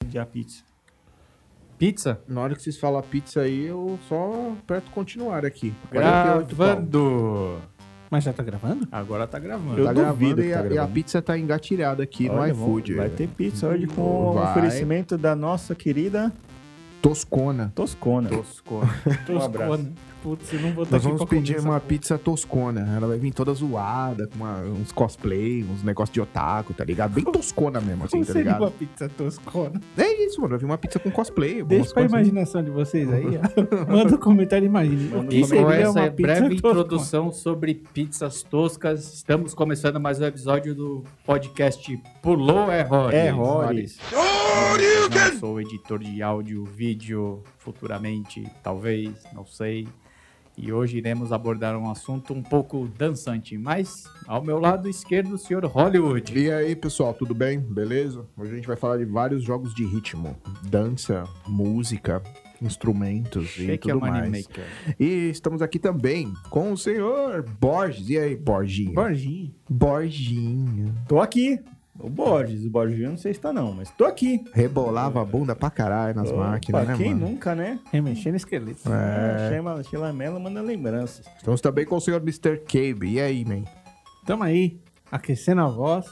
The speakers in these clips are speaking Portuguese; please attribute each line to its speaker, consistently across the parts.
Speaker 1: pedir a pizza.
Speaker 2: Pizza?
Speaker 3: Na hora que vocês falam pizza aí, eu só aperto continuar aqui. 48 pau.
Speaker 2: Gravando.
Speaker 1: Mas já tá gravando?
Speaker 2: Agora tá gravando.
Speaker 1: Eu
Speaker 3: tá
Speaker 1: duvido
Speaker 3: gravando
Speaker 1: que
Speaker 3: e
Speaker 1: tá
Speaker 3: a, e a
Speaker 1: gravando.
Speaker 3: pizza tá engatilhada aqui
Speaker 1: Olha,
Speaker 3: no
Speaker 1: vão-
Speaker 3: iFood.
Speaker 1: Vai ter pizza hoje com
Speaker 3: Vai.
Speaker 1: oferecimento da nossa querida
Speaker 3: Toscona.
Speaker 1: Toscona.
Speaker 3: Toscona.
Speaker 1: Um abraço.
Speaker 2: Toscona. Putz, eu não vou estar
Speaker 3: Nós
Speaker 2: aqui
Speaker 3: vamos
Speaker 2: pra comer
Speaker 3: pedir
Speaker 2: essa
Speaker 3: uma
Speaker 2: porra.
Speaker 3: pizza toscona. Ela vai vir toda zoada, com uma- uns cosplay, uns negócios de otaku, tá ligado? Bem toscona mesmo, assim,
Speaker 2: Como
Speaker 3: tá
Speaker 2: seria uma
Speaker 3: ligado?
Speaker 2: pizza toscona?
Speaker 3: É isso, mano. Vai vir uma pizza com cosplay.
Speaker 2: Deixa
Speaker 3: algumas
Speaker 2: pra
Speaker 3: coisas.
Speaker 2: imaginação de vocês aí. ó. Manda um comentário e imagina.
Speaker 3: um
Speaker 2: O que
Speaker 4: E com
Speaker 2: seria
Speaker 4: essa
Speaker 2: uma pizza
Speaker 4: é breve
Speaker 2: toscona?
Speaker 4: introdução sobre pizzas toscas, estamos começando mais um episódio do podcast Pulou Errores.
Speaker 2: É
Speaker 1: Errores.
Speaker 4: Eu não sou editor de áudio, vídeo, futuramente, talvez, não sei. E hoje iremos abordar um assunto um pouco dançante, mas ao meu lado esquerdo, o senhor Hollywood.
Speaker 3: E aí, pessoal, tudo bem? Beleza? Hoje a gente vai falar de vários jogos de ritmo, dança, música, instrumentos e
Speaker 4: Shake
Speaker 3: tudo
Speaker 4: your money
Speaker 3: mais.
Speaker 4: maker.
Speaker 3: E estamos aqui também com o senhor Borges. E aí, Borginho?
Speaker 1: Borginho.
Speaker 3: Borginho.
Speaker 1: Tô aqui. O Borges. O Borges eu não sei se tá não, mas tô aqui.
Speaker 3: Rebolava a bunda pra caralho nas
Speaker 1: Opa,
Speaker 3: máquinas, né,
Speaker 1: quem
Speaker 3: mano?
Speaker 1: nunca, né?
Speaker 2: Remexendo esqueleto.
Speaker 1: É. Sheila, Sheila Mello manda lembranças.
Speaker 3: Estamos também com o senhor Mr. Cabe. E aí, man?
Speaker 2: Tamo aí, aquecendo a voz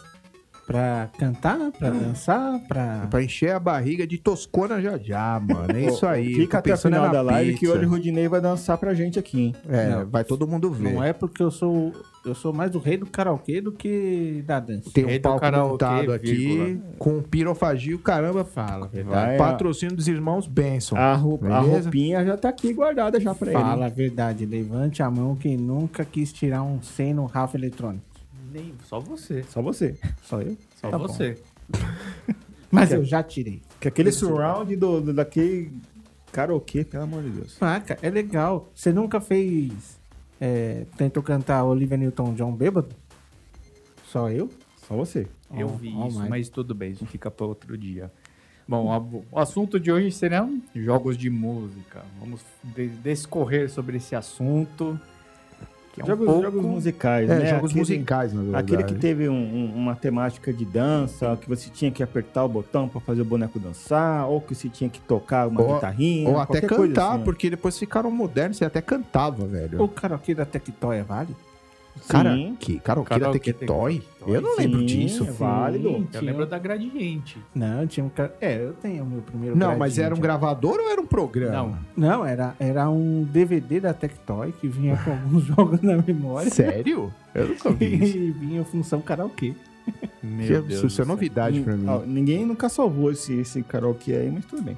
Speaker 2: pra cantar, né? pra dançar, pra...
Speaker 3: Pra encher a barriga de toscona já já, mano. É isso aí.
Speaker 1: Fica
Speaker 3: Tô
Speaker 1: até o
Speaker 3: pensando
Speaker 1: final
Speaker 3: na
Speaker 1: da live que
Speaker 3: pizza.
Speaker 1: hoje o Rudinei vai dançar pra gente aqui, hein?
Speaker 3: É,
Speaker 2: Não.
Speaker 3: vai todo mundo ver.
Speaker 2: Não é porque eu sou eu sou mais o rei do karaokê do que da dança.
Speaker 3: Tem um
Speaker 4: Rei do
Speaker 3: palco
Speaker 4: karaokê,
Speaker 3: montado aqui
Speaker 4: vírgula.
Speaker 3: com pirofagia, o caramba.
Speaker 2: Fala,
Speaker 1: Vai, É. Ah, ó.
Speaker 3: Patrocínio dos irmãos Benson.
Speaker 1: A, roup- a
Speaker 3: Beleza?
Speaker 1: roupinha já tá aqui guardada já pra ele.
Speaker 2: Fala a verdade, levante a mão quem nunca quis tirar um 100 no Rafa Eletrônico.
Speaker 4: Nem, só você,
Speaker 1: Só você. Só eu.
Speaker 4: só
Speaker 2: Tá bom.
Speaker 4: você.
Speaker 2: Mas eu já tirei.
Speaker 1: Que aquele surround do, do- daquele karaokê, pelo amor de Deus.
Speaker 2: Saca, é legal. Você nunca fez. é, tentou cantar Olivia Newton John bêbado? Só eu?
Speaker 1: Só você.
Speaker 4: Eu
Speaker 2: Oh,
Speaker 4: vi
Speaker 2: oh
Speaker 4: isso,
Speaker 2: my.
Speaker 4: mas tudo bem, isso fica para outro dia. Bom, a- o assunto de hoje serão jogos de música. Vamos de- descorrer sobre esse assunto. Que é
Speaker 1: jogos,
Speaker 4: um pouco...
Speaker 1: jogos musicais,
Speaker 3: É,
Speaker 1: né?
Speaker 3: jogos
Speaker 1: Aquele-
Speaker 3: musicais, na verdade.
Speaker 1: Aquele que teve um- um- uma temática de dança, que você tinha que apertar o botão pra fazer o boneco dançar, ou que você tinha que tocar uma
Speaker 3: Ou-
Speaker 1: guitarrinha.
Speaker 3: Ou até
Speaker 1: qualquer coisa
Speaker 3: cantar,
Speaker 1: assim, né?
Speaker 3: porque depois ficaram modernos e até cantava, velho.
Speaker 2: O karaokê da é Tectoia vale?
Speaker 3: Cara,
Speaker 1: Sim.
Speaker 3: que karaokê da
Speaker 4: Karaokê
Speaker 3: Tectoy?
Speaker 4: Tectoy.
Speaker 3: Eu não lembro
Speaker 1: Sim,
Speaker 3: disso.
Speaker 1: é válido.
Speaker 2: Sim,
Speaker 4: Eu
Speaker 2: tinha-
Speaker 4: lembro da Gradiente.
Speaker 2: Não, tinha um cara. É, eu tenho o meu primeiro.
Speaker 3: Não, mas
Speaker 2: gradinho,
Speaker 3: era um
Speaker 1: tipo.
Speaker 2: já.
Speaker 3: gravador ou era um programa?
Speaker 2: Não, era, era um DVD da Tectoy que vinha com alguns jogos na memória.
Speaker 3: Sério? Eu nunca vi isso.
Speaker 2: e vinha função karaokê.
Speaker 3: Que absurdo, isso é novidade pra mim.
Speaker 1: Hum, Ó, ninguém nunca salvou esse, esse karaokê aí, mas tudo bem.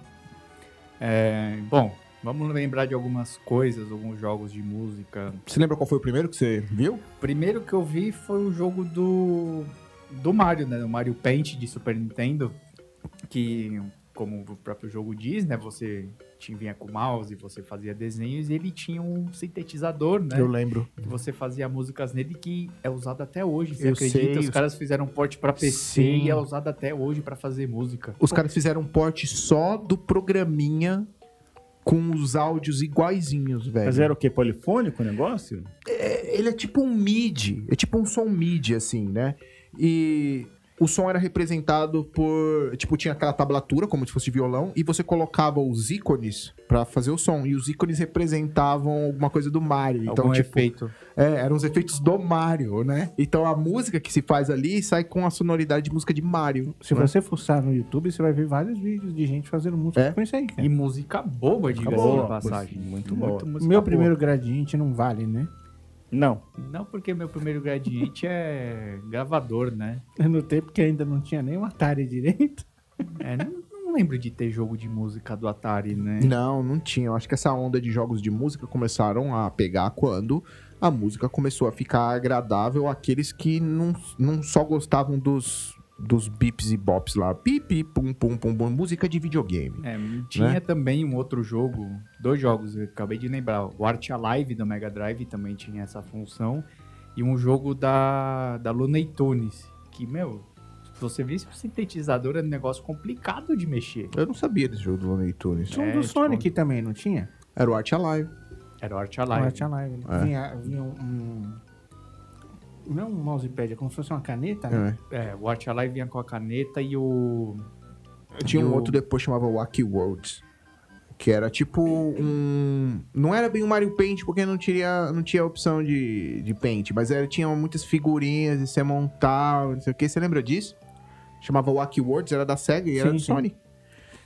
Speaker 4: É, bom, vamos lembrar de algumas coisas, alguns jogos de música.
Speaker 3: Você lembra qual foi o primeiro que você viu?
Speaker 4: O primeiro que eu vi foi o jogo do, do Mario, né? O Mario Paint de Super Nintendo. Que, como o próprio jogo diz, né? Você tinha, vinha com o mouse, você fazia desenhos e ele tinha um sintetizador, né?
Speaker 3: Eu lembro.
Speaker 4: Que você fazia músicas nele que é usado até hoje. Você
Speaker 3: Eu
Speaker 4: acredita?
Speaker 3: sei,
Speaker 4: Os
Speaker 3: eu-
Speaker 4: caras fizeram um porte pra PC
Speaker 3: Sim.
Speaker 4: e é usado até hoje pra fazer música.
Speaker 3: Os caras fizeram um porte só do programinha com os áudios iguaizinhos, velho.
Speaker 1: Mas era o quê? Polifônico o negócio?
Speaker 3: ele é tipo um mid, é tipo um som mid, assim, né? E o som era representado por. Tipo, tinha aquela tablatura, como se fosse violão, e você colocava os ícones pra fazer o som. E os ícones representavam alguma coisa do Mario. Então,
Speaker 4: Algum
Speaker 3: tipo.
Speaker 4: efeito.
Speaker 3: É, eram os efeitos do Mario, né? Então a música que se faz ali sai com a sonoridade de música de Mario.
Speaker 2: Se
Speaker 3: né?
Speaker 2: você fuçar no YouTube, você vai ver vários vídeos de gente fazendo música
Speaker 3: É?
Speaker 2: com isso aí. cara.
Speaker 4: E música boba, diga-se
Speaker 1: boa,
Speaker 4: de passagem.
Speaker 1: pois, muito boa.
Speaker 4: música
Speaker 2: Meu
Speaker 4: boa.
Speaker 2: primeiro gradiente não vale, né?
Speaker 1: Não.
Speaker 4: Não, porque meu primeiro gradiente é gravador, né?
Speaker 2: Eu não tenho porque ainda não tinha nem um Atari direito.
Speaker 4: É, não, não lembro de ter jogo de música do Atari, né?
Speaker 3: Não, não tinha. Eu acho que essa onda de jogos de música começaram a pegar quando a música começou a ficar agradável àqueles que não, não só gostavam dos, dos bips e bops lá. Pipi, pum, pum, pum, pum. Música de videogame.
Speaker 4: É, tinha
Speaker 3: Né?
Speaker 4: também um outro jogo, dois jogos, eu acabei de lembrar. O Art Alive do Mega Drive também tinha essa função. E um jogo da, da Looney Tunes, que, meu, se você visse o sintetizador, é um negócio complicado de mexer.
Speaker 3: Eu não sabia desse jogo do Looney Tunes.
Speaker 2: Tinha um
Speaker 4: É,
Speaker 2: do
Speaker 4: tipo-
Speaker 2: Sonic também, não tinha?
Speaker 3: Era o Art Alive.
Speaker 4: Era o Art Alive.
Speaker 2: Não, tinha live. né?
Speaker 3: É.
Speaker 2: Vinha, vinha um, um- Não é um mousepad, é como se fosse uma caneta, né?
Speaker 3: É.
Speaker 4: É, o Art Alive vinha com a caneta e o
Speaker 3: Tinha um
Speaker 4: Eu-
Speaker 3: outro depois que chamava Wacky Worlds. Que era tipo um. Não era bem um Mario Paint, porque não tinha, não tinha opção de, de paint, mas era, tinha muitas figurinhas e você montava, não sei o que. Você lembra disso? Chamava Wacky Worlds, era da SEGA e era
Speaker 2: Sim,
Speaker 3: do
Speaker 2: sim.
Speaker 3: Sony.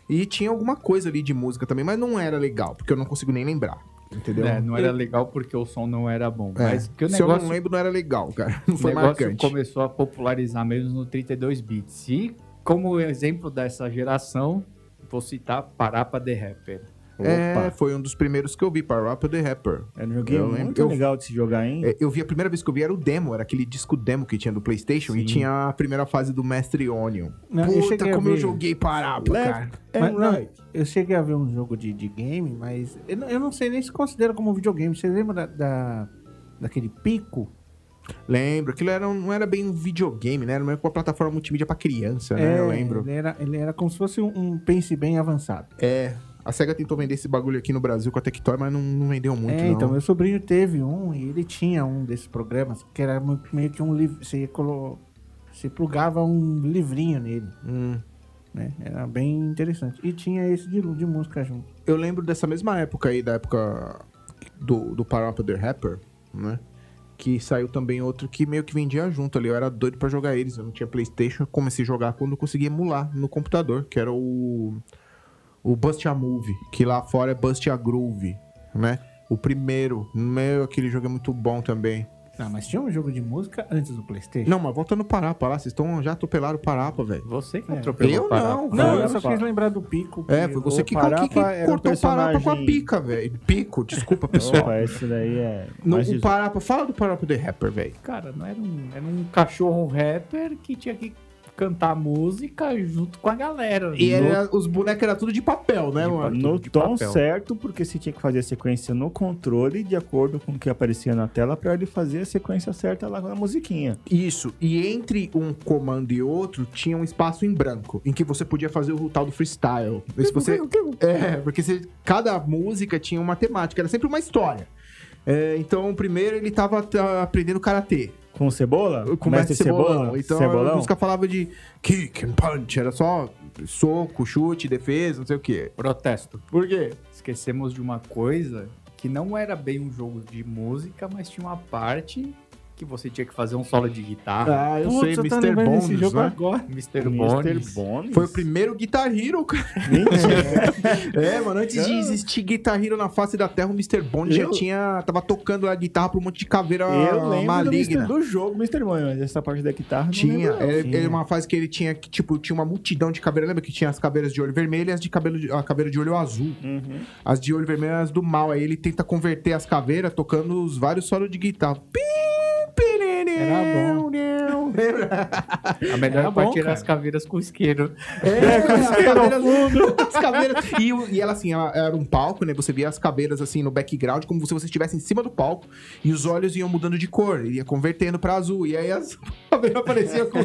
Speaker 3: E tinha alguma coisa ali de música também, mas não era legal, porque eu não consigo nem lembrar. Entendeu?
Speaker 1: Né?
Speaker 4: É, não era legal porque o som não era bom.
Speaker 3: um É,
Speaker 4: Mas que o
Speaker 3: Se eu não
Speaker 4: negócio,
Speaker 3: lembro, não era legal, cara. Não
Speaker 4: o
Speaker 3: foi
Speaker 4: negócio
Speaker 3: marcante.
Speaker 4: começou a popularizar mesmo no 32 bits. E como exemplo dessa geração, vou citar Parapa The Rapper.
Speaker 3: É,
Speaker 1: Opa.
Speaker 3: foi um dos primeiros que eu vi, Parappa the Rapper.
Speaker 1: Era um joguinho
Speaker 3: Eu lembro-
Speaker 1: muito
Speaker 3: eu-
Speaker 1: legal de se jogar, hein?
Speaker 3: É, Eu vi a primeira vez que eu vi era o demo, era aquele disco demo que tinha do PlayStation e
Speaker 4: Sim.
Speaker 3: tinha a primeira fase do Mestre Onion.
Speaker 2: Não, eu
Speaker 3: Puta,
Speaker 2: cheguei a
Speaker 3: como eu
Speaker 2: ver.
Speaker 3: joguei Parappa,
Speaker 1: Left.
Speaker 3: cara.
Speaker 1: É,
Speaker 2: Mas, não,
Speaker 1: right.
Speaker 2: eu cheguei a ver um jogo de, de game, mas eu não, eu não sei nem se considera como um videogame. Você lembra da, da- daquele pico?
Speaker 3: Lembro, aquilo era, um- não era bem um videogame, né? Era meio que uma plataforma multimídia pra criança, né? eu lembro.
Speaker 2: É, Ele era, ele era como se fosse um, um pense bem avançado.
Speaker 3: É, a SEGA tentou vender esse bagulho aqui no Brasil com a Tectoy, mas não, não vendeu muito,
Speaker 2: é,
Speaker 3: não.
Speaker 2: então, meu sobrinho teve um e ele tinha um desses programas que era mu- meio que um livro. Você, colo... você plugava um livrinho nele,
Speaker 3: Hum.
Speaker 2: né? Era bem interessante. E tinha esse de, de música junto.
Speaker 3: eu lembro dessa mesma época aí, da época do, do Parappa the Rapper, né? Que saiu também outro que meio que vendia junto ali. Eu era doido pra jogar eles, eu não tinha Playstation. Eu comecei a jogar quando eu consegui emular no computador, que era o... O Bust a Move, que lá fora é Bust a Groove, né? O primeiro, meu, aquele jogo é muito bom também.
Speaker 2: Ah, mas tinha um jogo de música antes do PlayStation?
Speaker 3: Não, mas volta no Parappa lá, vocês estão já atropelaram o Parappa, velho.
Speaker 4: Você que
Speaker 2: É.
Speaker 4: atropelou
Speaker 3: Eu
Speaker 4: Parapa.
Speaker 3: não,
Speaker 2: Não,
Speaker 1: Olha
Speaker 2: eu só
Speaker 1: só.
Speaker 2: quis lembrar do pico.
Speaker 3: É,
Speaker 2: que
Speaker 3: foi
Speaker 2: eu-
Speaker 3: você
Speaker 1: o
Speaker 3: que, que,
Speaker 1: Parappa era
Speaker 3: que
Speaker 1: um
Speaker 3: cortou o Parappa com a
Speaker 1: personagem-
Speaker 3: pica, velho. Pico, desculpa, pessoal.
Speaker 1: Opa, esse daí é.
Speaker 3: Não,
Speaker 1: mais
Speaker 3: o Parapa, fala do Parapa The Rapper, velho.
Speaker 4: Cara, não era um, era um cachorro rapper que tinha que cantar música junto com a galera.
Speaker 3: E
Speaker 4: No-
Speaker 3: era- os bonecos eram tudo de papel, né,
Speaker 4: De
Speaker 3: mano?
Speaker 1: No
Speaker 4: de
Speaker 1: tom
Speaker 4: papel.
Speaker 1: certo, porque você tinha que fazer a sequência no controle de acordo com o que aparecia na tela pra ele fazer a sequência certa lá na musiquinha.
Speaker 3: Isso. E entre um comando e outro tinha um espaço em branco, em que você podia fazer o tal do freestyle. Se você... É, porque você- cada música tinha uma temática, era sempre uma história. É, então, o primeiro ele tava tá, aprendendo karatê.
Speaker 1: Com cebola?
Speaker 3: Com o mestre Cebolão. Então, a
Speaker 1: Cebolão?
Speaker 3: música falava de kick and punch. Era só soco, chute, defesa, não sei o quê.
Speaker 4: Protesto.
Speaker 3: Por quê?
Speaker 4: Esquecemos de uma coisa que não era bem um jogo de música, mas tinha uma parte que você tinha que fazer um solo de guitarra.
Speaker 3: Ah, eu
Speaker 2: Putz,
Speaker 3: sei,
Speaker 2: eu tô
Speaker 3: Mr.
Speaker 2: lembrando desse
Speaker 3: Bones,
Speaker 2: jogo
Speaker 3: né?
Speaker 4: Agora, Mr.
Speaker 1: Mr.
Speaker 4: Bones.
Speaker 1: Bones?
Speaker 3: Foi o primeiro Guitar Hero, cara.
Speaker 1: Mentira.
Speaker 3: É, mano, antes de existir Guitar Hero na face da Terra, o Mr. Bond já
Speaker 1: Eu-
Speaker 3: tinha. Tava tocando a guitarra pra um monte de caveira
Speaker 1: Eu lembro do, Mr.
Speaker 3: maligna.
Speaker 1: do jogo Mr. Bones, mas essa parte da guitarra não
Speaker 3: Tinha, é,
Speaker 1: lembro, não.
Speaker 3: era,
Speaker 2: Tinha.
Speaker 3: era uma fase que ele tinha, que, tipo, tinha uma multidão de caveira. Lembra que tinha as caveiras de olho vermelho e as de cabelo de- a caveira de olho azul?
Speaker 1: Uhum.
Speaker 3: As de olho vermelho eram as do mal. Aí ele tenta converter as caveiras tocando os vários solos de guitarra.
Speaker 2: Era bom.
Speaker 3: Lembra?
Speaker 4: A melhor
Speaker 2: Era bom,
Speaker 4: parte era
Speaker 2: cara.
Speaker 4: as caveiras com isqueiro.
Speaker 3: É, as caveiras, as caveiras. E, o- e ela, assim, ela era um palco, né? Você via as caveiras, assim, no background, como se você estivesse em cima do palco. E os olhos iam mudando de cor, ia convertendo pra azul. E aí as caveiras apareciam com,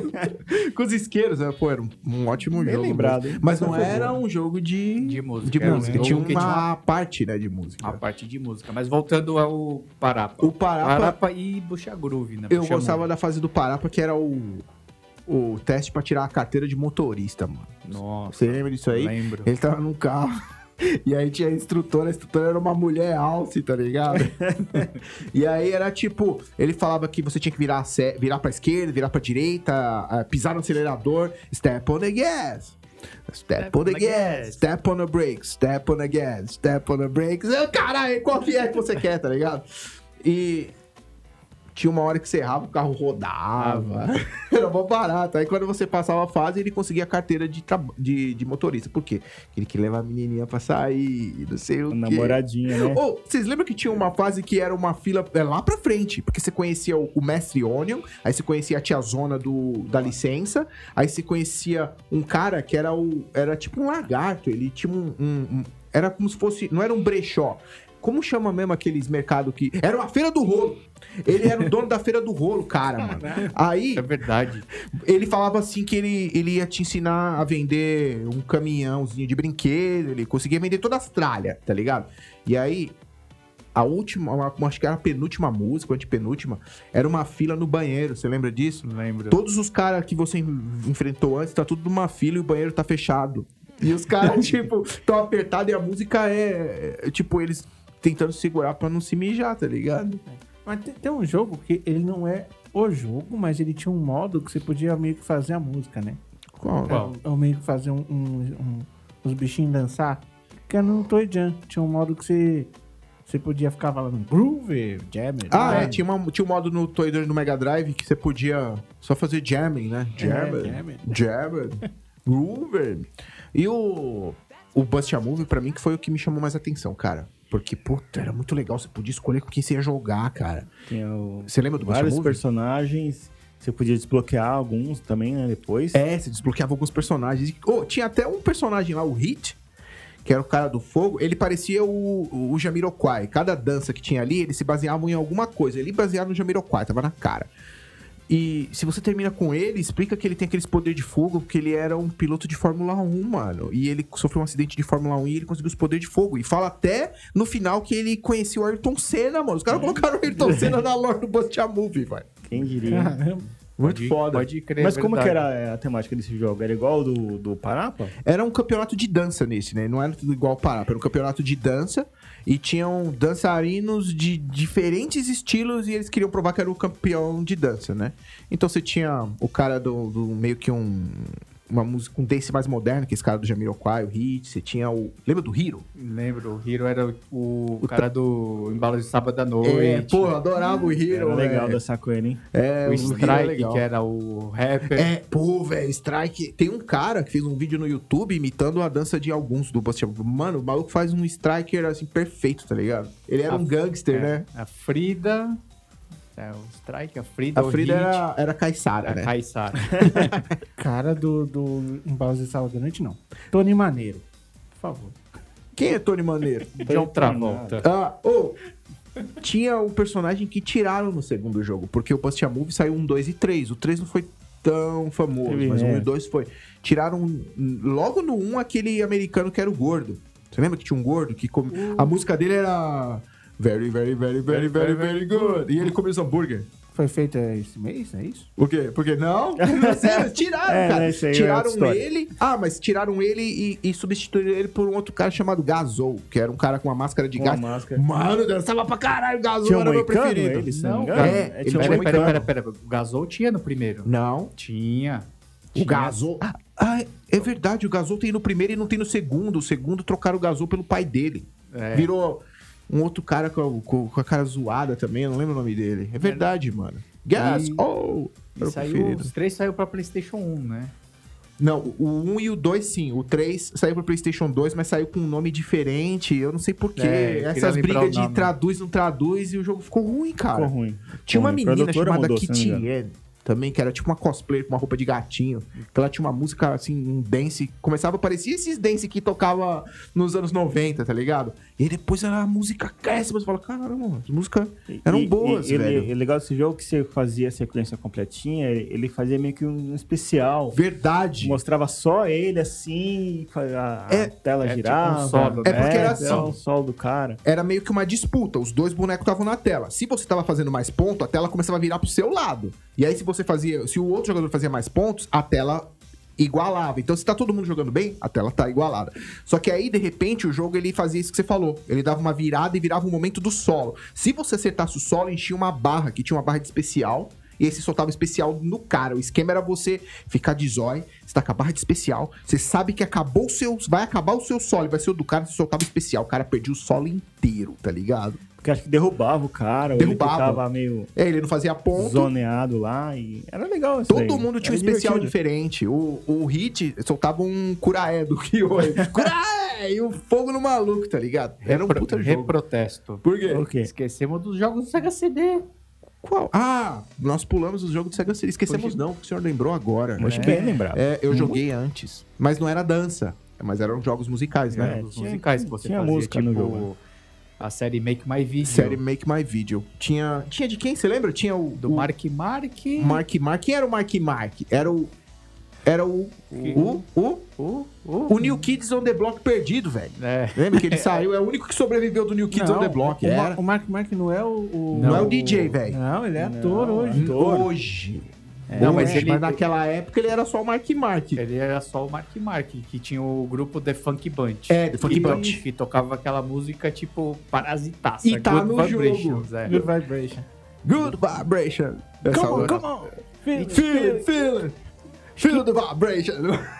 Speaker 3: com os isqueiros. né? Pô, era um, um ótimo
Speaker 1: Bem
Speaker 3: jogo.
Speaker 1: lembrado,
Speaker 3: mano.
Speaker 1: hein?
Speaker 3: Mas não
Speaker 1: Essa foi
Speaker 3: era
Speaker 1: boa.
Speaker 3: um jogo de...
Speaker 4: De música,
Speaker 3: De
Speaker 4: era um
Speaker 3: música.
Speaker 4: jogo
Speaker 3: Tinha
Speaker 4: que tinha
Speaker 3: uma parte, né, de música.
Speaker 4: A parte de música. Mas voltando ao Parapa.
Speaker 3: O Parapa...
Speaker 4: Parapa e Bucha Groove, né?
Speaker 3: Eu
Speaker 4: Bucha
Speaker 3: gostava da fase do Parapa, que era o... O teste pra tirar a carteira de motorista, mano.
Speaker 4: Move. Nossa.
Speaker 3: Você lembra disso aí?
Speaker 4: Lembro.
Speaker 3: Ele tava num carro. E aí tinha a instrutora, a instrutora era uma mulher alce, tá ligado? e aí era tipo, ele falava que você tinha que virar, a sé- virar pra esquerda, virar pra direita, ah, pisar no acelerador, step on the gas. Step on the gas, step on the brakes, step on the gas, step on the brakes. Eu, Caralho, qual que é que você quer, tá ligado? E tinha uma hora que você errava, o carro rodava. Era mó barato. Aí quando você passava a fase, ele conseguia a carteira de, traba- de, de motorista. Por quê? Ele que leva a menininha pra sair, não sei o quê.
Speaker 1: Namoradinha, né?
Speaker 3: Ô, vocês lembram que tinha uma fase que era uma fila é, lá pra frente? Porque você conhecia o, o mestre Onion, aí você conhecia a tia Zona do, da licença, aí você conhecia um cara que era o. Era tipo um lagarto, ele tinha um. um- um- era como se fosse. Não era um brechó. Como chama mesmo aqueles mercados que. Era uma feira do rolo. Ele era o dono da feira do rolo, cara, mano. Aí
Speaker 4: É verdade.
Speaker 3: ele falava assim que ele, ele ia te ensinar a vender um caminhãozinho de brinquedo, ele conseguia vender todas as tralhas, tá ligado? E aí, a última, a- acho que era a penúltima música, a antepenúltima, era uma fila no banheiro, você lembra disso?
Speaker 4: Lembro.
Speaker 3: Todos os caras que você en- enfrentou antes, tá tudo numa fila e o banheiro tá fechado. E os caras, tipo, tão apertados e a música é, é, tipo, eles tentando segurar pra não se mijar, tá ligado?
Speaker 2: Mas tem, tem um jogo que ele não é o jogo, mas ele tinha um modo que você podia meio que fazer a música, né?
Speaker 3: Qual?
Speaker 4: Qual?
Speaker 2: Ou meio que fazer um, um- um- os bichinhos dançar. Que era no Toy Jam. Tinha um modo que você, você podia ficar falando groove, jam. it,
Speaker 3: Ah, é,
Speaker 2: jam,
Speaker 3: tinha, uma- tinha um modo no Toy Dungeon do Mega Drive que você podia só fazer jamming, né?
Speaker 2: jam,
Speaker 3: Jamming.
Speaker 2: jam it."
Speaker 3: Jabber, Groover. E o, o Bust a Move, pra mim, que foi o que me chamou mais atenção, cara. Porque, puta, era muito legal. Você podia escolher com quem você ia jogar, cara.
Speaker 1: Tinha o-
Speaker 3: Você lembra do Bust a
Speaker 1: vários
Speaker 3: Move?
Speaker 1: personagens. Você podia desbloquear alguns também, né? Depois.
Speaker 3: É, você desbloqueava alguns personagens. Oh, tinha até um personagem lá, o Hit, que era o cara do fogo. Ele parecia o, o Jamiroquai. Cada dança que tinha ali, eles se baseavam em alguma coisa. Ele baseava no Jamiroquai, tava na cara. E se você termina com ele, explica que ele tem aqueles poderes de fogo, porque ele era um piloto de Fórmula 1, mano. E ele sofreu um acidente de Fórmula 1 e ele conseguiu os poderes de fogo. E fala até no final que ele conhecia o Ayrton Senna, mano. Os caras colocaram o Ayrton Senna na lore do Bust a Movie, velho.
Speaker 1: Quem diria? né?
Speaker 2: Caramba.
Speaker 3: Muito
Speaker 4: Pode-
Speaker 3: foda.
Speaker 4: Pode crer.
Speaker 1: Mas como
Speaker 4: verdade.
Speaker 1: que era é, a temática desse jogo? Era igual ao do, do Parapa?
Speaker 3: Era um campeonato de dança nesse, né? Não era tudo igual parar, era um campeonato de dança e tinham dançarinos de diferentes estilos e eles queriam provar que era o campeão de dança, né? Então você tinha o cara do, do meio que um uma música um dance mais moderno, que é esse cara do Jamiroquai, o Hit, você tinha o lembra do Hiro?
Speaker 4: Lembro, o Hiro era o, o cara do embalo de sábado à noite.
Speaker 3: É, pô, eu adorava o
Speaker 1: Era
Speaker 3: Hiro,
Speaker 1: legal
Speaker 3: velho.
Speaker 1: dançar com ele, hein?
Speaker 3: É,
Speaker 4: né? o
Speaker 3: Hiro é
Speaker 4: Strike,
Speaker 3: legal.
Speaker 4: que era o rapper.
Speaker 3: É, pô, velho, strike. Tem um cara que fez um vídeo no YouTube imitando a dança de alguns do Buster. Mano, o maluco faz um striker assim perfeito, tá ligado? Ele era
Speaker 4: A-
Speaker 3: um gangster,
Speaker 4: É,
Speaker 3: né?
Speaker 4: A Frida. É, o Strike, a Frida.
Speaker 3: A
Speaker 4: o
Speaker 3: Frida
Speaker 4: Hit,
Speaker 3: era, era caiçara,
Speaker 4: a
Speaker 3: né?
Speaker 4: Kaysara.
Speaker 2: Cara do, do Embalos de Sábado à Noite, não. Tony Maneiro. Por favor.
Speaker 3: Quem é Tony Maneiro?
Speaker 4: John Travolta.
Speaker 3: ah, ô! tinha um personagem que tiraram no segundo jogo, porque o Buster Move saiu um, dois e três. O três não foi tão famoso,
Speaker 1: Teve,
Speaker 3: mas o um
Speaker 1: né?
Speaker 3: e o dois foi. Tiraram hum, logo no um aquele americano que era o gordo. Você lembra que tinha um gordo que come... a música dele era Very, very, very, very, very, very good. E ele comeu esse hambúrguer.
Speaker 2: Foi feito esse mês, é isso?
Speaker 3: Por quê? Porque não? Não, sério, tiraram,
Speaker 1: É,
Speaker 3: cara.
Speaker 1: né, isso aí é outra
Speaker 3: tiraram
Speaker 1: história.
Speaker 3: ele. Ah, mas tiraram ele e, e substituíram ele por um outro cara chamado Gazou, que era um cara com uma máscara de
Speaker 1: Com
Speaker 3: gás.
Speaker 1: uma máscara.
Speaker 3: Mano, dançava pra caralho, Gazou
Speaker 1: Tinha um
Speaker 3: era meu
Speaker 1: moicano,
Speaker 3: preferido.
Speaker 1: ele, se
Speaker 4: Não,
Speaker 1: não, me engano?
Speaker 4: cara,
Speaker 3: é, ele
Speaker 1: tinha um
Speaker 3: tinha
Speaker 4: Pera,
Speaker 3: um
Speaker 1: moicano.
Speaker 4: pera, pera, pera. O Gasol tinha no primeiro.
Speaker 3: Não.
Speaker 4: Tinha.
Speaker 3: O
Speaker 4: Tinha.
Speaker 3: Gazou. Ah, é verdade, o Gazou tem no primeiro e não tem no segundo. O segundo trocaram o Gazou pelo pai dele.
Speaker 4: É.
Speaker 3: Virou um outro cara com, com- com a cara zoada também, eu não lembro o nome dele. É verdade, mano. Gazou.
Speaker 4: E saiu, os três saiu pra PlayStation 1, né?
Speaker 3: Não, o 1 e o 2 sim. O 3 saiu pro PlayStation 2, mas saiu com um nome diferente. Eu não sei porquê.
Speaker 4: É, eu queria
Speaker 3: Essas
Speaker 4: lembrar
Speaker 3: brigas
Speaker 4: o
Speaker 3: de
Speaker 4: nome.
Speaker 3: traduz, não traduz, e o jogo ficou ruim, cara.
Speaker 1: Ficou ruim.
Speaker 3: Tinha uma
Speaker 1: Ruim.
Speaker 3: menina
Speaker 1: Produtora
Speaker 3: chamada
Speaker 1: mudou, se não me engano.
Speaker 3: Kitty também, que era tipo uma cosplayer com uma roupa de gatinho. Que ela tinha uma música, assim, um dance. Começava, parecia esses dance que tocava nos anos 90, tá ligado? E aí depois era a música cresce, mas você fala, caramba, as músicas eram
Speaker 1: E-
Speaker 3: boas,
Speaker 1: e, ele-
Speaker 3: velho.
Speaker 1: é legal esse jogo que você fazia a sequência completinha, ele ele fazia meio que um especial.
Speaker 3: é Verdade.
Speaker 1: Mostrava só ele assim, a, a
Speaker 3: É,
Speaker 1: tela
Speaker 4: tipo um
Speaker 1: girava.
Speaker 4: solo,
Speaker 3: né? É porque era
Speaker 1: Era
Speaker 3: assim.
Speaker 1: um solo do cara.
Speaker 3: era meio que uma disputa. Os dois bonecos estavam na tela. Se você tava fazendo mais ponto, a tela começava a virar pro seu lado. E aí, se você fazia. Se o outro jogador fazia mais pontos, a tela igualava. Então, se tá todo mundo jogando bem, a tela tá igualada. Só que aí, de repente, o jogo ele fazia isso que você falou. Ele dava uma virada e virava um momento do solo. Se você acertasse o solo, enchia uma barra, que tinha uma barra de especial. E esse soltava um especial no cara. O esquema era você ficar de zói, você tá com a barra de especial, você sabe que acabou o seu. Vai acabar o seu solo, e vai ser o do cara, você soltava especial. O cara perdia o solo inteiro, tá ligado?
Speaker 1: Porque acho que derrubava o cara, ou
Speaker 3: Derrubava.
Speaker 1: ele ficava meio
Speaker 3: É, ele não fazia ponto.
Speaker 1: zoneado lá e era legal isso
Speaker 3: Todo
Speaker 1: daí.
Speaker 3: mundo tinha um
Speaker 1: Era
Speaker 3: especial
Speaker 1: É divertido.
Speaker 3: diferente. O, o Hit soltava um Curaé do Kyoe. Curaé! E o fogo no maluco, tá ligado? Era um
Speaker 4: Repro-
Speaker 3: puta jogo.
Speaker 4: Reprotesto.
Speaker 3: Por quê?
Speaker 1: Por quê?
Speaker 4: Esquecemos dos jogos do Sega CD.
Speaker 3: Qual? Ah, nós pulamos o jogo do Sega CD. Esquecemos não, porque o senhor lembrou agora. né?
Speaker 1: Muito bem lembrado.
Speaker 3: É, eu joguei antes. Mas não era dança. Mas eram jogos musicais, né?
Speaker 1: É,
Speaker 4: Os
Speaker 1: tinha-
Speaker 4: musicais que você
Speaker 1: tinha
Speaker 4: fazia,
Speaker 1: música
Speaker 4: tipo
Speaker 1: no jogo,
Speaker 4: a série Make My Video
Speaker 3: Série Make My Video. Tinha, tinha de quem? Você lembra? Tinha o...
Speaker 4: do
Speaker 3: o
Speaker 4: Mark Mark.
Speaker 3: Mark Mark. Quem era o Mark Mark? Era o... Era o. O. O.
Speaker 4: Uh, uh.
Speaker 3: O New Kids on the Block perdido, velho.
Speaker 4: É.
Speaker 3: Lembra que ele saiu? É o único que sobreviveu do New Kids on the Block.
Speaker 2: o, Ma-
Speaker 3: era.
Speaker 2: o Mark Mark não é o. o-
Speaker 3: Não, é o
Speaker 4: o-
Speaker 3: DJ, velho.
Speaker 2: Não, ele é ator
Speaker 1: Não,
Speaker 2: hoje.
Speaker 3: Hoje.
Speaker 4: Não, mas
Speaker 3: mas,
Speaker 4: ele-
Speaker 3: naquela época ele era só o Mark Mark.
Speaker 4: Ele era só o Mark Mark, que tinha o grupo The Funk Bunch.
Speaker 3: É, The Funk
Speaker 4: que
Speaker 3: Bunch.
Speaker 4: to- Que tocava aquela música tipo parasitaça.
Speaker 3: E tá
Speaker 4: Good
Speaker 3: no
Speaker 4: Vibrations, é.
Speaker 2: Good Vibration.
Speaker 3: Good vibration. Essa
Speaker 2: Come on,
Speaker 3: hora.
Speaker 2: come on. Feel-
Speaker 3: Feel it, feel it. Feel the vibration.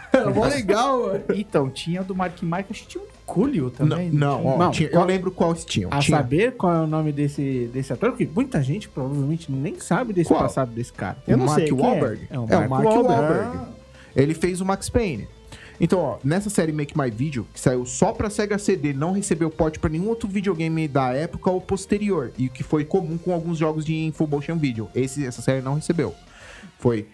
Speaker 3: Era mó legal, mano.
Speaker 4: Então, tinha do Mark Mark, acho que tinha um Cúlio também.
Speaker 3: Não, ó,
Speaker 2: Não,
Speaker 3: tinha- eu
Speaker 2: qual-
Speaker 3: lembro quais tinham.
Speaker 2: A
Speaker 3: Tinha-
Speaker 2: saber qual é o nome desse, desse ator, porque muita gente provavelmente nem sabe desse
Speaker 3: Qual?
Speaker 2: passado desse cara.
Speaker 1: Eu
Speaker 3: o
Speaker 1: não
Speaker 3: Mark
Speaker 1: sei quem é.
Speaker 3: Wahlberg.
Speaker 2: É o
Speaker 3: É o
Speaker 2: Mark
Speaker 3: Mark
Speaker 2: Wahlberg.
Speaker 3: Wahlberg. Ele fez o Max Payne. Então, ó, nessa série Make My Video, que saiu só pra Sega CD, não recebeu porte pra nenhum outro videogame da época ou posterior, e o que foi comum com alguns jogos de Info Motion Video. Esse- essa série não recebeu. Foi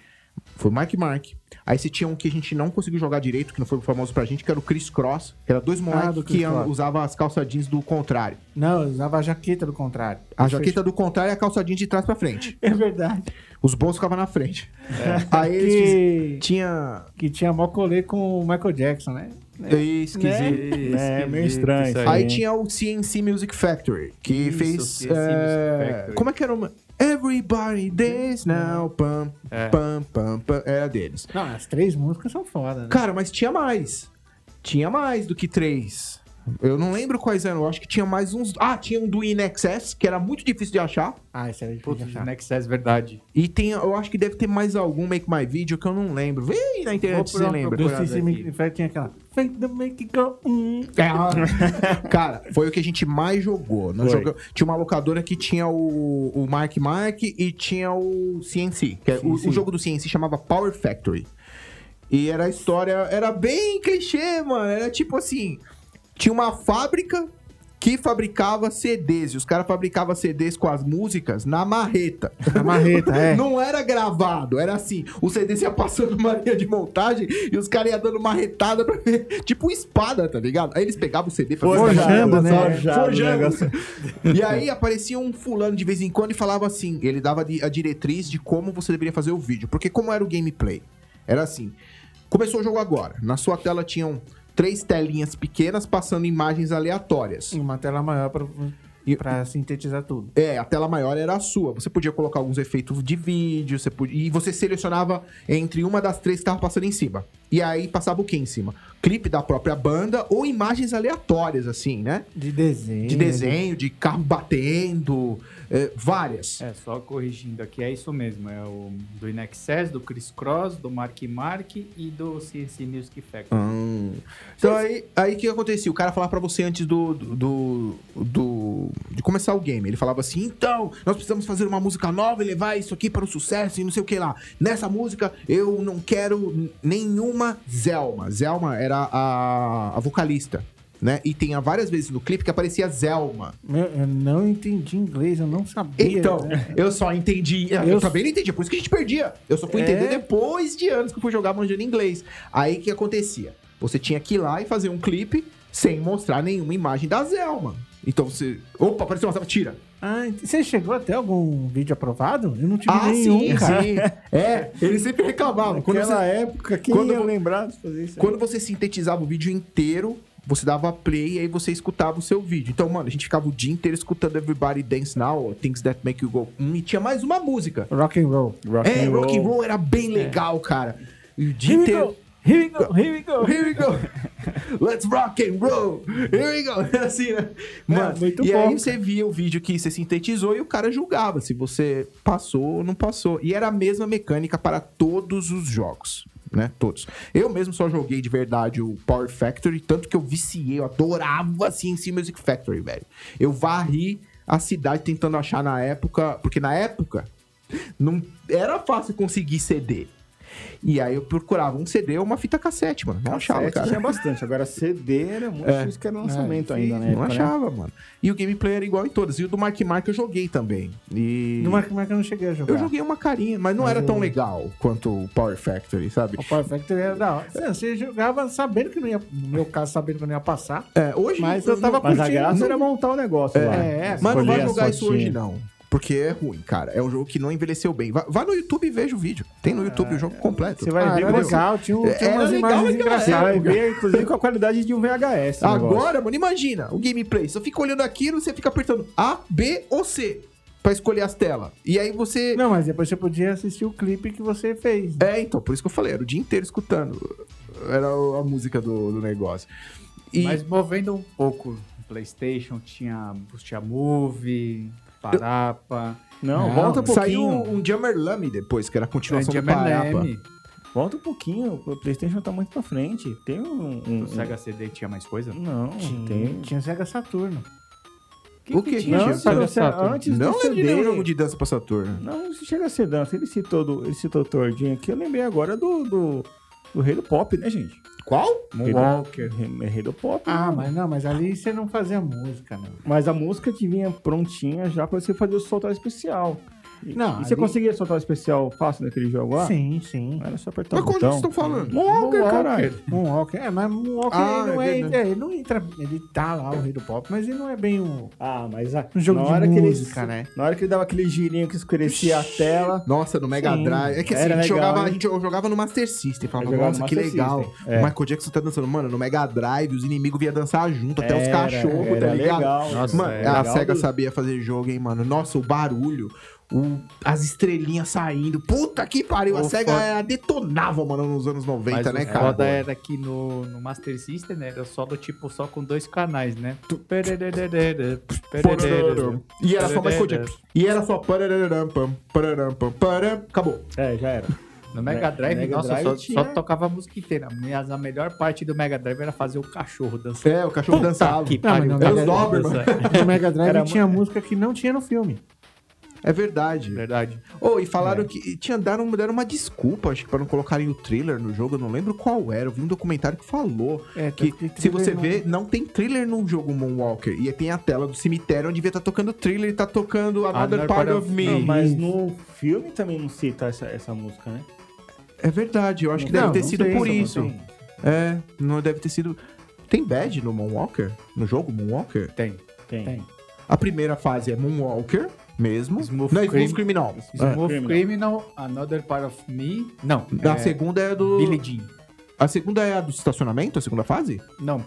Speaker 3: foi Mark Mark. Aí você tinha um que a gente não conseguiu jogar direito, que não foi famoso pra gente, que era o Chris Cross, que era dois moleques
Speaker 2: Ah, do Chris
Speaker 3: que an-
Speaker 2: Cross.
Speaker 3: usavam as calça jeans do contrário.
Speaker 2: Não, eu usava a jaqueta do contrário.
Speaker 3: A jaqueta do contrário e a calça jeans de trás pra frente.
Speaker 2: É verdade.
Speaker 3: Os bolsos ficavam na frente. Aí Ah, eles fizeram-
Speaker 2: É. Que,
Speaker 3: tinha
Speaker 2: que tinha mó colê com o Michael Jackson, né?
Speaker 3: Ih, esquisito. né?
Speaker 1: É, meio estranho isso
Speaker 3: Aí
Speaker 1: Sim.
Speaker 3: tinha o CNC Music Factory, que
Speaker 4: Isso,
Speaker 3: fez.
Speaker 4: CNC Music
Speaker 3: eh,
Speaker 4: Factory. Né?
Speaker 3: Como é que era o nome? Everybody Dance Now. Pam,
Speaker 4: É.
Speaker 3: pam, pam, pam. Era deles.
Speaker 2: Não, as três músicas são foda, né?
Speaker 3: Cara, mas tinha mais. Tinha mais do que três. Eu não lembro quais eram. Eu acho que tinha mais uns. Ah, tinha um do In Excess, que era muito difícil de achar.
Speaker 2: Ah, isso era difícil
Speaker 4: Putz,
Speaker 2: de achar.
Speaker 4: Nexus, é verdade.
Speaker 3: E tem, eu acho que deve ter mais algum Make My Video que eu não lembro. Vê aí na internet se
Speaker 4: Vou
Speaker 3: você
Speaker 4: procurar,
Speaker 3: lembra.
Speaker 2: Do
Speaker 4: procurado
Speaker 2: CC
Speaker 4: aqui.
Speaker 2: Magnifier tinha aquela... Fake the make it go... hum.
Speaker 3: É, Cara, foi o que a gente mais jogou. Nós
Speaker 1: Foi.
Speaker 3: jogamos- tinha uma locadora que tinha o, o Mark Mark e tinha o CNC. que é- o, o jogo do CNC chamava Power Factory. E era a história. Era bem clichê, mano. Era tipo assim: tinha uma fábrica que fabricava CDs. E os caras fabricavam CDs com as músicas na marreta.
Speaker 2: A marreta, é.
Speaker 3: Não era gravado, era assim. O CD ia passando uma linha de montagem e os caras iam dando uma retada pra ver. Tipo espada, tá ligado? Aí eles pegavam o CD pra
Speaker 2: Forjando, né?
Speaker 1: Forjando.
Speaker 3: Forjando.
Speaker 1: o negócio.
Speaker 3: E aí aparecia um fulano de vez em quando e falava assim, ele dava di- a diretriz de como você deveria fazer o vídeo, porque como era o gameplay? Era assim, começou o jogo agora, na sua tela tinham três telinhas pequenas passando imagens aleatórias.
Speaker 2: Uma tela maior pra,
Speaker 3: E-
Speaker 2: pra sintetizar tudo.
Speaker 3: É, a tela maior era a sua. Você podia colocar alguns efeitos de vídeo, você podia... e você selecionava entre uma das três que estava passando em cima. E aí passava o que em cima? Clipe da própria banda ou imagens aleatórias, assim, né?
Speaker 2: De desenho.
Speaker 3: De desenho, de carro batendo, é, várias.
Speaker 4: É, só corrigindo aqui, é isso mesmo. É o do Inexcess, do Chris Cross, do Mark Mark e do CNC Music Factory.
Speaker 3: Ah. Então aí, aí o que acontecia? O cara falava pra você antes do, do, do- do- de começar o game. Ele falava assim: então, nós precisamos fazer uma música nova e levar isso aqui para o sucesso e não sei o que lá. Nessa música eu não quero n- nenhuma Zelma. Zelma era a, a vocalista, né? E tinha várias vezes no clipe que aparecia Zelma.
Speaker 2: Meu, eu não entendi inglês, eu não sabia.
Speaker 3: Então,
Speaker 2: né?
Speaker 3: eu só entendi. Eu,
Speaker 2: Eu-
Speaker 3: também não entendi, por isso que a gente perdia. Eu só fui entender
Speaker 2: É.
Speaker 3: depois de anos que eu fui jogar manjando inglês. Aí o que acontecia? Você tinha que ir lá e fazer um clipe sem mostrar nenhuma imagem da Zelma. Então você. Opa, apareceu uma Zelma, tira.
Speaker 2: Ah, ent- você chegou até algum vídeo aprovado? Eu não tive
Speaker 3: Ah,
Speaker 2: nenhum,
Speaker 3: sim,
Speaker 2: cara.
Speaker 3: sim. É, eles sempre reclamavam. Quando
Speaker 1: Naquela
Speaker 3: você,
Speaker 1: época, quem
Speaker 3: quando
Speaker 1: ia
Speaker 3: vo-
Speaker 1: lembrar de fazer isso? aí?
Speaker 3: quando você sintetizava o vídeo inteiro, você dava play e aí você escutava o seu vídeo. Então, mano, a gente ficava o dia inteiro escutando Everybody Dance Now, Things That Make You Go. Hum, e tinha mais uma música.
Speaker 2: Rock and roll. É.
Speaker 1: Rock
Speaker 3: É,
Speaker 1: and roll.
Speaker 3: rock and roll era bem legal, cara. E o dia
Speaker 2: Here we
Speaker 3: inteiro.
Speaker 2: go, here we go, here we go.
Speaker 3: Here we go. Let's rock and roll. Here we go. Era assim, né? Mano,
Speaker 2: É, muito
Speaker 3: e
Speaker 2: bom,
Speaker 3: aí você via o vídeo que você sintetizou e o cara julgava se você passou ou não passou. E era a mesma mecânica para todos os jogos, né? Todos. Eu mesmo só joguei de verdade o Power Factory, tanto que eu viciei, eu adorava CNC Music Factory, velho. Eu varri a cidade tentando achar na época, porque na época não era fácil conseguir CD. E aí eu procurava um CD ou uma fita cassete, mano. Não achava,
Speaker 1: Cassete é
Speaker 3: cara. É.
Speaker 1: Tinha bastante. Agora CD era muito difícil que era lançamento ainda, né?
Speaker 3: Não é achava, mano. E o gameplay era igual em todas. E o do Mark Mark eu joguei também. E.
Speaker 2: No Mark Mark ah. eu não cheguei a jogar.
Speaker 3: Eu joguei uma carinha, mas não era tão legal quanto o Power Factory, sabe?
Speaker 2: O Perfect era da hora. Você, você jogava sabendo que não ia, no meu caso, sabendo que eu não ia passar.
Speaker 3: É, hoje.
Speaker 2: Mas eu tava
Speaker 1: Mas a
Speaker 2: curtindo.
Speaker 1: graça
Speaker 2: não-
Speaker 1: era montar o negócio lá.
Speaker 2: É, é,
Speaker 3: Mas não vai
Speaker 1: Escolher a
Speaker 3: jogar isso
Speaker 1: fotinha.
Speaker 3: hoje, não. Porque é ruim, cara. É um jogo que não envelheceu bem. Vá, vá no YouTube e veja o vídeo. Tem no YouTube o jogo completo.
Speaker 2: Você vai
Speaker 3: Ah,
Speaker 2: ver
Speaker 3: era
Speaker 2: o
Speaker 3: legal.
Speaker 2: legal, tinha, um- tinha
Speaker 3: Era
Speaker 2: umas
Speaker 3: legal
Speaker 2: imagens
Speaker 3: naquela
Speaker 2: engraçadas.
Speaker 1: Vai
Speaker 3: época.
Speaker 1: ver, inclusive, com a qualidade de um VHS.
Speaker 3: Ah,
Speaker 1: o negócio.
Speaker 3: Agora, mano, imagina o gameplay. Você fica olhando aquilo, você fica apertando A, B ou C pra escolher as telas. E aí você.
Speaker 2: Não, mas depois você podia assistir o clipe que você fez.
Speaker 3: É, então, por isso que eu falei, era o dia inteiro escutando. Era o- a música do, do negócio. E
Speaker 4: Mas movendo um pouco, PlayStation tinha Bustia Move, Parapa,
Speaker 1: Não,
Speaker 4: Não,
Speaker 1: volta um
Speaker 3: Ah, saiu
Speaker 1: pouquinho. É,
Speaker 3: um Jammer Lame depois, que era a continuação do Parapa.
Speaker 4: Jammer
Speaker 1: Volta um pouquinho. O PlayStation tá muito pra frente. Tem um.
Speaker 3: Hum,
Speaker 1: um-
Speaker 4: O Sega CD tinha mais coisa?
Speaker 1: Não,
Speaker 2: Tinha,
Speaker 1: tem.
Speaker 2: tinha Sega Saturno.
Speaker 3: O que
Speaker 1: Não,
Speaker 3: tinha?
Speaker 1: sabe,
Speaker 2: Sega
Speaker 1: você-
Speaker 2: Saturn.
Speaker 1: antes
Speaker 3: Não é
Speaker 1: do
Speaker 3: lembro de nenhum
Speaker 1: CD.
Speaker 3: um jogo de dança pra Saturno.
Speaker 1: Não, isso chega a ser dança. Ele citou, do, ele citou o Tordinho aqui. Eu lembrei agora do, do, do Rei do Pop, né, gente?
Speaker 3: Qual?
Speaker 4: Moonwalker.
Speaker 1: Rei, Rei do Pop.
Speaker 2: Ah,
Speaker 1: né?
Speaker 2: mas não, mas ali você não fazia música, né? não.
Speaker 1: Mas a música te vinha prontinha já pra você fazer o soltar especial. E,
Speaker 2: Não,
Speaker 1: e você
Speaker 2: ali-
Speaker 1: conseguia soltar o especial fácil naquele jogo lá?
Speaker 2: Sim, sim.
Speaker 1: Era só apertar
Speaker 3: Mas
Speaker 1: o
Speaker 3: qual jogo
Speaker 1: botão.
Speaker 3: vocês estão falando?
Speaker 1: Moonwalker,
Speaker 2: Moonwalker.
Speaker 1: caralho.
Speaker 2: Moonwalker. É, mas Moonwalker
Speaker 3: Ah,
Speaker 2: ele, não
Speaker 3: é
Speaker 2: é,
Speaker 3: verdade.
Speaker 2: é, ele não entra. Ele tá lá, o rei do pop, mas ele não é bem um,
Speaker 1: Ah, mas a,
Speaker 2: um jogo
Speaker 1: na
Speaker 2: de
Speaker 1: hora que
Speaker 2: música,
Speaker 1: ele,
Speaker 2: né?
Speaker 1: Na hora que ele dava aquele girinho que escurecia a tela.
Speaker 3: Nossa, no Mega
Speaker 2: Sim,
Speaker 3: Drive. É que assim,
Speaker 1: era
Speaker 3: a, gente
Speaker 1: legal,
Speaker 3: jogava, a
Speaker 1: hein?
Speaker 3: gente eu jogava no Master System. Falava,
Speaker 1: Eu jogava
Speaker 3: nossa,
Speaker 1: no
Speaker 3: que
Speaker 1: Master
Speaker 3: legal.
Speaker 1: System, é.
Speaker 3: O Michael Jackson tá dançando. Mano, no Mega Drive, os inimigos vinham dançar junto, até os
Speaker 1: Era-
Speaker 3: cachorros,
Speaker 1: era
Speaker 3: tá ligado?
Speaker 1: legal.
Speaker 4: Nossa,
Speaker 3: Mano,
Speaker 1: era
Speaker 3: a
Speaker 1: legal
Speaker 3: SEGA
Speaker 1: do-
Speaker 3: sabia fazer jogo, hein, mano? Nossa, o barulho, o- as estrelinhas saindo. Puta que pariu, a
Speaker 4: O
Speaker 3: SEGA
Speaker 4: foda-
Speaker 3: era- detonava, mano, nos anos 90,
Speaker 4: Mas
Speaker 3: né,
Speaker 4: o
Speaker 3: cara?
Speaker 1: é
Speaker 4: foda era que no, no Master System, né, era só do tipo, só com dois canais, né?
Speaker 3: Pororororo. E era só Michael Jackson. E era só. parararam, pam, pararam, pam, pararam. Acabou.
Speaker 1: É, já era.
Speaker 4: No Mega Drive,
Speaker 1: Mega
Speaker 4: nossa,
Speaker 1: Drive
Speaker 4: só,
Speaker 1: tinha-
Speaker 4: só tocava a música inteira. Mas a melhor parte do Mega Drive era fazer o cachorro dançando.
Speaker 3: É, o cachorro dançava.
Speaker 4: Que
Speaker 2: Não, mas não
Speaker 4: pariu,
Speaker 3: era os
Speaker 4: dançar.
Speaker 3: Doberman.
Speaker 2: No Mega Drive
Speaker 1: Era mu-
Speaker 2: tinha música que não tinha no filme.
Speaker 3: É verdade.
Speaker 4: Verdade.
Speaker 3: Oh, e falaram que tinha deram, deram uma desculpa, acho que pra não colocarem o trailer no jogo, eu não lembro qual era. Eu vi um documentário que falou
Speaker 2: É,
Speaker 3: que se você vê, não tem thriller no jogo Moonwalker. E tem a tela do cemitério onde devia estar tocando thriller e tá tocando Another,
Speaker 4: Another
Speaker 3: Part
Speaker 4: Part
Speaker 3: of
Speaker 4: of
Speaker 3: Me.
Speaker 1: Não, mas no filme também não cita essa, essa música, né?
Speaker 3: É verdade, eu acho que
Speaker 1: Não,
Speaker 3: deve ter
Speaker 1: não
Speaker 3: sido
Speaker 1: tem
Speaker 3: por
Speaker 1: essa
Speaker 3: isso.
Speaker 1: música.
Speaker 3: É, não deve ter sido. Tem bad no Moonwalker? No jogo Moonwalker?
Speaker 4: Tem.
Speaker 1: Tem.
Speaker 2: Tem.
Speaker 3: A primeira fase é Moonwalker mesmo.
Speaker 4: Smooth
Speaker 3: não, é Smooth
Speaker 4: Crimin-
Speaker 3: Criminal.
Speaker 2: É.
Speaker 3: É.
Speaker 4: Smooth
Speaker 1: Criminal.
Speaker 4: Criminal. Another Part of Me. Não.
Speaker 3: A
Speaker 4: é
Speaker 3: segunda é do.
Speaker 4: Billie Jean.
Speaker 3: A segunda é a do estacionamento, a segunda fase?
Speaker 4: Não.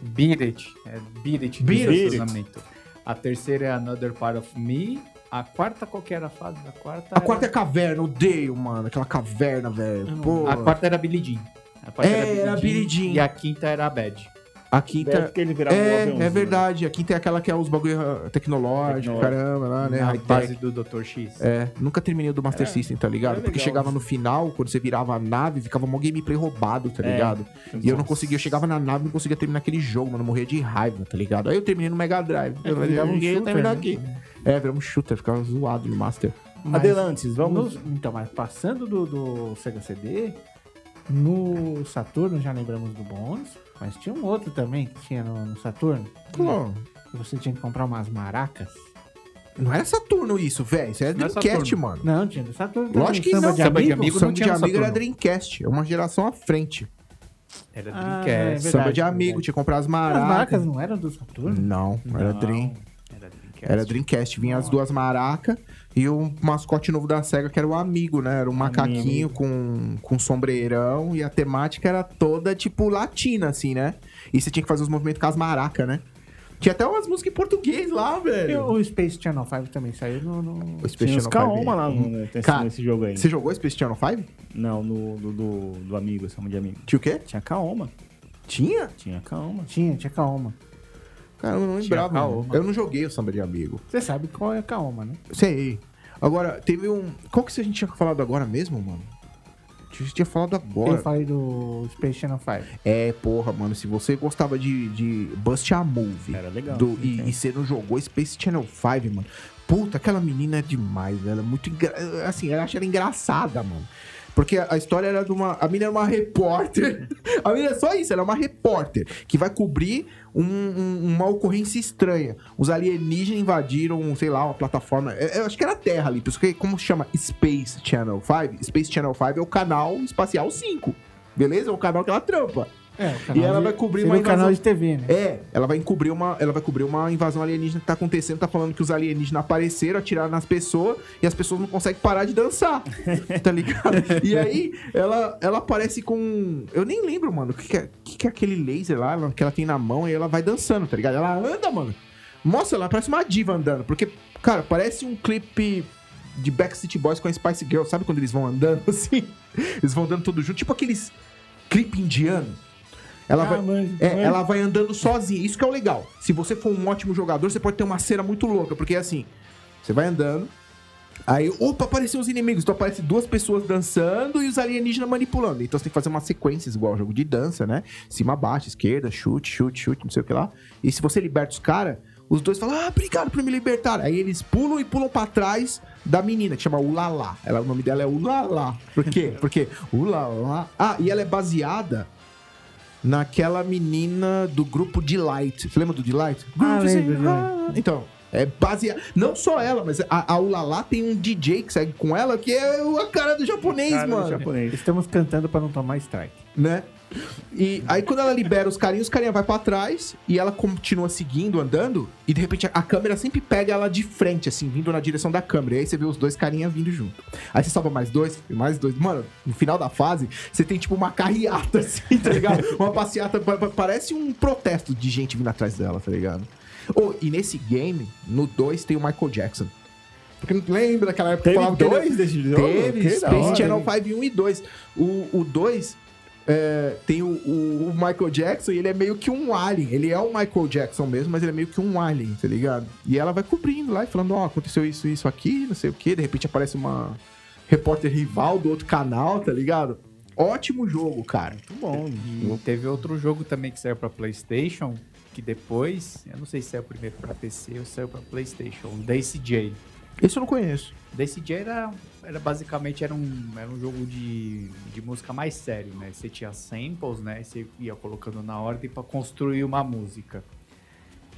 Speaker 4: Beat It. É Beat It. do
Speaker 1: Beat It.
Speaker 4: relacionamento. A terceira é Another Part of Me. A quarta, qual que era a fase da quarta?
Speaker 3: A quarta é caverna, odeio, mano. Aquela caverna, velho. Pô.
Speaker 4: A quarta era Billie Jean. A quarta
Speaker 3: É, era Billie Jean.
Speaker 4: E a quinta era a Bad.
Speaker 3: A
Speaker 1: Deve
Speaker 3: quinta.
Speaker 1: que ele virava um aviãozinho.
Speaker 3: É, é verdade. A quinta é aquela que é os bagulho tecnológico,
Speaker 1: Tecnológico.
Speaker 3: caramba, lá, né?
Speaker 4: na
Speaker 3: High
Speaker 4: fase
Speaker 3: tech.
Speaker 4: do Dr. X.
Speaker 3: É, nunca terminei o do Master System, tá ligado?
Speaker 1: era
Speaker 3: Porque
Speaker 1: legal.
Speaker 3: chegava no final, quando você virava a nave, ficava mó gameplay roubado, tá
Speaker 1: É.
Speaker 3: ligado? E eu não conseguia, eu chegava na nave, não conseguia terminar aquele jogo, mano, eu morria de raiva, tá ligado? Aí eu terminei no Mega Drive.
Speaker 2: É,
Speaker 3: eu falei,
Speaker 2: virava um
Speaker 3: "Ninguém
Speaker 2: shooter,
Speaker 3: terminar
Speaker 2: né?
Speaker 3: aqui. É, viramos shooter, ficava zoado no Master.
Speaker 2: Mas
Speaker 1: Adelantes, vamos.
Speaker 2: vamos... Então, mas passando do, do Sega CD, no Saturno já lembramos do Bones, mas tinha um outro também que tinha no, no Saturno.
Speaker 3: Pô,
Speaker 2: que Você tinha que comprar umas maracas.
Speaker 3: não era Saturno isso, velho. Isso era
Speaker 4: Não é
Speaker 3: Dreamcast,
Speaker 4: Saturno.
Speaker 3: mano.
Speaker 2: Não, tinha do Saturno. também,
Speaker 3: Lógico que
Speaker 2: samba
Speaker 3: não.
Speaker 2: De
Speaker 4: Samba de
Speaker 2: amigo.
Speaker 4: amigo
Speaker 3: Samba
Speaker 4: não
Speaker 3: de
Speaker 4: tinha no
Speaker 3: amigo era
Speaker 4: Saturno.
Speaker 3: Dreamcast. É uma geração à frente.
Speaker 4: Era
Speaker 2: Ah,
Speaker 4: Dreamcast.
Speaker 2: é verdade.
Speaker 3: Samba de amigo,
Speaker 2: verdade.
Speaker 3: tinha que comprar as
Speaker 2: As maracas
Speaker 3: maracas.
Speaker 2: não eram do Saturno?
Speaker 3: Não, era
Speaker 1: Não,
Speaker 3: Dream.
Speaker 4: Era Dreamcast.
Speaker 3: Era Dreamcast. Vinha as duas maracas e o mascote novo da SEGA, que era o amigo, né? Era um macaquinho com, com sombreirão e a temática era toda, tipo, latina, assim, né? E você tinha que fazer os movimentos com as maracas, né? Tinha até umas músicas em português lá,
Speaker 2: E
Speaker 3: velho.
Speaker 2: o Space Channel 5 também saiu no... no-
Speaker 3: O Space
Speaker 1: Tinha uns
Speaker 3: Channel
Speaker 1: Kaoma
Speaker 3: 5.
Speaker 1: lá no, nesse,
Speaker 3: Ca-
Speaker 1: nesse jogo aí.
Speaker 3: Você jogou Space Channel 5?
Speaker 1: Não, no, do, do, do amigo, chama de amigo.
Speaker 3: Tinha o quê?
Speaker 1: Tinha Kaoma.
Speaker 3: Tinha?
Speaker 1: Tinha Kaoma.
Speaker 2: Tinha, tinha Kaoma.
Speaker 3: Cara, eu não
Speaker 4: Tinha
Speaker 3: lembrava. mano.
Speaker 4: Kaoma.
Speaker 3: Eu não joguei o Samba de Amigo.
Speaker 2: Você sabe qual é a Kaoma, né?
Speaker 3: Sei. Agora, teve um. Qual que a gente tinha falado agora mesmo, mano? A gente tinha falado agora.
Speaker 2: Eu falei do Space Channel 5.
Speaker 3: É, porra, mano. Se você gostava de, de Bust a Movie
Speaker 1: Era legal.
Speaker 3: do- e, e você não jogou Space Channel 5, mano. Puta, aquela menina é demais, ela é muito. Engra... Assim, eu acho ela engraçada, mano. Porque a a história era de uma. A menina era uma repórter. A menina é só isso, ela é uma repórter que vai cobrir um- um- uma ocorrência estranha. Os alienígenas invadiram, sei lá, uma plataforma. é, Eu, eu acho que era a Terra ali, por isso que como se chama Space Channel 5? Space Channel 5 é o canal espacial 5. Beleza? É o canal que ela trampa.
Speaker 2: É, o canal
Speaker 3: E ela
Speaker 2: de-
Speaker 3: vai cobrir
Speaker 2: seria
Speaker 3: uma
Speaker 2: o canal
Speaker 3: invasão-
Speaker 2: de TV, né?
Speaker 3: É, ela vai encobrir uma, ela vai cobrir uma invasão alienígena que tá acontecendo, tá falando que os alienígenas apareceram, atiraram nas pessoas e as pessoas não conseguem parar de dançar. tá ligado? E aí ela ela aparece com, um, eu nem lembro, mano, o que que é, o que que é aquele laser lá ela- que ela tem na mão e ela vai dançando, tá ligado? Ela anda, mano. Mostra, ela parece uma diva andando, porque cara, parece um clipe de Backstreet Boys com a Spice Girl, sabe quando eles vão andando assim? Eles vão andando tudo junto, tipo aqueles clipe indiano. Ela
Speaker 2: Ah,
Speaker 3: vai,
Speaker 2: manja,
Speaker 3: é,
Speaker 1: Uhum.
Speaker 2: manja.
Speaker 3: ela vai andando sozinha. Isso que é o legal. Se você for um ótimo jogador, você pode ter uma cena muito louca, porque é assim, você vai andando, aí, opa, apareceu os inimigos. Então aparece duas pessoas dançando e os alienígenas manipulando. Então você tem que fazer umas sequências igual ao jogo de dança, né? Cima, baixo, esquerda, chute, chute, chute, não sei o que lá. E se você liberta os caras, os dois falam, ah, obrigado por me libertar. Aí eles pulam e pulam pra trás da menina, que chama Ulala. Ela, o nome dela é Ulala. Por quê? Porque Ulala... Ah, e ela é baseada naquela menina do grupo Delight. Você lembra do Delight?
Speaker 2: Ah,
Speaker 3: Grupo
Speaker 2: lembro,
Speaker 3: sem-
Speaker 2: lembro.
Speaker 3: Então, é baseado. Não só ela, mas a, a Ulala tem um DJ que segue com ela, que é o- a cara do japonês,
Speaker 1: Cara,
Speaker 3: mano.
Speaker 1: japonês.
Speaker 2: Estamos cantando pra não tomar strike.
Speaker 3: Né? E aí quando ela libera os carinhos, os carinha vai pra trás e ela continua seguindo, andando, e de repente a- a câmera sempre pega ela de frente, assim, vindo na direção da câmera. E aí você vê os dois carinha vindo junto. Aí você salva mais dois, e mais dois. Mano, no final da fase, você tem tipo uma carreata, assim, tá ligado? Uma passeata, pa- pa- parece um protesto de gente vindo atrás dela, tá ligado? Oh, e nesse game, no 2, tem o Michael Jackson. Porque não lembra daquela época que
Speaker 1: Teve
Speaker 3: falava
Speaker 1: dois
Speaker 3: "Dois
Speaker 1: desse jogo?
Speaker 3: Teve
Speaker 1: Que da
Speaker 3: Space
Speaker 1: hora,
Speaker 3: Channel
Speaker 1: hein?
Speaker 3: 5 1 e 2. O 2 tem o, o- o Michael Jackson e ele é meio que um alien. Ele é o Michael Jackson mesmo, mas ele é meio que um alien, tá ligado? E ela vai cobrindo lá e falando: Ó, aconteceu isso, isso aqui, não sei o que. De repente aparece uma repórter rival do outro canal, tá ligado? Ótimo jogo, cara.
Speaker 1: Muito bom.
Speaker 4: E teve outro jogo também que saiu pra PlayStation, que depois, eu não sei se saiu primeiro pra PC ou saiu pra PlayStation, Daisy J.
Speaker 3: Esse eu não conheço.
Speaker 4: Daisy J era, era basicamente era um, era um jogo de, de música mais sério, né? Você tinha samples, né? E Você ia colocando na ordem pra construir uma música.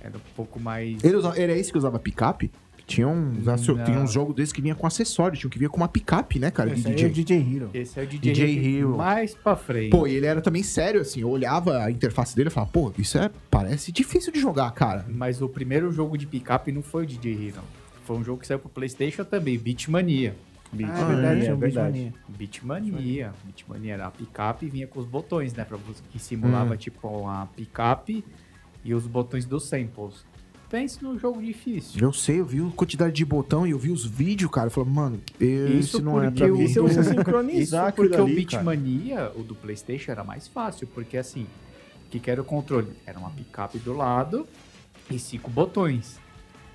Speaker 4: Era um pouco mais.
Speaker 3: Ele usa- era esse que usava picape? Tinha uns, asso-
Speaker 4: Não.
Speaker 3: tinha um jogo desse que vinha com acessório, tinha um que vinha com uma picape, né, cara? de
Speaker 2: Esse aí
Speaker 3: DJ.
Speaker 2: é o DJ Hero.
Speaker 4: Esse é o DJ,
Speaker 3: DJ
Speaker 4: Hero.
Speaker 3: Hero.
Speaker 4: Mais pra frente.
Speaker 3: Pô, e ele era também sério, assim. Eu olhava a interface dele e falava, pô, isso é, parece difícil de jogar, cara.
Speaker 4: Mas o primeiro jogo de picape não foi o DJ Hero. Foi um jogo que saiu pro PlayStation também, Beatmania.
Speaker 1: Beat,
Speaker 2: Ah, é
Speaker 1: né?
Speaker 2: verdade,
Speaker 1: É
Speaker 2: é um
Speaker 1: verdade.
Speaker 2: Beatmania.
Speaker 4: Beatmania. Beatmania era a picape e vinha com os botões, né? Pra você que simulava tipo a picape e os botões dos samples. Pense num jogo difícil.
Speaker 3: Eu sei, eu vi a quantidade de botão e eu vi os vídeos, cara. Eu falava, mano, isso,
Speaker 4: Isso
Speaker 3: não é
Speaker 4: porque
Speaker 3: pra
Speaker 4: o-
Speaker 3: mim.
Speaker 1: E se Então você
Speaker 4: Isso
Speaker 1: sincronizar
Speaker 4: porque
Speaker 1: aquilo
Speaker 4: o
Speaker 1: ali, cara?
Speaker 4: Beatmania, o do PlayStation, era mais fácil, porque assim, o que, que era o controle? Era uma picape do lado e cinco botões.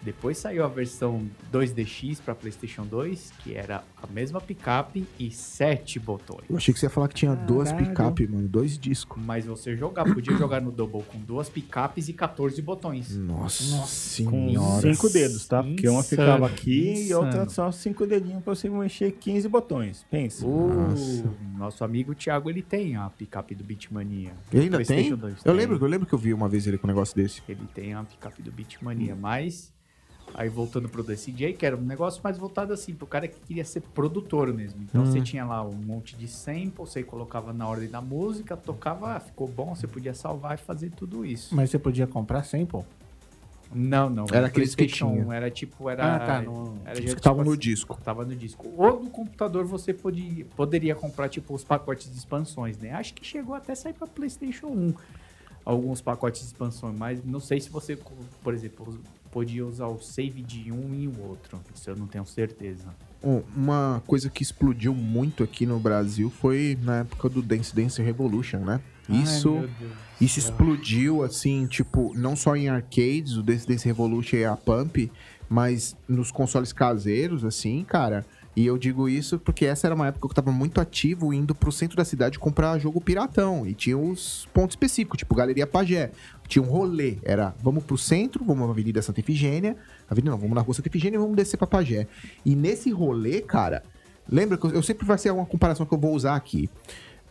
Speaker 4: Depois saiu a versão 2DX para PlayStation 2, que era a mesma picape e sete botões.
Speaker 3: Eu achei que você ia falar que tinha duas
Speaker 2: Caralho.
Speaker 3: picape, mano. Dois discos.
Speaker 4: Mas você jogar, podia jogar no Double com duas picapes e 14 botões.
Speaker 3: Nossa,
Speaker 1: Com
Speaker 3: senhora.
Speaker 1: cinco dedos, tá? Porque uma
Speaker 4: Insano,
Speaker 1: ficava aqui e
Speaker 4: insano.
Speaker 1: outra só cinco dedinhos pra você mexer 15 botões. Pensa.
Speaker 4: Uh, O nosso amigo Thiago, ele tem a picape do Beatmania.
Speaker 3: Ele ainda
Speaker 4: PlayStation
Speaker 3: tem?
Speaker 4: 2
Speaker 3: Eu
Speaker 4: tem.
Speaker 3: lembro, eu lembro que eu vi uma vez ele com um negócio desse.
Speaker 4: Ele tem a picape do Beatmania, mas aí voltando pro DCJ, que era um negócio mais voltado assim, pro cara que queria ser produtor mesmo. Então
Speaker 3: Hum.
Speaker 4: você tinha lá um monte de sample, você colocava na ordem da música, tocava, ah, ficou bom, você podia salvar e fazer tudo isso.
Speaker 2: Mas você podia comprar sample?
Speaker 4: Não, não.
Speaker 3: Era
Speaker 4: no
Speaker 3: aqueles que
Speaker 4: PlayStation
Speaker 3: tinha.
Speaker 4: 1, Era tipo, era.
Speaker 2: Ah, tá, no-
Speaker 4: Era
Speaker 3: Isso
Speaker 4: já,
Speaker 3: que tava
Speaker 4: tipo,
Speaker 3: no disco.
Speaker 4: Tava no disco. Ou no computador você podia, poderia comprar, tipo, os pacotes de expansões, né? Acho que chegou até sair pra PlayStation 1 alguns pacotes de expansões, mas não sei se você, co- por exemplo, us- podia usar o save de um e o outro. Isso eu não tenho certeza.
Speaker 3: Um- Uma coisa que explodiu muito aqui no Brasil foi na época do Dance Dance Revolution, né? Isso. Isso explodiu, assim, tipo, não só em arcades, o Dance Dance Revolution e a Pump, mas nos consoles caseiros, assim, cara. E eu digo isso porque essa era uma época que eu tava muito ativo indo pro centro da cidade comprar jogo piratão. E tinha os pontos específicos, tipo Galeria Pagé. Tinha um rolê, era vamos pro centro, vamos na Avenida Santa Efigênia. Avenida não, vamos na Rua Santa Efigênia e vamos descer pra Pagé. E nesse rolê, cara, lembra que eu, eu sempre vai ser uma comparação que eu vou usar aqui.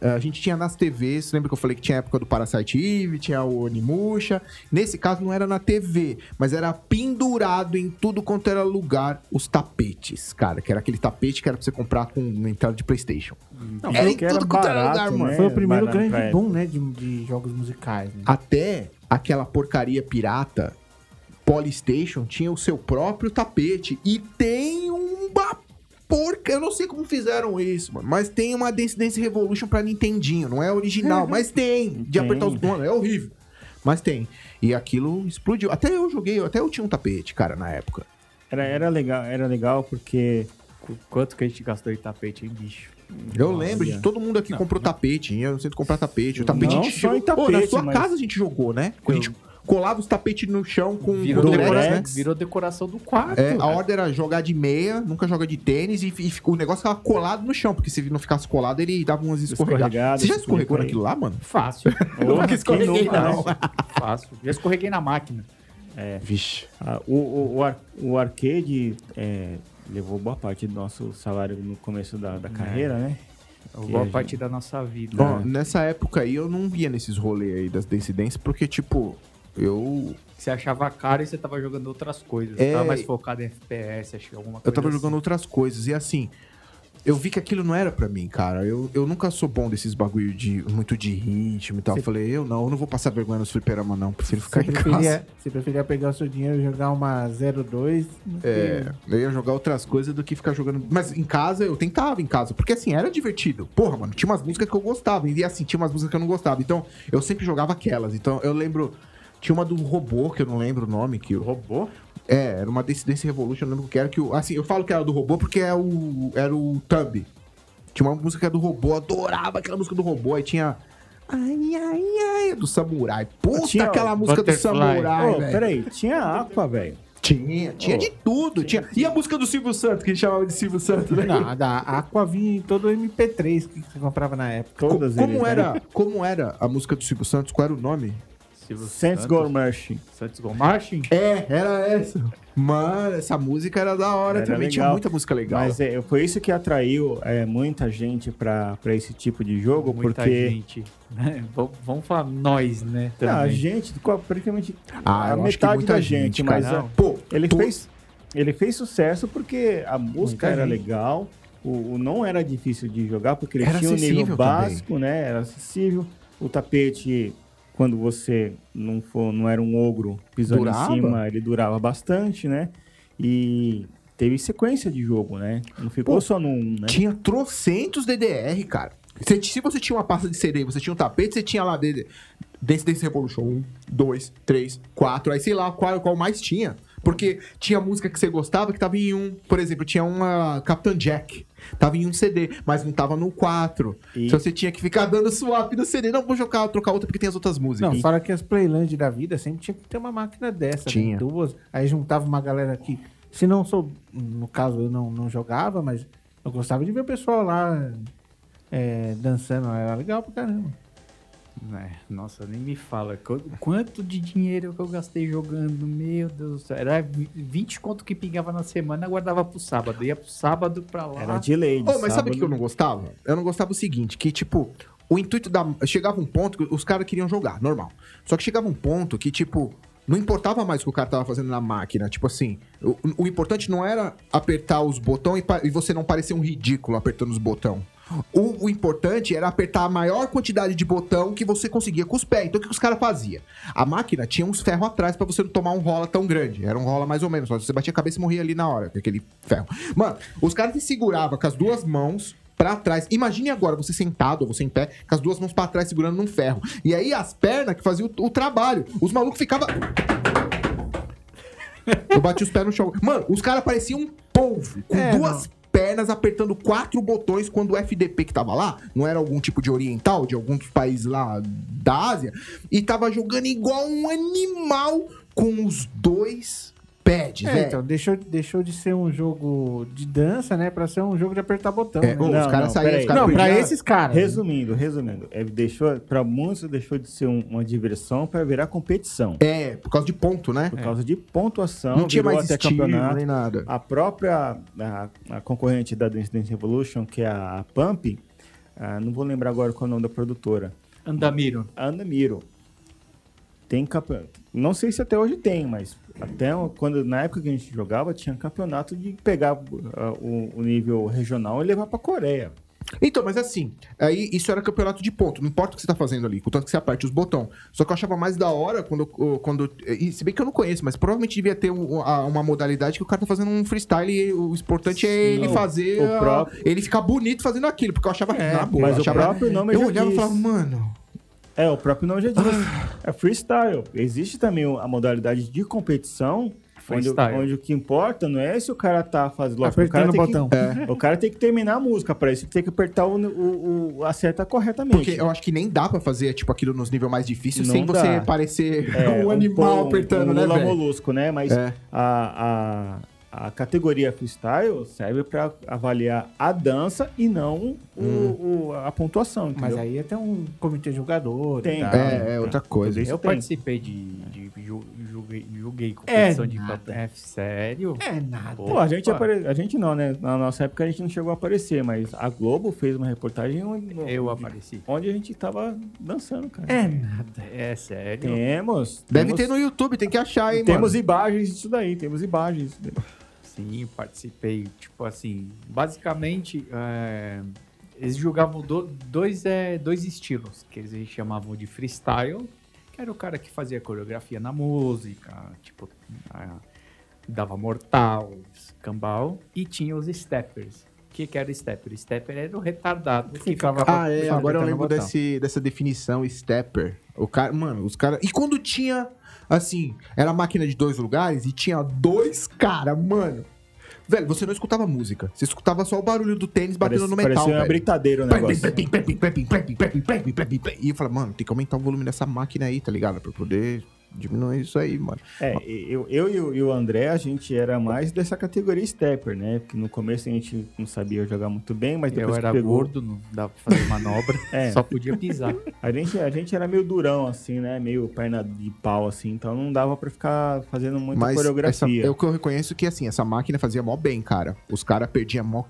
Speaker 3: eh, a gente tinha nas TVs, lembra que eu falei que tinha a época do Parasite Eve, tinha o Onimusha. Nesse caso não era na TV, mas era pendurado em tudo quanto era lugar os tapetes, cara. Que era aquele tapete que era pra você comprar com uma entrada de Playstation.
Speaker 1: Não,
Speaker 3: Era
Speaker 1: foi
Speaker 3: em
Speaker 1: que era
Speaker 3: tudo quanto era
Speaker 1: barato,
Speaker 3: lugar, mano.
Speaker 1: né?
Speaker 2: Foi o primeiro
Speaker 1: Barato pra
Speaker 2: grande
Speaker 1: época.
Speaker 2: boom, né? De, de jogos musicais. né?
Speaker 3: Até aquela porcaria pirata, Polystation, tinha o seu próprio tapete. E tem uma porca. Eu não sei como fizeram isso, mano. Mas tem uma Dance Dance Revolution pra Nintendinho. Não é original, mas tem. De
Speaker 1: Tem.
Speaker 3: apertar os. Mano, é horrível. Mas tem. E aquilo explodiu. Até eu joguei, até eu tinha um tapete, cara, na época.
Speaker 1: Era, era legal, era legal porque
Speaker 4: Qu- Quanto que a gente gastou de tapete, hein, bicho?
Speaker 3: Eu lembro de todo mundo aqui
Speaker 4: Não,
Speaker 3: comprou tapete. hein? Eu não sei comprar tapete. O tapete
Speaker 1: Não
Speaker 3: a gente
Speaker 1: só em
Speaker 3: jogou- Pô, na
Speaker 1: tapete,
Speaker 3: sua
Speaker 1: mas-
Speaker 3: casa a gente jogou, né? A gente colava os tapetes no chão com
Speaker 4: Virou,
Speaker 3: com
Speaker 1: Durex,
Speaker 4: decora-
Speaker 1: né?
Speaker 4: virou decoração do quarto.
Speaker 3: É, a ordem era jogar de meia, nunca joga de tênis e, e o negócio ficava colado no chão, porque se ele não ficasse colado, ele dava umas escorregadas.
Speaker 1: Escorregadas,
Speaker 3: Você já
Speaker 1: escorregou
Speaker 3: escorregou
Speaker 1: aí.
Speaker 3: naquilo lá, mano?
Speaker 4: Ah, Fácil.
Speaker 1: Porra,
Speaker 4: nunca escorreguei,
Speaker 1: quem nunca,
Speaker 4: não.
Speaker 1: né?
Speaker 4: Fácil. Já escorreguei na máquina.
Speaker 3: Vixe.
Speaker 1: ah, o, o, o, ar- o arcade é, levou boa parte do nosso salário no começo da, da carreira, né?
Speaker 4: Boa
Speaker 1: gente-
Speaker 4: parte da nossa vida.
Speaker 3: Bom,
Speaker 4: né?
Speaker 3: nessa época aí eu não via nesses rolês aí das dissidências, porque, tipo, eu.
Speaker 4: Você achava caro e você tava jogando outras coisas.
Speaker 3: É.
Speaker 4: Tava mais focado em FPS, acho que alguma coisa.
Speaker 3: Eu tava
Speaker 4: assim.
Speaker 3: jogando outras coisas. E assim, eu vi que aquilo não era pra mim, cara. Eu, eu nunca sou bom desses bagulho de muito de ritmo e tal. Eu falei, eu não, eu não vou passar vergonha nos fliperama, não. Prefiro ficar
Speaker 2: Você
Speaker 3: em casa.
Speaker 2: preferia, você preferia pegar o seu dinheiro e jogar uma 02? do que-
Speaker 3: É, eu ia jogar outras coisas do que ficar jogando. Mas em casa eu tentava em casa, porque assim, era divertido. Porra, mano, tinha umas músicas que eu gostava. E assim, tinha umas músicas que eu não gostava. Então, eu sempre jogava aquelas. Então, eu lembro. Tinha uma do robô, que eu não lembro o nome, que. o-
Speaker 4: Robô?
Speaker 3: É, era uma Dissidência Revolution, eu não lembro o que era. Que o- assim, eu falo que era do robô porque é o, era o Thumb. Tinha uma música que era do robô, eu adorava aquela música do robô. Aí tinha. Ai, ai, ai, do samurai. Puta,
Speaker 1: Tinha
Speaker 3: aquela música do
Speaker 4: Butterfly.
Speaker 3: samurai.
Speaker 1: Ô,
Speaker 3: velho.
Speaker 1: peraí, tinha Aqua, velho.
Speaker 3: Tinha, tinha de tudo. Tinha. E a música do Silvio Santos, que ele chamava de Silvio Santos, né?
Speaker 2: Não, a da Aqua vinha em todo o MP3 que você comprava na época.
Speaker 3: Co-
Speaker 1: Todas
Speaker 3: como,
Speaker 1: eles, né?
Speaker 3: era, como era a música do Silvio Santos? Qual era o nome?
Speaker 4: Silvio
Speaker 1: Saints Go Marching.
Speaker 4: Santos Go Marching?
Speaker 3: É, era essa. Mano, essa música era da hora
Speaker 1: Era
Speaker 3: também.
Speaker 1: legal.
Speaker 3: Tinha muita música legal.
Speaker 1: Mas é, foi isso que atraiu é, muita gente pra pra esse tipo de jogo,
Speaker 4: Muita
Speaker 1: porque
Speaker 4: gente. né? Vamos vamos falar nós, né?
Speaker 1: Não, a
Speaker 4: também.
Speaker 1: gente, qual- praticamente a
Speaker 3: Ah, eu acho que
Speaker 1: metade
Speaker 3: muita
Speaker 1: da gente,
Speaker 3: gente,
Speaker 1: mas
Speaker 4: cara.
Speaker 1: a-
Speaker 3: Pô,
Speaker 1: ele
Speaker 3: tu-
Speaker 1: fez ele fez sucesso porque a música
Speaker 4: Muita
Speaker 1: era
Speaker 4: gente.
Speaker 1: legal, o, o não era difícil de jogar porque ele
Speaker 3: Era
Speaker 1: tinha um nível
Speaker 3: acessível
Speaker 1: básico, né? Era acessível. O tapete quando você não for, não era um ogro pisando
Speaker 3: Durava?
Speaker 1: em cima, ele durava bastante, né? E teve sequência de jogo, né? Não ficou
Speaker 3: Pô,
Speaker 1: só num, né?
Speaker 3: Tinha trocentos DDR, cara. Você- se você tinha uma pasta de CD, você tinha um tapete, você tinha lá DD, Dance Dance Revolution 1, 2, 3, 4, aí sei lá qual, qual mais tinha. Porque tinha música que você gostava que tava em um. Por exemplo, tinha uma Captain Jack. Tava em um CD, mas não tava no 4.
Speaker 1: E-
Speaker 3: Então você tinha que ficar dando swap no CD. Não, vou jogar, trocar outra porque tem as outras músicas.
Speaker 2: Não, fora que as Playland da vida sempre tinha que ter uma máquina dessa, né?
Speaker 3: Tinha.
Speaker 2: duas. Aí juntava uma galera que, se não sou, no caso eu não, não jogava, mas eu gostava de ver o pessoal lá é, dançando, era legal pra caramba.
Speaker 4: É, Nossa, nem me fala. Qu- Quanto de dinheiro que eu gastei jogando? Meu Deus do céu. Era vi- 20 conto que pingava na semana, eu guardava pro sábado. Ia pro sábado pra lá.
Speaker 1: Era de lei. de
Speaker 3: Ô, mas sabe o que eu
Speaker 1: sábado.
Speaker 3: não gostava? Eu não gostava o seguinte, que tipo, o intuito da... Chegava um ponto que os caras queriam jogar, normal. Só que chegava um ponto que tipo, não importava mais o que o cara tava fazendo na máquina. Tipo assim, o, o importante não era apertar os botões e, pa- e você não parecer um ridículo apertando os botões. O, o importante era apertar a maior quantidade de botão que você conseguia com os pés. Então o que os caras faziam? A máquina tinha uns ferros atrás pra você não tomar um rola tão grande. Era um rola mais ou menos. Só se você batia a cabeça e morria ali na hora, com aquele ferro. Mano, os caras se seguravam com as duas mãos pra trás. Imagine agora você sentado, ou você em pé, com as duas mãos pra trás segurando num ferro. E aí as pernas que faziam o, o trabalho. Os malucos ficavam. Eu bati os pés no chão. Mano, os caras pareciam um polvo, com
Speaker 2: É,
Speaker 3: duas pernas apertando quatro botões quando o FDP que tava lá, não era algum tipo de oriental, de algum dos países lá da Ásia, e tava jogando igual um animal com os dois pads,
Speaker 2: É,
Speaker 3: velho.
Speaker 2: então, deixou, deixou de ser um jogo de dança, né, pra ser um jogo de apertar botão,
Speaker 3: É,
Speaker 2: né?
Speaker 3: bom, os
Speaker 1: Não,
Speaker 3: caras
Speaker 1: não,
Speaker 3: saíram,
Speaker 1: peraí.
Speaker 3: os caras
Speaker 2: Não, pra
Speaker 3: perdiam-
Speaker 2: esses caras. né?
Speaker 1: Resumindo, resumindo, é, deixou, pra muitos deixou de ser um- uma diversão pra virar competição.
Speaker 3: É, por causa de ponto, né?
Speaker 1: Por causa de pontuação,
Speaker 3: Não tinha
Speaker 1: virou
Speaker 3: mais
Speaker 1: até
Speaker 3: estilo, né?
Speaker 1: campeonato.
Speaker 3: nem nada.
Speaker 1: A própria a, a concorrente da Dance Dance Revolution, que é a Pump, Ah, não vou lembrar agora qual é o nome da produtora.
Speaker 4: Andamiro.
Speaker 1: A Ana Miro. Tem campeonato. Não sei se até hoje tem, mas até quando na época que a gente jogava, tinha campeonato de pegar ah, o, o nível regional e levar pra Coreia.
Speaker 3: Então, mas assim, aí isso era campeonato de ponto. Não importa o que você tá fazendo ali, contanto que você aperte os botões. Só que eu achava mais da hora quando. quando e se bem que eu não conheço, mas provavelmente devia ter um- a- uma modalidade que o cara tá fazendo um freestyle e o importante é ele
Speaker 1: Sim,
Speaker 3: fazer.
Speaker 1: o
Speaker 3: a-
Speaker 1: próprio- É,
Speaker 3: Ele ficar bonito fazendo aquilo, porque eu achava. na boa,
Speaker 1: mas
Speaker 3: eu
Speaker 1: o
Speaker 3: achava-
Speaker 1: próprio nome
Speaker 3: Eu
Speaker 1: já
Speaker 3: olhava e
Speaker 1: diz.
Speaker 3: falava, mano. Ah.
Speaker 1: É, o próprio nome já diz. é freestyle. Existe também o- a modalidade de competição, onde,
Speaker 4: Freestyle.
Speaker 1: onde o que importa não é se o cara tá fazendo... lógico,
Speaker 2: Apertando o
Speaker 1: cara tem
Speaker 2: botão.
Speaker 1: que- o cara tem que terminar a música pra isso. Tem que apertar o, o- o- a seta corretamente.
Speaker 3: Porque eu acho que nem dá pra fazer, tipo, aquilo nos níveis mais difíceis
Speaker 1: Não
Speaker 3: sem
Speaker 1: dá. É,
Speaker 3: você parecer um animal
Speaker 1: pão,
Speaker 3: apertando,
Speaker 1: um
Speaker 3: né,
Speaker 1: lula
Speaker 3: velho?
Speaker 1: molusco, né? Mas
Speaker 3: É.
Speaker 1: a, a, a categoria freestyle serve pra avaliar a dança e não o-
Speaker 3: Hum.
Speaker 1: o- a pontuação,
Speaker 2: Mas
Speaker 1: entendeu?
Speaker 2: aí até um comitê jogador.
Speaker 1: Tem.
Speaker 2: Tá.
Speaker 3: É, é outra coisa.
Speaker 1: Tudo isso
Speaker 4: Eu
Speaker 1: tem.
Speaker 4: participei de, de ju- julguei, julguei competição de campeonato. É, sério?
Speaker 2: É nada.
Speaker 1: Pô, a gente,
Speaker 4: Pô.
Speaker 1: apare... a gente não, né? Na nossa época a gente não chegou a aparecer, mas a Globo fez uma reportagem onde,
Speaker 4: Eu apareci.
Speaker 1: onde a gente tava dançando, cara.
Speaker 2: É nada.
Speaker 4: É sério?
Speaker 1: Temos.
Speaker 3: Deve
Speaker 1: temos-
Speaker 3: ter no YouTube, tem que achar, hein,
Speaker 1: Temos
Speaker 3: mano.
Speaker 1: imagens disso daí, temos imagens. disso daí.
Speaker 4: Sim, participei. Tipo assim, basicamente, é, eles julgavam do- dois, é, dois estilos, que eles chamavam de freestyle, que era o cara que fazia coreografia na música, tipo, ah, dava mortal, cambal, e tinha os steppers. O que, que era stepper? Stepper era o retardado que
Speaker 2: Ficava-
Speaker 4: ficava
Speaker 3: Ah, é.
Speaker 2: Sabe,
Speaker 3: Agora eu
Speaker 2: tá no
Speaker 3: lembro
Speaker 2: botão.
Speaker 3: desse, dessa definição stepper. O cara, mano, os caras. E quando tinha, assim, era máquina de dois lugares e tinha dois caras, mano. Velho, você não escutava música. Você escutava só o barulho do tênis batendo
Speaker 1: Parece-
Speaker 3: no metal.
Speaker 1: Parecia uma
Speaker 3: velho.
Speaker 1: brincadeira o negócio.
Speaker 3: E eu falei, mano, tem que aumentar o volume dessa máquina aí, tá ligado? Pra poder diminuir isso aí, mano.
Speaker 1: É, eu, eu e o- e o André, a gente era mais dessa categoria stepper, né? Porque no começo a gente não sabia jogar muito bem, mas depois
Speaker 4: Eu
Speaker 1: que
Speaker 4: era
Speaker 1: pegou...
Speaker 4: gordo, não dava pra fazer manobra,
Speaker 1: É.
Speaker 4: só podia pisar.
Speaker 1: A gente, a gente era meio durão, assim, né? Meio perna de pau, assim. Então não dava pra ficar fazendo muita
Speaker 3: Mas essa,
Speaker 1: coreografia.
Speaker 3: é o que eu reconheço que, assim, essa máquina fazia mó bem, cara. Os caras perdiam mó,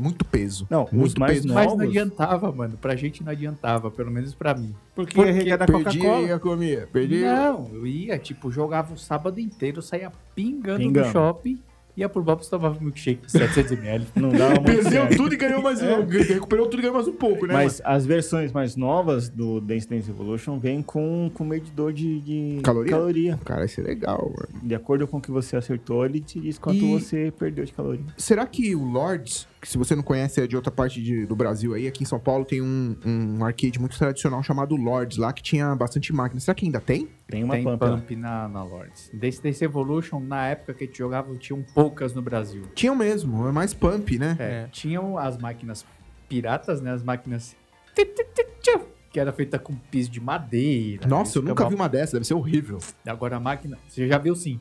Speaker 3: muito peso.
Speaker 1: Não, os
Speaker 3: muito
Speaker 1: mais
Speaker 3: peso.
Speaker 1: novos-
Speaker 4: Mas não adiantava, mano. Pra gente não adiantava, pelo menos pra mim.
Speaker 2: Porque,
Speaker 4: Porque
Speaker 2: ia regar da
Speaker 3: Perdia,
Speaker 2: Coca-Cola.
Speaker 3: ia comia. Perdia.
Speaker 4: Não, eu ia, tipo, jogava o sábado inteiro, saía pingando,
Speaker 1: Pingando.
Speaker 4: do shopping, ia pro Bob's tomava milkshake de 700ml.
Speaker 1: Não dava muito certo.
Speaker 3: Perdeu tudo e ganhou mais um. Recuperou tudo e ganhou mais um pouco, né?
Speaker 1: Mas as versões mais novas do Dance Dance Evolution vêm com, com medidor de, de
Speaker 3: Caloria? mano? Cara, isso é legal, mano.
Speaker 1: De acordo com o que você acertou, ele te diz quanto
Speaker 3: E-
Speaker 1: você perdeu de caloria.
Speaker 3: Será que o Lords, que se você não conhece é de outra parte de- do Brasil aí, aqui em São Paulo tem um, um arcade muito tradicional chamado Lords lá, que tinha bastante máquina. Será que ainda tem?
Speaker 1: Tem uma
Speaker 4: Tem
Speaker 1: pampa.
Speaker 4: pump na, na Lords. Dance Dance Evolution, na época que a gente jogava, tinham poucas no Brasil.
Speaker 3: Tinha mesmo, é mais pump, né?
Speaker 4: É, Tinham as máquinas piratas, né? As máquinas... ti, ti, ti, tchau, Que era feita com piso de madeira.
Speaker 3: Nossa, eu
Speaker 4: isso
Speaker 3: nunca vi
Speaker 4: acabava-
Speaker 3: é uma dessa, deve ser horrível.
Speaker 4: Agora a máquina, você já viu sim.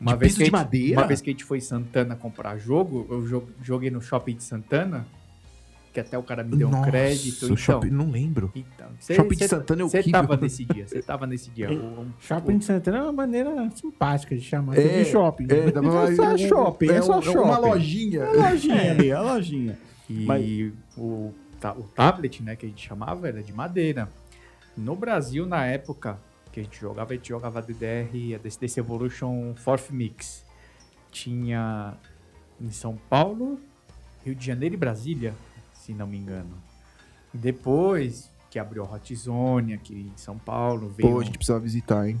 Speaker 4: Uma
Speaker 3: De piso
Speaker 4: que
Speaker 3: de
Speaker 4: a gente-
Speaker 3: madeira?
Speaker 4: Uma vez que a gente foi em Santana comprar jogo, eu jo- joguei no shopping de Santana, que até o cara me deu
Speaker 3: Nossa,
Speaker 4: um crédito.
Speaker 3: o
Speaker 4: Então,
Speaker 3: shopping- não lembro.
Speaker 4: então
Speaker 3: shopping de Santana é
Speaker 4: Você
Speaker 3: horrível.
Speaker 4: tava nesse dia, você tava nesse dia. O- um o-
Speaker 2: Shopping de Santana é uma maneira simpática de chamar
Speaker 3: É,
Speaker 2: de shopping.
Speaker 3: É, dá pra...
Speaker 1: É só shopping, é
Speaker 3: um-
Speaker 1: só
Speaker 3: Uma
Speaker 1: shopping.
Speaker 3: lojinha.
Speaker 1: A lojinha ali, a lojinha.
Speaker 4: E
Speaker 1: Mas-
Speaker 4: o, ta- o tablet, né, que a gente chamava, era de madeira. No Brasil, na época que a gente jogava, a gente jogava DDR, a DCDC Evolution Fourth Mix. Tinha em São Paulo, Rio de Janeiro e Brasília, se não me engano. Depois que abriu a Hot Zone aqui em São Paulo, veio...
Speaker 3: Pô, a gente precisava visitar, hein?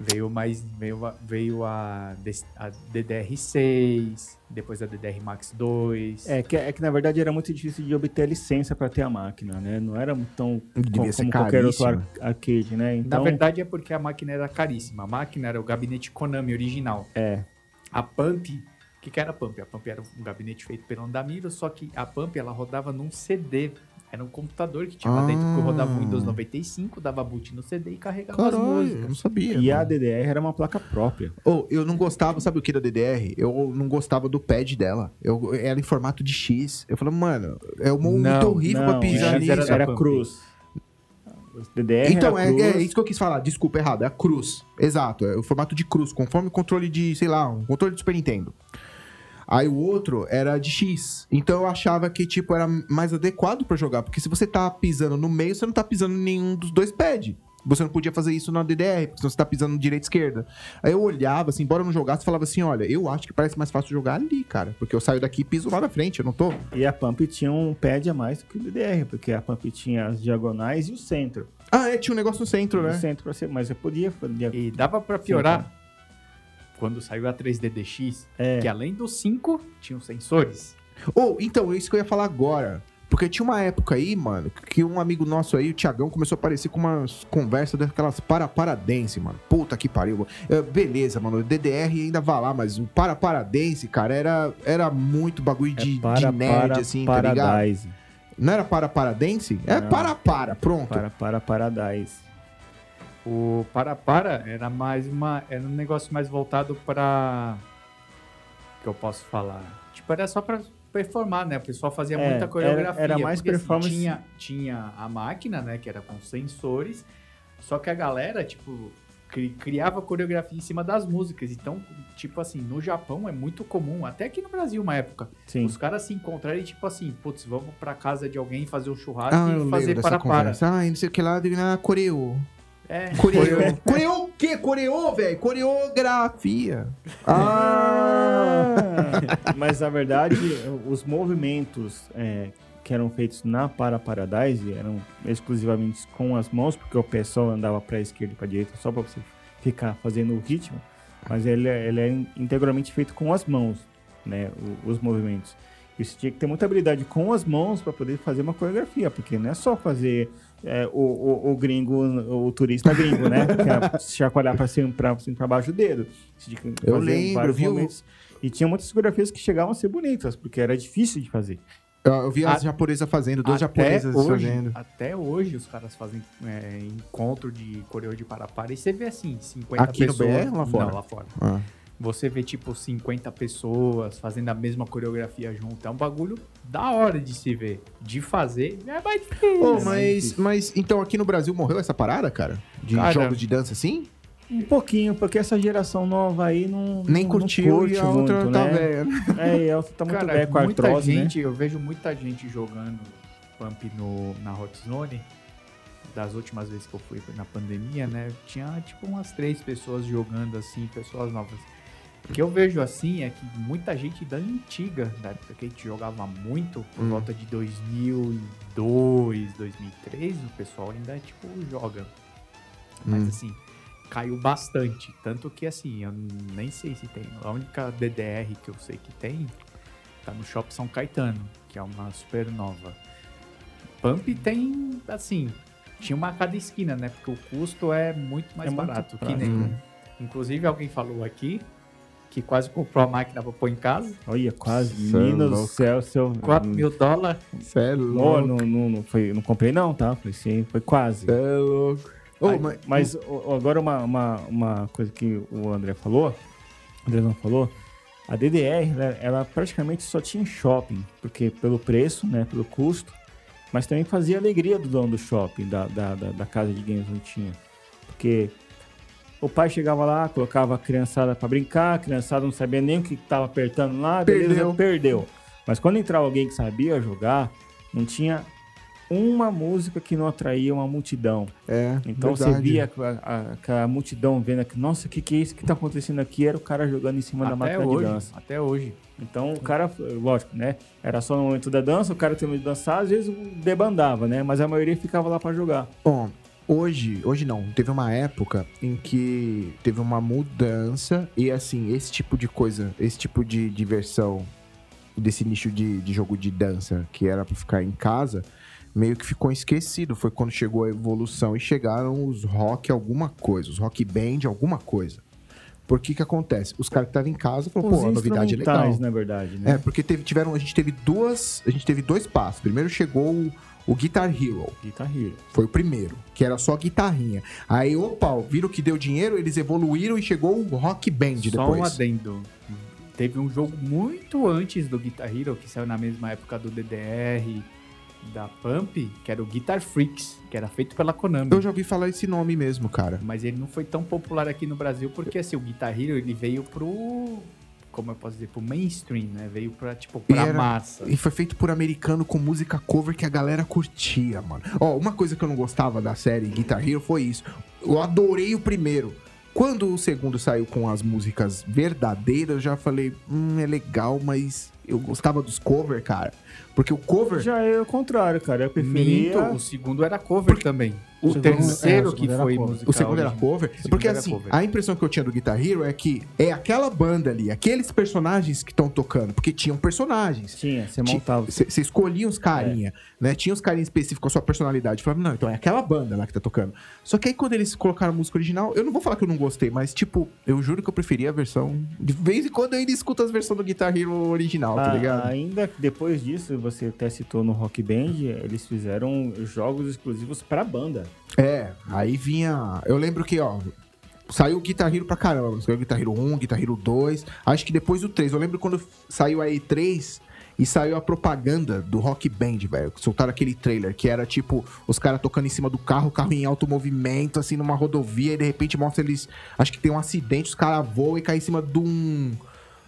Speaker 4: Veio mais. Veio, a- veio a, des- a DDR6, depois a DDR Max 2.
Speaker 1: É que, é que na verdade era muito difícil de obter licença pra ter a máquina, né? Não era tão
Speaker 3: Devia
Speaker 1: co-
Speaker 3: ser
Speaker 1: como qualquer outro ar-
Speaker 3: caríssima.
Speaker 1: arcade, né?
Speaker 4: Na
Speaker 1: Então,
Speaker 4: verdade é porque a máquina era caríssima. A máquina era o gabinete Konami original.
Speaker 1: É.
Speaker 4: A Pump. O que, que era a Pump? A Pump era um gabinete feito pelo Andamiro, só que a Pump ela rodava num CD. Era um computador que tinha lá dentro que
Speaker 3: Ah.
Speaker 4: rodava o Windows 95, dava boot no CD e carregava as
Speaker 3: Caralho, eu
Speaker 4: músicas.
Speaker 3: não sabia.
Speaker 1: e
Speaker 3: mano.
Speaker 1: a DDR era uma placa própria.
Speaker 3: Oh, eu não gostava, sabe o que da DDR? Eu não gostava do pad dela. Eu, era em formato de X. Eu falei, mano, é um muito
Speaker 4: Não,
Speaker 3: horrível pra
Speaker 1: Não,
Speaker 3: pisar
Speaker 1: era,
Speaker 3: nisso.
Speaker 1: era,
Speaker 4: Pump.
Speaker 1: cruz. Os DDR
Speaker 3: Então,
Speaker 1: era
Speaker 3: é,
Speaker 1: cruz.
Speaker 3: é isso que eu quis falar. Desculpa, errado. É a cruz. Exato, é o formato de cruz, conforme o controle de, sei lá, um controle de Super Nintendo. Aí o outro era de X. Então eu achava que, tipo, era mais adequado pra jogar. Porque se você tá pisando no meio, você não tá pisando em nenhum dos dois pads. Você não podia fazer isso na DDR, porque senão você tá pisando direita e esquerda. Aí eu olhava, assim, embora eu não jogasse, eu falava assim: olha, eu acho que parece mais fácil jogar ali, cara. Porque eu saio daqui e piso lá na frente, eu não tô.
Speaker 1: E a Pump tinha um pad a mais do que o DDR, porque a Pump tinha as diagonais e o centro.
Speaker 3: Ah, é, tinha um negócio no centro,
Speaker 1: O
Speaker 3: né?
Speaker 1: centro pra ser, mas eu podia fazer.
Speaker 4: E dava pra piorar quando saiu a 3D DX,
Speaker 1: É.
Speaker 4: que além dos 5, tinham sensores.
Speaker 3: Ou, então, é isso que eu ia falar agora. Porque tinha uma época aí, mano, que um amigo nosso aí, o Thiagão, começou a aparecer com umas conversas daquelas para-paradense, mano. Puta que pariu. mano. É, beleza, mano, o DDR ainda vai lá, mas o para-paradense, cara, era, era muito bagulho de, de nerd, assim, tá ligado?
Speaker 1: É Paradise.
Speaker 3: Não era para-paradense? É
Speaker 1: Não.
Speaker 3: para-para, pronto.
Speaker 1: Para, para, Paradise.
Speaker 4: O para para era mais uma era um negócio mais voltado pra que eu posso falar. Tipo, era só pra performar, né? O pessoal fazia
Speaker 1: É,
Speaker 4: muita
Speaker 1: era-
Speaker 4: coreografia.
Speaker 1: era mais
Speaker 4: porque, assim,
Speaker 1: performance-
Speaker 4: tinha, tinha a máquina, né? Que era com sensores. Só que a galera, tipo, cri- criava coreografia em cima das músicas. Então, tipo assim, no Japão é muito comum, até aqui no Brasil, uma época,
Speaker 1: Sim.
Speaker 4: os caras se encontrarem, tipo assim, putz, vamos pra casa de alguém fazer um churrasco
Speaker 3: Ah, eu
Speaker 4: e
Speaker 3: lembro
Speaker 4: fazer
Speaker 3: dessa
Speaker 4: para para.
Speaker 3: conversa. Ah, não sei o que lá, ah, coreou.
Speaker 4: É,
Speaker 3: Coreou. coreou o quê? Coreou, velho? Coreografia. Ah...
Speaker 1: Mas na verdade, os movimentos é, que eram feitos na Para Paradise eram exclusivamente com as mãos, porque o pessoal andava para esquerda e para direita só para você ficar fazendo o ritmo. Mas ele, ele é integralmente feito com as mãos, né? o- os movimentos. E você tinha que ter muita habilidade com as mãos para poder fazer uma coreografia, porque não é só fazer é, o, o, o gringo, o turista gringo, né? Que é chacoalhar para cima para para baixo o dedo. Você tinha que
Speaker 3: Eu
Speaker 1: fazer
Speaker 3: lembro,
Speaker 1: vários
Speaker 3: viu?
Speaker 1: movimentos. E tinha muitas fotografias que chegavam a ser bonitas, porque era difícil de fazer.
Speaker 3: Eu, eu vi as
Speaker 4: A-
Speaker 3: japonesas fazendo, duas
Speaker 4: até
Speaker 3: japonesas
Speaker 4: hoje,
Speaker 3: fazendo.
Speaker 4: Até hoje os caras fazem é, encontro de coreo de parapara e você vê assim, 50
Speaker 3: Aqui no
Speaker 4: pessoas.
Speaker 3: BR ou lá fora?
Speaker 4: Não, lá fora.
Speaker 1: Ah.
Speaker 4: Você vê tipo 50 pessoas fazendo a mesma coreografia junto. É um bagulho da hora de se ver. De fazer, é mais difícil.
Speaker 3: Ô,
Speaker 1: Isso,
Speaker 3: mas,
Speaker 1: isso.
Speaker 3: mas então aqui no Brasil morreu essa parada, cara? De
Speaker 4: Cara.
Speaker 3: jogos de dança assim?
Speaker 1: Um pouquinho, porque essa geração nova aí não.
Speaker 3: Nem
Speaker 1: não-
Speaker 3: curtiu
Speaker 1: não curte
Speaker 3: e a
Speaker 1: muito,
Speaker 3: outra tá
Speaker 1: né?
Speaker 3: velha.
Speaker 1: É, e ela tá muito
Speaker 4: Cara,
Speaker 1: velha com
Speaker 4: muita
Speaker 1: artrose, né?
Speaker 4: gente, eu vejo muita gente jogando pump no, na Hot Zone. Das últimas vezes que eu fui na pandemia, né? Tinha tipo umas três pessoas jogando assim, pessoas novas. O que eu vejo assim é que muita gente da antiga, da época que a gente jogava muito, por
Speaker 3: Hum.
Speaker 4: volta de 2002, 2003, o pessoal ainda tipo joga. Mas
Speaker 3: Hum.
Speaker 4: assim, caiu bastante. Tanto que assim, eu nem sei se tem. A única DDR que eu sei que tem tá no Shopping São Caetano, que é uma supernova. Pump tem, assim, tinha uma a cada esquina, né? Porque o custo é muito mais
Speaker 1: É muito
Speaker 4: barato. que
Speaker 1: prático.
Speaker 4: nem. Inclusive, alguém falou aqui que quase comprou a máquina pra pôr em casa.
Speaker 1: Olha, quase.
Speaker 3: Cê é
Speaker 1: Menino do
Speaker 3: louco.
Speaker 1: céu, seu.
Speaker 4: 4 mil dólares.
Speaker 3: Cê é
Speaker 1: Não,
Speaker 3: louco.
Speaker 1: não, não, não, foi, não comprei, não, tá? Foi, sim, foi quase.
Speaker 3: Cê é louco. Ô,
Speaker 1: Aí,
Speaker 3: mas,
Speaker 1: Mas o- o- agora uma, uma, uma coisa que o André falou, o André não falou, a DDR, né, ela praticamente só tinha em shopping, porque pelo preço, né, pelo custo, mas também fazia alegria do dono do shopping, da, da, da, da casa de games onde tinha. Porque o pai chegava lá, colocava a criançada pra brincar, a criançada não sabia nem o que tava apertando lá,
Speaker 3: Perdeu.
Speaker 1: beleza, perdeu. Mas quando entrava alguém que sabia jogar, não tinha uma música que não atraía uma multidão.
Speaker 3: é,
Speaker 1: Então você
Speaker 3: verdade.
Speaker 1: via a, a- a multidão vendo aqui, nossa, o que, que é isso que tá acontecendo aqui? Era o cara jogando em cima da
Speaker 4: Até
Speaker 1: máquina de
Speaker 4: hoje.
Speaker 1: dança.
Speaker 4: Até hoje.
Speaker 1: Então o cara, lógico, né? Era só no momento da dança, o cara terminou de dançar, às vezes debandava, né? Mas a maioria ficava lá pra jogar.
Speaker 3: Bom, hoje, hoje não, teve uma época em que teve uma mudança e assim, esse tipo de coisa, esse tipo de diversão desse nicho de, de jogo de dança que era pra ficar em casa, meio que ficou esquecido. Foi quando chegou a evolução e chegaram os rock alguma coisa, os rock band alguma coisa. Porque que acontece? Os caras que estavam em casa falaram, pô, a novidade é legal.
Speaker 1: instrumentais, na verdade, né?
Speaker 3: É, porque teve, tiveram, a gente teve duas, a gente teve dois passos. Primeiro chegou o- o Guitar Hero,
Speaker 1: Guitar Hero.
Speaker 3: foi o primeiro, que era só guitarrinha. Aí, opa, viram que deu dinheiro, eles evoluíram e chegou o Rock Band
Speaker 4: Só um
Speaker 3: depois.
Speaker 4: adendo. Teve um jogo muito antes do Guitar Hero, que saiu na mesma época do DDR, da Pump, que era o Guitar Freaks, que era feito pela Konami.
Speaker 3: Eu já ouvi falar esse nome mesmo, cara.
Speaker 4: Mas ele não foi tão popular aqui no Brasil, porque assim, o Guitar Hero ele veio pro, como eu posso dizer, pro mainstream, né? Veio pra, tipo,
Speaker 3: E
Speaker 4: pra
Speaker 3: era-
Speaker 4: massa.
Speaker 3: E foi feito por americano com música cover que a galera curtia, mano. Ó, uma coisa que eu não gostava da série Guitar Hero foi isso. Eu adorei o primeiro. Quando o segundo saiu com as músicas verdadeiras, eu já falei, hum, é legal, mas eu gostava dos cover, cara. Porque o cover.
Speaker 1: Já é o contrário, cara. Eu
Speaker 4: Minto,
Speaker 1: preferia...
Speaker 4: o segundo era cover também. O,
Speaker 2: segundo-
Speaker 4: terceiro
Speaker 2: é, o
Speaker 4: que
Speaker 2: segundo era
Speaker 4: foi
Speaker 2: cover.
Speaker 4: musical. né?
Speaker 3: O segundo era
Speaker 4: original.
Speaker 3: cover.
Speaker 4: O segundo
Speaker 3: porque
Speaker 4: era
Speaker 3: assim,
Speaker 4: cover.
Speaker 3: a impressão que eu tinha do Guitar Hero é que é aquela banda ali, aqueles personagens que estão tocando, porque tinham personagens.
Speaker 1: Tinha, você montava.
Speaker 3: Você escolhia os
Speaker 4: É.
Speaker 3: carinha, né? Tinha os carinha específicos com a sua personalidade. Falava, não, então é aquela banda lá que tá tocando. Só que aí quando eles colocaram a música original, eu não vou falar que eu não gostei, mas tipo, eu juro que eu preferia a versão. De vez em quando eu ainda escuto as versões do Guitar Hero original, tá
Speaker 1: Ah,
Speaker 3: ligado?
Speaker 1: Ainda que depois disso, você até citou no Rock Band, eles fizeram jogos exclusivos pra banda.
Speaker 3: É, aí vinha. Eu lembro que, ó. Saiu o Guitar Hero pra caramba. Saiu o Guitar Hero 1, Guitar Hero 2. Acho que depois o 3. Eu lembro quando saiu a E3 e saiu a propaganda do Rock Band, velho. Soltaram aquele trailer que era tipo os caras tocando em cima do carro, o carro em alto movimento, assim, numa rodovia. E de repente mostra eles. Acho que tem um acidente, os caras voam e caem em cima de um.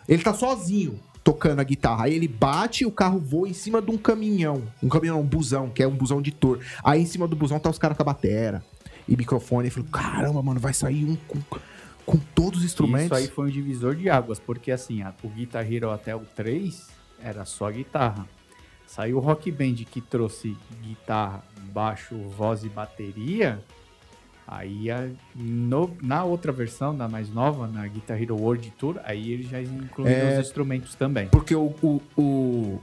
Speaker 3: Ele tá sozinho tocando a guitarra. Aí ele bate e o carro voa em cima de um caminhão. Um caminhão, não, um busão, que é um busão de tour. Aí em cima do busão tá os caras com a batera e microfone. Eu falei, caramba, mano, vai sair um com, com todos os
Speaker 4: Isso
Speaker 3: instrumentos.
Speaker 4: aí foi um divisor de águas, porque assim, a- o Guitar Hero até o 3 era só guitarra. Saiu o Rock Band que trouxe guitarra, baixo, voz e bateria. Aí a- no- na outra versão, na mais nova, na Guitar Hero World Tour, aí eles já incluíram
Speaker 3: É.
Speaker 4: os instrumentos também.
Speaker 3: Porque o, o, o,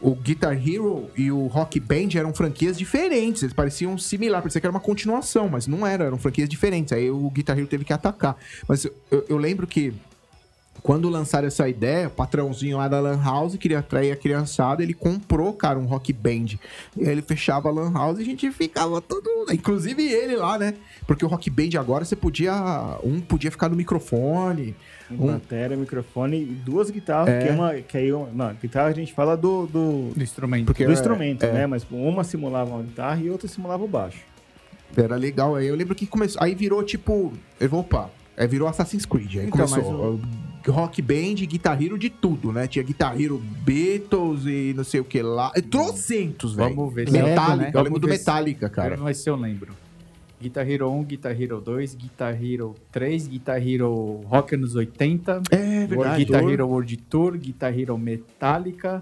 Speaker 3: o Guitar Hero e o Rock Band eram franquias diferentes. Eles pareciam similar, parecia que era uma continuação, mas não era, eram franquias diferentes. Aí o Guitar Hero teve que atacar. Mas eu, eu- eu lembro que quando lançaram essa ideia, o patrãozinho lá da Lan House queria atrair a criançada, ele comprou, cara, um Rock Band. E aí ele fechava a Lan House e a gente ficava todo. Inclusive ele lá, né? Porque o Rock Band agora você podia. Um podia ficar no microfone.
Speaker 1: Um
Speaker 3: Um-
Speaker 1: batera, microfone e duas guitarras, que é uma. Que aí, uma- não, guitarra a gente fala do, do,
Speaker 4: Do instrumento.
Speaker 3: Porque
Speaker 1: do
Speaker 3: era-
Speaker 1: instrumento, né? Mas uma simulava uma guitarra e outra simulava o baixo.
Speaker 3: Era legal. Aí eu lembro que começou. Aí virou tipo. Eu vou, opa. Aí virou Assassin's Creed. Aí
Speaker 2: Então,
Speaker 3: começou. ó, Rock Band, Guitar Hero de tudo, né? Tinha Guitar Hero Beatles e não sei o que lá. E Trocentos, velho.
Speaker 4: Vamos ver se- é,
Speaker 3: Metallica.
Speaker 2: Lego, né?
Speaker 3: Eu
Speaker 4: Vamos
Speaker 3: lembro do
Speaker 4: ver se-
Speaker 3: Metallica, cara.
Speaker 4: Vamos ver se eu lembro. Guitar Hero 1, Guitar Hero 2, Guitar Hero 3, Guitar Hero Rock anos 80,
Speaker 3: É
Speaker 4: World Guitar Hero World Tour, Guitar Hero Metallica,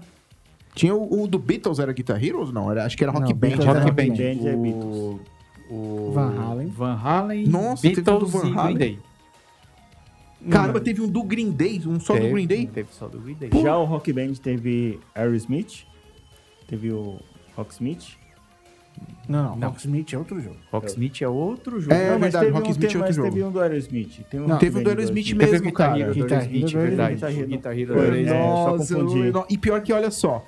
Speaker 3: Tinha o, o do Beatles, era Guitar Hero? ou Não, era, acho que era Rock
Speaker 2: Não,
Speaker 3: Band.
Speaker 2: Beatles
Speaker 3: né?
Speaker 2: era
Speaker 4: Rock
Speaker 2: Rock
Speaker 4: Band,
Speaker 1: Band é
Speaker 4: o, o
Speaker 2: Van Halen.
Speaker 4: Van Halen,
Speaker 3: Nossa, teve
Speaker 4: Beatles
Speaker 3: um do Van
Speaker 4: e
Speaker 3: Halen.
Speaker 4: Green Day.
Speaker 3: Caramba, teve um do Green Day, um só do
Speaker 4: Teve-
Speaker 3: Green Day.
Speaker 4: Teve só do Green Day.
Speaker 1: Já o Rock Band teve Aerosmith, teve o Rocksmith.
Speaker 2: Não, não. Rocksmith é outro jogo.
Speaker 4: Rocksmith é outro jogo.
Speaker 1: Não,
Speaker 3: É,
Speaker 1: mas
Speaker 3: verdade,
Speaker 1: teve
Speaker 3: Rocksmith
Speaker 1: um, teve,
Speaker 3: é outro
Speaker 1: mas
Speaker 3: jogo.
Speaker 1: teve um do Aerosmith. Tem um
Speaker 2: Não,
Speaker 1: Rock
Speaker 3: teve um
Speaker 1: Band
Speaker 3: do Aerosmith
Speaker 4: Teve
Speaker 3: mesmo,
Speaker 4: o Guitar
Speaker 3: cara.
Speaker 4: Hero do
Speaker 2: Guitar
Speaker 4: Aerosmith,
Speaker 2: Hero,
Speaker 4: verdade.
Speaker 1: Guitar Hero.
Speaker 4: Guitar Hero
Speaker 1: Foi,
Speaker 4: do Aerosmith.
Speaker 1: né? só
Speaker 3: Nossa,
Speaker 1: confundi.
Speaker 3: eu- não, e pior que, olha só,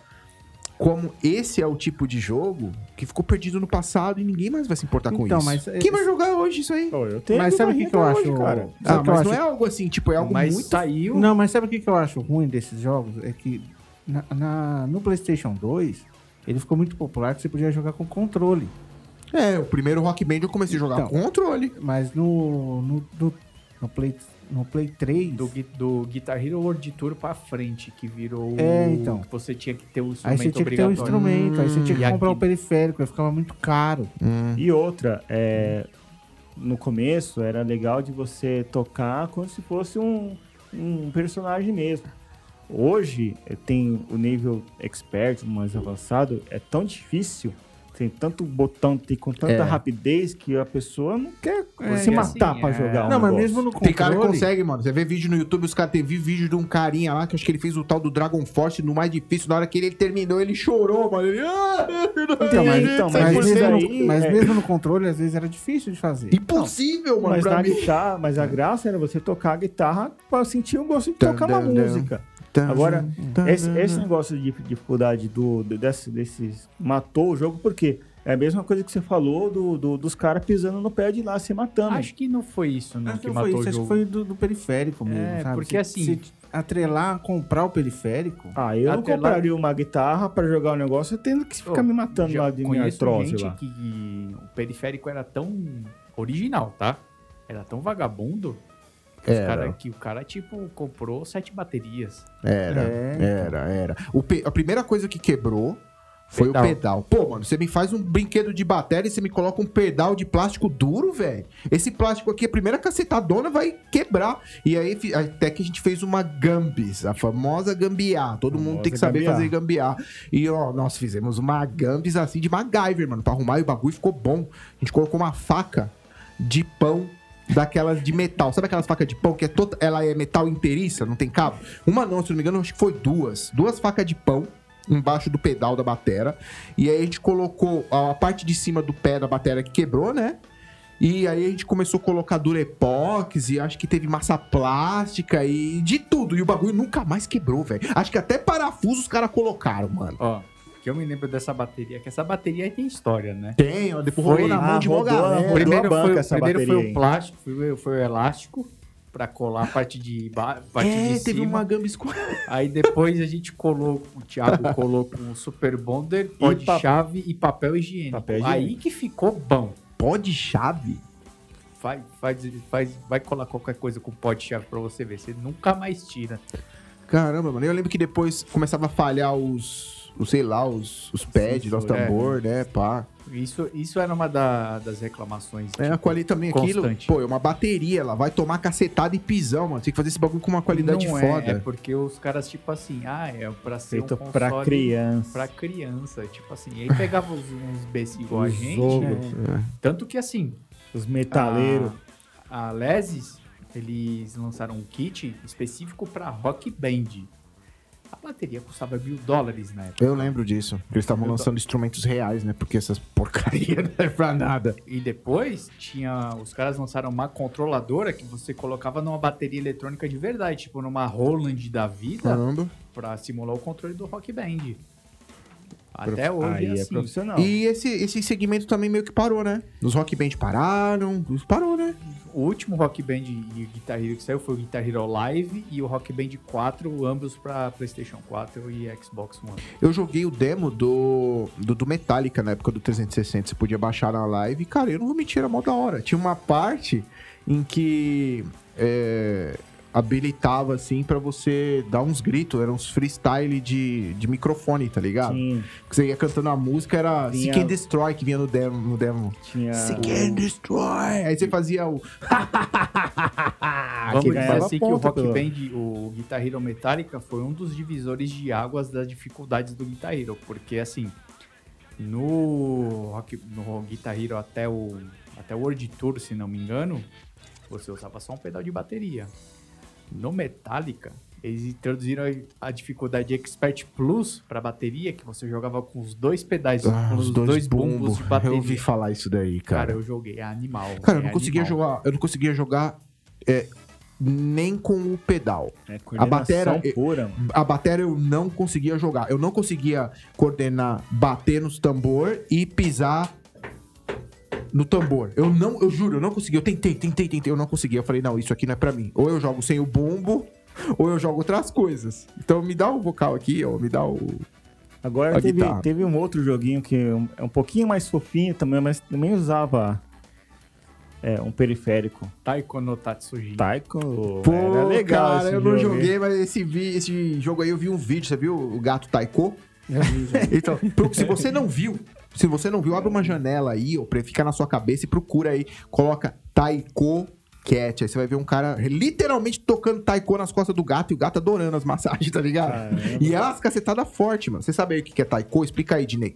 Speaker 3: como esse é o tipo de jogo que ficou perdido no passado e ninguém mais vai se importar com
Speaker 2: Então,
Speaker 3: isso.
Speaker 2: mas-
Speaker 3: Quem vai jogar hoje isso aí?
Speaker 1: Pô, eu tenho
Speaker 2: Mas sabe o
Speaker 1: guitarrinha
Speaker 2: que que eu
Speaker 1: até cara?
Speaker 2: acho, Sabe
Speaker 3: Ah,
Speaker 2: o que eu
Speaker 3: mas não
Speaker 2: acho?
Speaker 3: é
Speaker 4: um
Speaker 3: algo assim, tipo, é algo
Speaker 4: Mas
Speaker 3: muito...
Speaker 4: saiu...
Speaker 2: Não, mas sabe o que, que eu acho ruim desses jogos? É que na, na- no PlayStation 2, ele ficou muito popular que você podia jogar com controle.
Speaker 3: É, o primeiro Rock Band eu comecei a jogar
Speaker 2: Então.
Speaker 3: com controle.
Speaker 2: Mas no, no, no, no Play, no Play 3,
Speaker 4: Do, gui- do Guitar Hero World Tour pra frente, que virou...
Speaker 2: É, então.
Speaker 4: que Você tinha que ter o
Speaker 2: aí
Speaker 4: instrumento
Speaker 2: você tinha que ter um
Speaker 4: obrigatório.
Speaker 2: instrumento, aí você tinha
Speaker 4: Hum, e
Speaker 2: que comprar o
Speaker 4: aqui-
Speaker 2: periférico, aí ficava muito caro.
Speaker 1: E outra, é, no começo era legal de você tocar como se fosse um, um personagem mesmo. Hoje eh, tem o nível expert, mais avançado, é tão difícil, tem tanto botão, tem com tanta
Speaker 3: É.
Speaker 1: rapidez que a pessoa não quer
Speaker 4: É,
Speaker 1: se
Speaker 4: e
Speaker 1: matar
Speaker 4: assim,
Speaker 1: pra
Speaker 4: é.
Speaker 1: jogar. um
Speaker 2: não, mas
Speaker 1: negócio.
Speaker 2: mesmo no
Speaker 3: Tem cara que
Speaker 2: controle...
Speaker 3: consegue, mano. Você vê vídeo no YouTube, os caras teve vídeo de um carinha lá, que acho que ele fez o tal do Dragon Force no mais difícil. Na hora que ele terminou, ele chorou, mano. Ele... "Ah, eu não
Speaker 1: Então, mas-
Speaker 3: acredito, é
Speaker 1: então,
Speaker 2: Mas,
Speaker 1: 100%
Speaker 2: mesmo,
Speaker 1: aí,
Speaker 2: no, mas
Speaker 1: é.
Speaker 2: mesmo no controle, às vezes era difícil de fazer.
Speaker 3: Impossível, mano,
Speaker 1: Mas,
Speaker 3: pra
Speaker 1: na
Speaker 3: mim.
Speaker 1: guitarra, mas
Speaker 2: É.
Speaker 1: a graça era você tocar a guitarra pra sentir o gosto de
Speaker 3: Tan,
Speaker 1: tocar uma
Speaker 3: tan, tan.
Speaker 1: música.
Speaker 4: Então,
Speaker 1: Agora,
Speaker 2: é,
Speaker 1: Esse, esse negócio de dificuldade do, do- desse, desses. Matou o jogo, porque é a mesma coisa que você falou do, do- dos caras pisando no pé de lá, se matando.
Speaker 4: Acho que não foi isso, não,
Speaker 2: Acho
Speaker 4: que,
Speaker 2: que não Ah, então foi isso,
Speaker 4: matou o
Speaker 2: acho
Speaker 4: jogo.
Speaker 2: que foi do, do periférico mesmo,
Speaker 4: É,
Speaker 2: sabe?
Speaker 4: porque
Speaker 2: Se-
Speaker 4: assim-
Speaker 2: Se atrelar, comprar o periférico...
Speaker 1: Ah, eu não
Speaker 4: Até lá-
Speaker 1: compraria uma guitarra pra jogar o negócio tendo que ficar
Speaker 4: Ô,
Speaker 1: me matando
Speaker 4: Já
Speaker 1: lá de minha
Speaker 4: conheço
Speaker 1: artrose
Speaker 4: gente
Speaker 1: lá.
Speaker 4: que o periférico era tão original, tá? Era tão vagabundo Os
Speaker 3: Era.
Speaker 2: É,
Speaker 4: cara, que o cara, tipo, comprou sete baterias.
Speaker 3: Era,
Speaker 2: É.
Speaker 3: era, era. O pe- A primeira coisa que quebrou foi
Speaker 4: Pedal.
Speaker 3: o pedal. Pô, mano, você me faz um brinquedo de bateria e você me coloca um pedal de plástico duro, velho. Esse plástico aqui, a primeira cacetadona vai quebrar. E aí, fi- até que a gente fez uma gambis, a famosa gambiar. Todo mundo
Speaker 1: Famosa
Speaker 3: tem que saber
Speaker 1: gambiarra.
Speaker 3: fazer gambiar. E, ó, nós fizemos uma gambis assim de MacGyver, mano, pra arrumar e o bagulho ficou bom. A gente colocou uma faca de pão daquelas de metal. Sabe aquelas facas de pão que é toda, ela é metal inteiriça, não tem cabo? Uma não, se não me engano, acho que foi duas. Duas facas de pão embaixo do pedal da batera. E aí a gente colocou a parte de cima do pé da batera que quebrou, né? E aí a gente começou a colocar durepox e acho que teve massa plástica e de tudo. E o bagulho nunca mais quebrou, velho. Acho que até parafuso os caras colocaram, mano.
Speaker 4: Ó, que eu me lembro dessa bateria, que essa bateria aí tem história, né?
Speaker 3: Tem, ó, depois
Speaker 4: Foi.
Speaker 3: rolou na mão
Speaker 1: Ah,
Speaker 3: de mó
Speaker 1: rodou,
Speaker 3: galera.
Speaker 1: rodou.
Speaker 4: primeiro
Speaker 1: a banca
Speaker 4: foi,
Speaker 1: essa
Speaker 4: primeiro foi
Speaker 1: bateria,
Speaker 4: o
Speaker 1: hein?
Speaker 4: plástico, foi, foi o elástico pra colar a parte de ba- parte
Speaker 3: É,
Speaker 4: de
Speaker 3: teve
Speaker 4: cima.
Speaker 3: uma gamba escura.
Speaker 4: Aí depois a gente colou, o Thiago colou com o Super Bonder, pó
Speaker 1: E
Speaker 4: de
Speaker 1: pa-
Speaker 4: chave e papel higiênico.
Speaker 1: Papel
Speaker 4: Aí que ficou bom.
Speaker 3: Pó de chave?
Speaker 4: Faz, faz, faz, vai colar qualquer coisa com pó de chave pra você ver. Você nunca mais tira.
Speaker 3: Caramba, mano. Eu lembro que depois começava a falhar os, os sei lá, os, os pads, os
Speaker 4: é.
Speaker 3: tambor, né, pá.
Speaker 4: Isso, isso era uma da- das reclamações.
Speaker 3: É, a
Speaker 4: tipo,
Speaker 3: quali também, aquilo,
Speaker 4: Constante.
Speaker 3: pô, é uma bateria, ela vai tomar cacetada e pisão, mano. Tem que fazer esse bagulho com uma qualidade
Speaker 4: não é, É,
Speaker 3: foda.
Speaker 4: porque os caras, tipo assim, ah, é pra ser
Speaker 1: Feito
Speaker 4: um console
Speaker 1: pra criança.
Speaker 4: pra criança, tipo assim. E aí pegava uns, uns besses igual a
Speaker 1: Os
Speaker 4: gente, né?
Speaker 1: ogros,
Speaker 4: tanto que assim,
Speaker 1: Os metaleiros.
Speaker 4: A, a Lesis, eles lançaram um kit específico pra rock band. A bateria custava mil dólares na época.
Speaker 3: Eu lembro disso. que Eles estavam
Speaker 4: Eu tô-
Speaker 3: lançando instrumentos reais, né? Porque essas porcarias não é pra nada.
Speaker 4: E depois tinha. Os caras lançaram uma controladora que você colocava numa bateria eletrônica de verdade, tipo numa Roland da vida,
Speaker 3: Caramba.
Speaker 4: pra simular o controle do rock band. Até hoje
Speaker 1: Aí
Speaker 4: é
Speaker 1: é
Speaker 4: assim.
Speaker 1: profissional.
Speaker 3: E esse, esse segmento também meio que parou, né? Os rock band pararam. Parou, né?
Speaker 4: O último Rock Band e o Guitar Hero que saiu foi o Guitar Hero Live e o Rock Band 4, ambos pra PlayStation 4 e Xbox One.
Speaker 3: Eu joguei o demo do, do, do Metallica na época do 360. Você podia baixar na live. E, cara, eu não vou mentir, era mó da hora. Tinha uma parte em que é, habilitava, assim, pra você dar uns gritos. Eram uns freestyle de, de microfone, tá ligado?
Speaker 1: Tinha,
Speaker 3: Que você ia cantando a música, era
Speaker 1: Vinha-
Speaker 3: Seek and Destroy que vinha no demo. No demo.
Speaker 4: Ah.
Speaker 1: tinha
Speaker 3: Seek
Speaker 1: o-
Speaker 3: and Destroy! Aí você fazia o...
Speaker 4: Vamos
Speaker 1: que
Speaker 4: dizer
Speaker 1: ganhava
Speaker 4: assim que o
Speaker 1: ponto
Speaker 4: Rock
Speaker 1: pelo-
Speaker 4: Band, o Guitar Hero Metallica, foi um dos divisores de águas das dificuldades do Guitar Hero, porque assim, no, rock, no Guitar Hero até o, até o World Tour, se não me engano, você usava só um pedal de bateria. No Metallica, eles introduziram a a dificuldade Expert Plus pra bateria, que você jogava com os dois pedais,
Speaker 3: Ah,
Speaker 4: com
Speaker 3: os dois, bumbos.
Speaker 4: de
Speaker 3: eu
Speaker 4: bateria.
Speaker 3: ouvi falar isso daí,
Speaker 4: cara,
Speaker 3: cara.
Speaker 4: eu joguei, é animal.
Speaker 3: Cara, eu
Speaker 4: é
Speaker 3: não conseguia
Speaker 4: animal.
Speaker 3: jogar, eu não conseguia jogar é, nem com o pedal.
Speaker 1: É,
Speaker 3: A batera-
Speaker 1: coordenação pura, mano.
Speaker 3: A bateria eu não conseguia jogar. Eu não conseguia coordenar, bater nos tambor e pisar no tambor. Eu não, eu juro, eu não conseguia. Eu tentei, tentei, tentei, eu não conseguia. Eu falei, não, isso aqui não é pra mim. Ou eu jogo sem o bumbo, ou eu jogo outras coisas. Então me dá o vocal aqui, ou me dá o
Speaker 1: Agora
Speaker 3: A
Speaker 1: teve,
Speaker 3: guitarra.
Speaker 1: teve um outro joguinho que é um- é um pouquinho mais fofinho também, mas também usava é, um periférico.
Speaker 4: Taiko no Tatsujin.
Speaker 3: Tá.
Speaker 1: Taiko.
Speaker 3: Pô,
Speaker 1: era legal
Speaker 3: cara,
Speaker 1: esse
Speaker 3: eu não
Speaker 1: jogo, hein?
Speaker 3: joguei, mas esse, vi- esse jogo aí eu vi um vídeo, você viu o gato Taiko?
Speaker 1: É,
Speaker 2: Já vi, já.
Speaker 3: Então, pro- se você não viu, se você não viu, abre uma janela aí, ou pra- fica na sua cabeça e procura aí, coloca Taiko Cat. Aí você vai ver um cara literalmente tocando Taiko nas costas do gato e o gato adorando as massagens, tá ligado?
Speaker 1: Caramba.
Speaker 3: E é umas cacetadas fortes, mano. Você sabe aí o que que é Taiko? Explica aí, Dinei.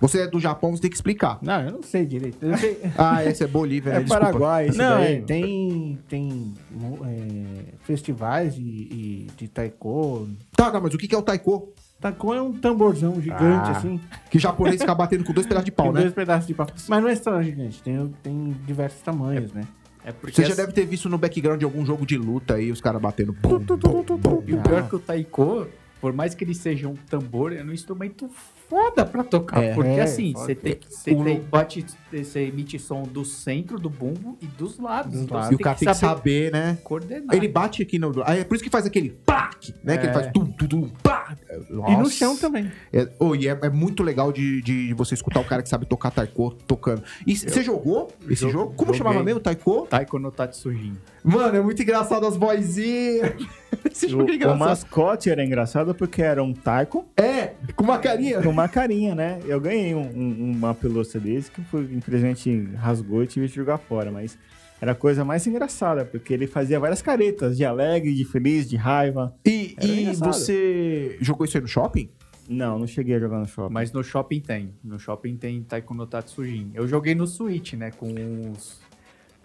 Speaker 3: Você é do Japão, você tem que explicar.
Speaker 2: Não, eu não sei direito. Eu sei-
Speaker 3: Ah, esse é Bolívia, né?
Speaker 1: É
Speaker 3: Desculpa.
Speaker 1: Paraguai esse
Speaker 2: Não,
Speaker 1: daí.
Speaker 2: é, tem, tem mo- é, festivais de, e- de taiko.
Speaker 3: Tá, não, mas o que que é o Taiko?
Speaker 2: Taiko é um tamborzão gigante,
Speaker 3: Ah,
Speaker 2: assim.
Speaker 3: Que japonês fica batendo com dois pedaços de pau,
Speaker 2: tem
Speaker 3: né?
Speaker 2: dois pedaços de pau. Mas não é só gigante, tem, tem diversos tamanhos, né?
Speaker 4: É porque
Speaker 3: Você já
Speaker 4: assim-
Speaker 3: deve ter visto no background de algum jogo de luta aí, os caras batendo. Bum, bum, bum, Ah.
Speaker 4: E o pior que o taiko, por mais que ele seja é um tambor, é um instrumento foda pra tocar.
Speaker 3: É.
Speaker 4: porque
Speaker 2: É,
Speaker 4: assim,
Speaker 2: foda.
Speaker 4: você tem que. Você
Speaker 3: O-
Speaker 4: tem- bate, você emite som do centro do bumbo e dos lados.
Speaker 2: Dos
Speaker 4: Então
Speaker 2: lados.
Speaker 4: você
Speaker 3: E o cara tem que saber, né?
Speaker 4: coordenar.
Speaker 3: Ele bate aqui no. Aí é por isso que faz aquele pac, né? Que ele
Speaker 4: É.
Speaker 3: faz tum, tum, tum, pá.
Speaker 2: E no
Speaker 3: Nossa.
Speaker 2: chão também.
Speaker 3: É, oh, e é, é muito legal de, de você escutar o cara que sabe tocar taiko tocando. E c- você jogou esse
Speaker 4: Jogo-
Speaker 3: jogo? Como
Speaker 4: joguei.
Speaker 3: chamava mesmo? Taiko?
Speaker 4: Taiko no Tatsujin.
Speaker 3: Mano, é muito engraçado as vozinhas. Esse
Speaker 1: O,
Speaker 3: jogo é
Speaker 1: o
Speaker 3: engraçado.
Speaker 1: mascote era engraçado porque era um taiko
Speaker 3: É, com uma carinha.
Speaker 1: com uma carinha, né? Eu ganhei um- um- uma pelúcia desse que foi, infelizmente rasgou e tive que jogar fora, mas era a coisa mais engraçada, porque ele fazia várias caretas de alegre, de feliz, de raiva.
Speaker 3: E,
Speaker 1: Era
Speaker 3: e
Speaker 1: engraçado.
Speaker 3: você jogou isso aí no shopping?
Speaker 1: Não, não cheguei a jogar no shopping.
Speaker 4: Mas no shopping tem. No shopping tem Taiko no Tatsujin. Eu joguei no Switch, né? Com os.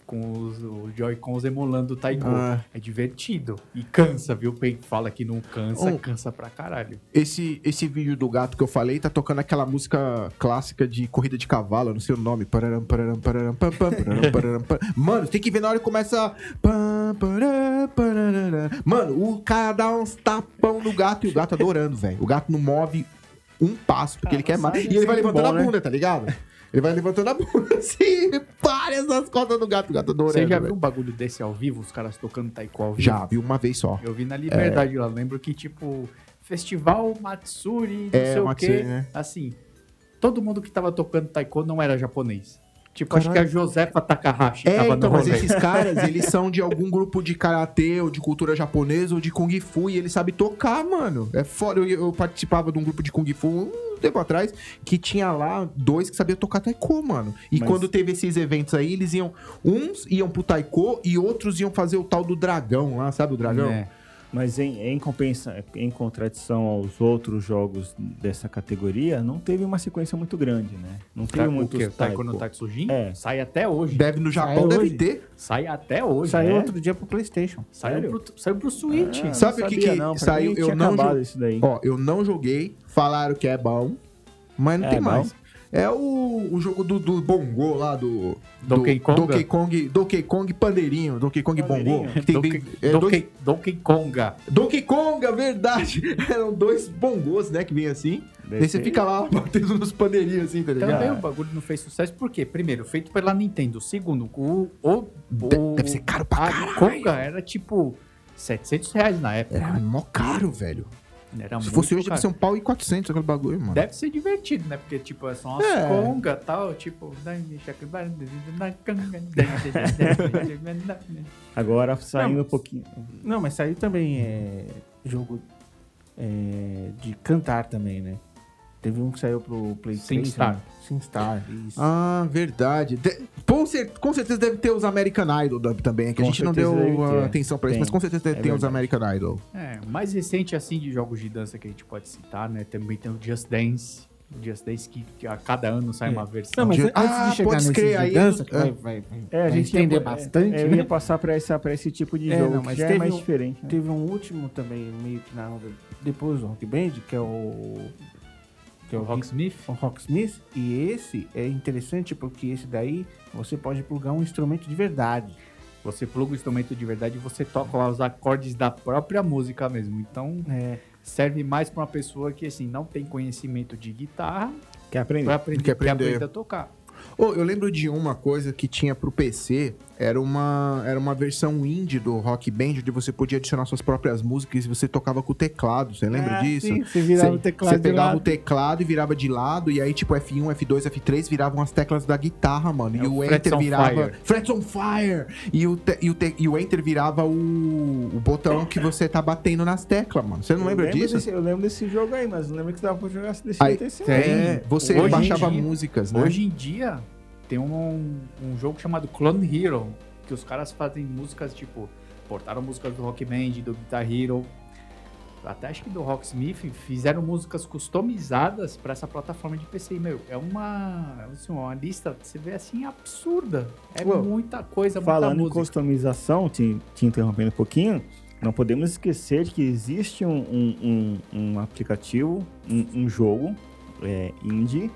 Speaker 4: Com os, os Joy-Cons emulando o Taiko.
Speaker 3: Ah.
Speaker 4: É divertido. E cansa, viu? Quem fala que não cansa,
Speaker 3: Oh.
Speaker 4: cansa pra caralho.
Speaker 3: Esse, esse vídeo do gato que eu falei tá tocando aquela música clássica de corrida de cavalo, eu não sei o nome. Pararam, pararam, pararam, pam, pam, pararam, pararam, pam. Mano, tem que ver na hora que começa. Pam, pararam, pararam. Mano, o cara dá uns tapão no gato e o gato adorando, velho. O gato não move um passo,
Speaker 4: Ah,
Speaker 3: porque ele quer mais. E
Speaker 4: é
Speaker 3: ele vai levantando
Speaker 1: bom,
Speaker 3: a
Speaker 1: né?
Speaker 3: bunda, tá ligado? Ele vai levantando a bunda assim, para essas costas do gato, o gato adorando.
Speaker 4: Você já viu
Speaker 3: velho.
Speaker 4: um bagulho desse ao vivo? Os caras tocando Taiko ao vivo?
Speaker 3: Já, É. vi uma vez só.
Speaker 4: Eu vi na Liberdade lá. Lembro que, tipo, Festival Matsuri, não
Speaker 3: É,
Speaker 4: sei o
Speaker 3: Matsuri,
Speaker 4: quê.
Speaker 3: né?
Speaker 4: Assim, todo mundo que tava tocando Taiko não era japonês. Tipo, acho que
Speaker 3: Caralho.
Speaker 4: a Josefa Takahashi
Speaker 3: É,
Speaker 4: tava
Speaker 3: então,
Speaker 4: no
Speaker 3: mas
Speaker 4: rolê.
Speaker 3: esses caras, eles são de algum grupo de karatê ou de cultura japonesa ou de kung fu e eles sabem tocar, mano. É foda. Eu, eu participava de um grupo de kung fu um tempo atrás que tinha lá dois que sabiam tocar taiko, mano. E
Speaker 1: Mas-
Speaker 3: quando teve esses eventos aí, eles iam. Uns iam pro taiko e outros iam fazer o tal do dragão lá, sabe o dragão?
Speaker 4: É.
Speaker 1: Mas em, em compensa, em contradição aos outros jogos dessa categoria, não teve uma sequência muito grande, né? Não teve
Speaker 4: Tá, o
Speaker 1: muito
Speaker 4: quê? O Taiko no Tatsujin?
Speaker 1: É.
Speaker 4: Sai até hoje.
Speaker 3: Deve no Japão,
Speaker 2: Saiu
Speaker 3: deve
Speaker 2: hoje.
Speaker 3: ter.
Speaker 4: Sai até hoje.
Speaker 2: Saiu
Speaker 4: né?
Speaker 2: outro dia pro Playstation.
Speaker 4: Saiu,
Speaker 1: Sério?
Speaker 4: pro, saiu pro Switch.
Speaker 1: Ah, não
Speaker 3: Sabe o que
Speaker 1: sabia
Speaker 3: que
Speaker 1: não, pra
Speaker 3: saiu?
Speaker 1: mim
Speaker 3: Eu
Speaker 1: tinha
Speaker 3: não
Speaker 1: acabado
Speaker 3: jo-
Speaker 1: isso daí.
Speaker 3: Ó, eu não joguei, falaram que é bom, mas não
Speaker 1: É
Speaker 3: tem
Speaker 1: bom.
Speaker 3: mais. É o, o jogo do, do Bongo lá, do...
Speaker 4: Donkey Konga?
Speaker 3: Donkey Kong, Donkey Kong Pandeirinho, Donkey Kong
Speaker 1: Pandeirinho?
Speaker 3: Bongo. que tem
Speaker 4: Donkey,
Speaker 3: bem- é,
Speaker 4: Donkey,
Speaker 3: dois-
Speaker 4: Donkey Konga.
Speaker 3: Donkey Kong, é verdade! Eram dois bongos, né, que vem assim.
Speaker 1: Deve
Speaker 3: Daí você
Speaker 1: ser.
Speaker 3: fica lá batendo nos pandeirinhos assim, tá ligado?
Speaker 4: Também o bagulho não fez sucesso. Por quê? Primeiro, feito pela Nintendo. Segundo, o... o,
Speaker 3: De-
Speaker 4: o
Speaker 3: deve ser caro pra
Speaker 4: a
Speaker 3: caralho.
Speaker 4: Konga era tipo 700 reais na época.
Speaker 3: Era mó caro, velho.
Speaker 4: Era
Speaker 3: Se
Speaker 4: Tá muito
Speaker 3: fosse hoje,
Speaker 4: caro.
Speaker 3: deve ser um pau e 400 aquele bagulho, mano.
Speaker 4: Deve ser divertido, né? Porque, tipo, são umas
Speaker 3: É.
Speaker 4: conga e tal, tipo...
Speaker 1: Agora saindo
Speaker 2: Não.
Speaker 1: um pouquinho.
Speaker 2: Não, mas saiu também é, jogo é, de cantar também, né? Teve um que saiu pro PlayStation.
Speaker 4: SingStar.
Speaker 2: SingStar, isso.
Speaker 3: Ah, verdade. De- com, cer- com certeza deve ter os American Idol da- também, é que a
Speaker 1: Com
Speaker 3: gente não
Speaker 1: certeza
Speaker 3: deu
Speaker 1: deve ter.
Speaker 3: ah, atenção pra isso,
Speaker 1: Tem.
Speaker 3: mas com certeza deve
Speaker 1: É
Speaker 3: ter os
Speaker 1: verdade.
Speaker 3: American Idol.
Speaker 4: É, o mais recente, assim, de jogos de dança que a gente pode citar, né? Também tem o Just Dance. O Just Dance que, que a cada ano sai uma versão.
Speaker 2: Não, mas
Speaker 3: Ah,
Speaker 2: antes de chegar
Speaker 3: pode
Speaker 2: nesse
Speaker 3: crer,
Speaker 2: de
Speaker 3: aí-
Speaker 2: dança, que
Speaker 3: é.
Speaker 2: vai, vai, vai,
Speaker 1: É, a
Speaker 2: vai
Speaker 1: gente ia-
Speaker 2: entender
Speaker 1: é,
Speaker 2: bastante,
Speaker 1: é,
Speaker 2: né?
Speaker 1: Eu ia passar pra, essa, pra esse tipo de
Speaker 2: É,
Speaker 1: jogo,
Speaker 2: não,
Speaker 1: mas
Speaker 2: mas
Speaker 1: que já é
Speaker 2: teve
Speaker 1: mais
Speaker 2: um-
Speaker 1: diferente. né?
Speaker 2: Teve um último também, meio que na onda, depois do Rock Band, que é o... Que é
Speaker 4: o
Speaker 2: o Rock
Speaker 4: Rocksmith.
Speaker 2: o Rocksmith, e esse é interessante porque esse daí você pode plugar um instrumento de verdade.
Speaker 4: Você pluga o instrumento de verdade e você toca lá os acordes da própria música mesmo. Então,
Speaker 2: É,
Speaker 4: serve mais pra uma pessoa que, assim, não tem conhecimento de guitarra
Speaker 1: Quer aprender?
Speaker 4: pra aprender,
Speaker 3: Quer
Speaker 4: quer
Speaker 3: aprender.
Speaker 4: aprender. a tocar.
Speaker 3: Ô, eu lembro de uma coisa que tinha pro PC, era uma, era uma versão indie do Rock Band, onde você podia adicionar suas próprias músicas e você tocava com o teclado, você lembra
Speaker 2: Ah,
Speaker 3: disso?
Speaker 2: sim, você virava
Speaker 3: Cê-
Speaker 2: o teclado
Speaker 3: Você
Speaker 2: de
Speaker 3: pegava
Speaker 2: lado.
Speaker 3: o teclado e virava de lado, e aí tipo F1, F2, F3 viravam as teclas da guitarra, mano.
Speaker 4: É,
Speaker 3: e
Speaker 4: o
Speaker 3: o
Speaker 4: Frets
Speaker 3: Enter
Speaker 4: on
Speaker 3: virava...
Speaker 4: Fire.
Speaker 3: Frets on Fire! E o, te- e o, te- e o Enter virava o... o botão que você tá batendo nas teclas, mano. Você não
Speaker 1: Eu
Speaker 3: lembra
Speaker 1: lembro
Speaker 3: disso?
Speaker 1: desse- eu lembro desse jogo aí, mas não lembro que dava pra jogar desse
Speaker 3: Aí-
Speaker 1: jeito esse
Speaker 4: Tem.
Speaker 3: É, você
Speaker 4: Hoje em
Speaker 3: baixava
Speaker 4: dia-
Speaker 3: músicas, né?
Speaker 4: Hoje em dia, tem um, um jogo chamado Clone Hero, que os caras fazem músicas, tipo, portaram músicas do Rock Band, do Guitar Hero, até acho que do Rocksmith, fizeram músicas customizadas pra essa plataforma de PC. E, meu, é uma, assim, uma lista, que você vê assim, absurda. É
Speaker 1: Uou.
Speaker 4: muita coisa, muita
Speaker 1: Falando em
Speaker 4: música.
Speaker 1: customização, te, te interrompendo um pouquinho, não podemos esquecer de que existe um, um, um- um aplicativo, um, um jogo é, indie,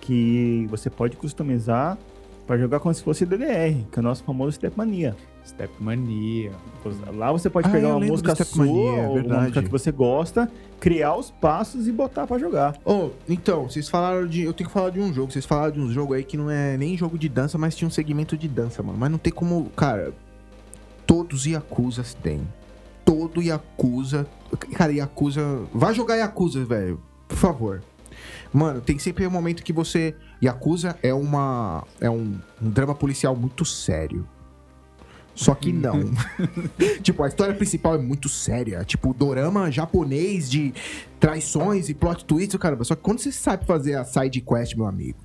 Speaker 1: que você pode customizar para jogar como se fosse DDR, que é o nosso famoso Stepmania.
Speaker 4: Stepmania.
Speaker 1: Lá você pode
Speaker 3: Ah,
Speaker 1: pegar
Speaker 3: eu
Speaker 1: uma
Speaker 3: lembro
Speaker 1: música
Speaker 3: do
Speaker 1: sua,
Speaker 3: Stepmania, é
Speaker 1: ou uma música
Speaker 3: verdade.
Speaker 1: que você gosta, criar os passos e botar pra jogar.
Speaker 3: Oh, então, vocês falaram de. Eu tenho que falar de um jogo. Vocês falaram de um jogo aí que não é nem jogo de dança, mas tinha um segmento de dança, mano. Mas não tem como. Cara, todos Yakuzas têm. Todo Yakuza. Cara, Yakuza. Vai jogar Yakuza, velho. Por favor. Mano, tem sempre um momento que você. Yakuza é uma. É um, um drama policial muito sério. Só que não. tipo, a história principal é muito séria. Tipo, dorama japonês de traições e plot twists, caramba. Só que quando você sabe fazer a side quest, meu amigo,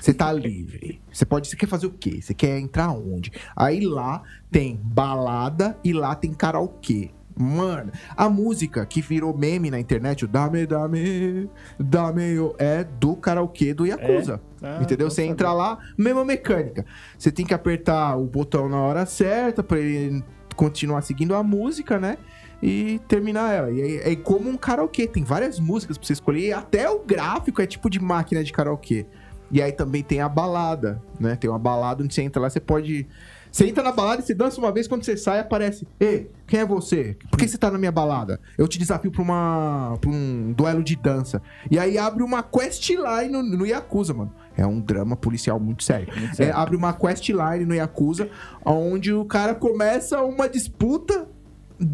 Speaker 3: você tá livre. Você pode, você quer fazer o quê? Você quer entrar onde? Aí lá tem balada e lá tem karaokê. Mano, a música que virou meme na internet, o Dame Dame Dame, oh, é do karaokê do Yakuza.
Speaker 1: Ah,
Speaker 3: Entendeu?
Speaker 1: não
Speaker 3: Você
Speaker 1: sabia.
Speaker 3: entra lá, mesma mecânica. Você tem que apertar o botão na hora certa pra ele continuar seguindo a música, né? E terminar ela. E é, é como um karaokê, tem várias músicas pra você escolher, e até o gráfico é tipo de máquina de karaokê. E aí também tem a balada, né? Tem uma balada onde você entra lá, você pode. Você entra na balada e você dança uma vez, quando você sai, aparece. Ei, quem é você? Por que você tá na minha balada? Eu te desafio pra, uma, pra um duelo de dança. E aí abre uma questline no, no Yakuza, mano. É um drama policial muito sério. É, abre uma questline no Yakuza, onde o cara começa uma disputa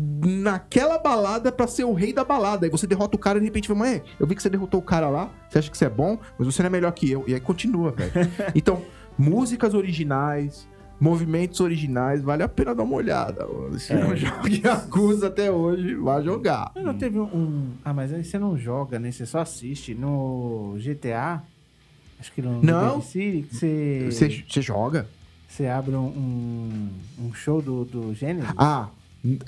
Speaker 3: naquela balada pra ser o rei da balada. Aí você derrota o cara e de repente fala, mãe, eu vi que você derrotou o cara lá, você acha que você é bom, mas você não é melhor que eu. E aí continua, velho. então, músicas originais, movimentos originais, vale a pena dar uma olhada. mano. Se não joga Yakuza até hoje, vai jogar.
Speaker 2: Mas não teve um. Ah, mas aí você não joga, né? Você só assiste. No GTA, acho que no
Speaker 3: Não.
Speaker 2: no City, que você,
Speaker 3: Você,
Speaker 2: você...
Speaker 3: você joga?
Speaker 2: abre um, um, um show do, do Gênesis.
Speaker 3: Ah,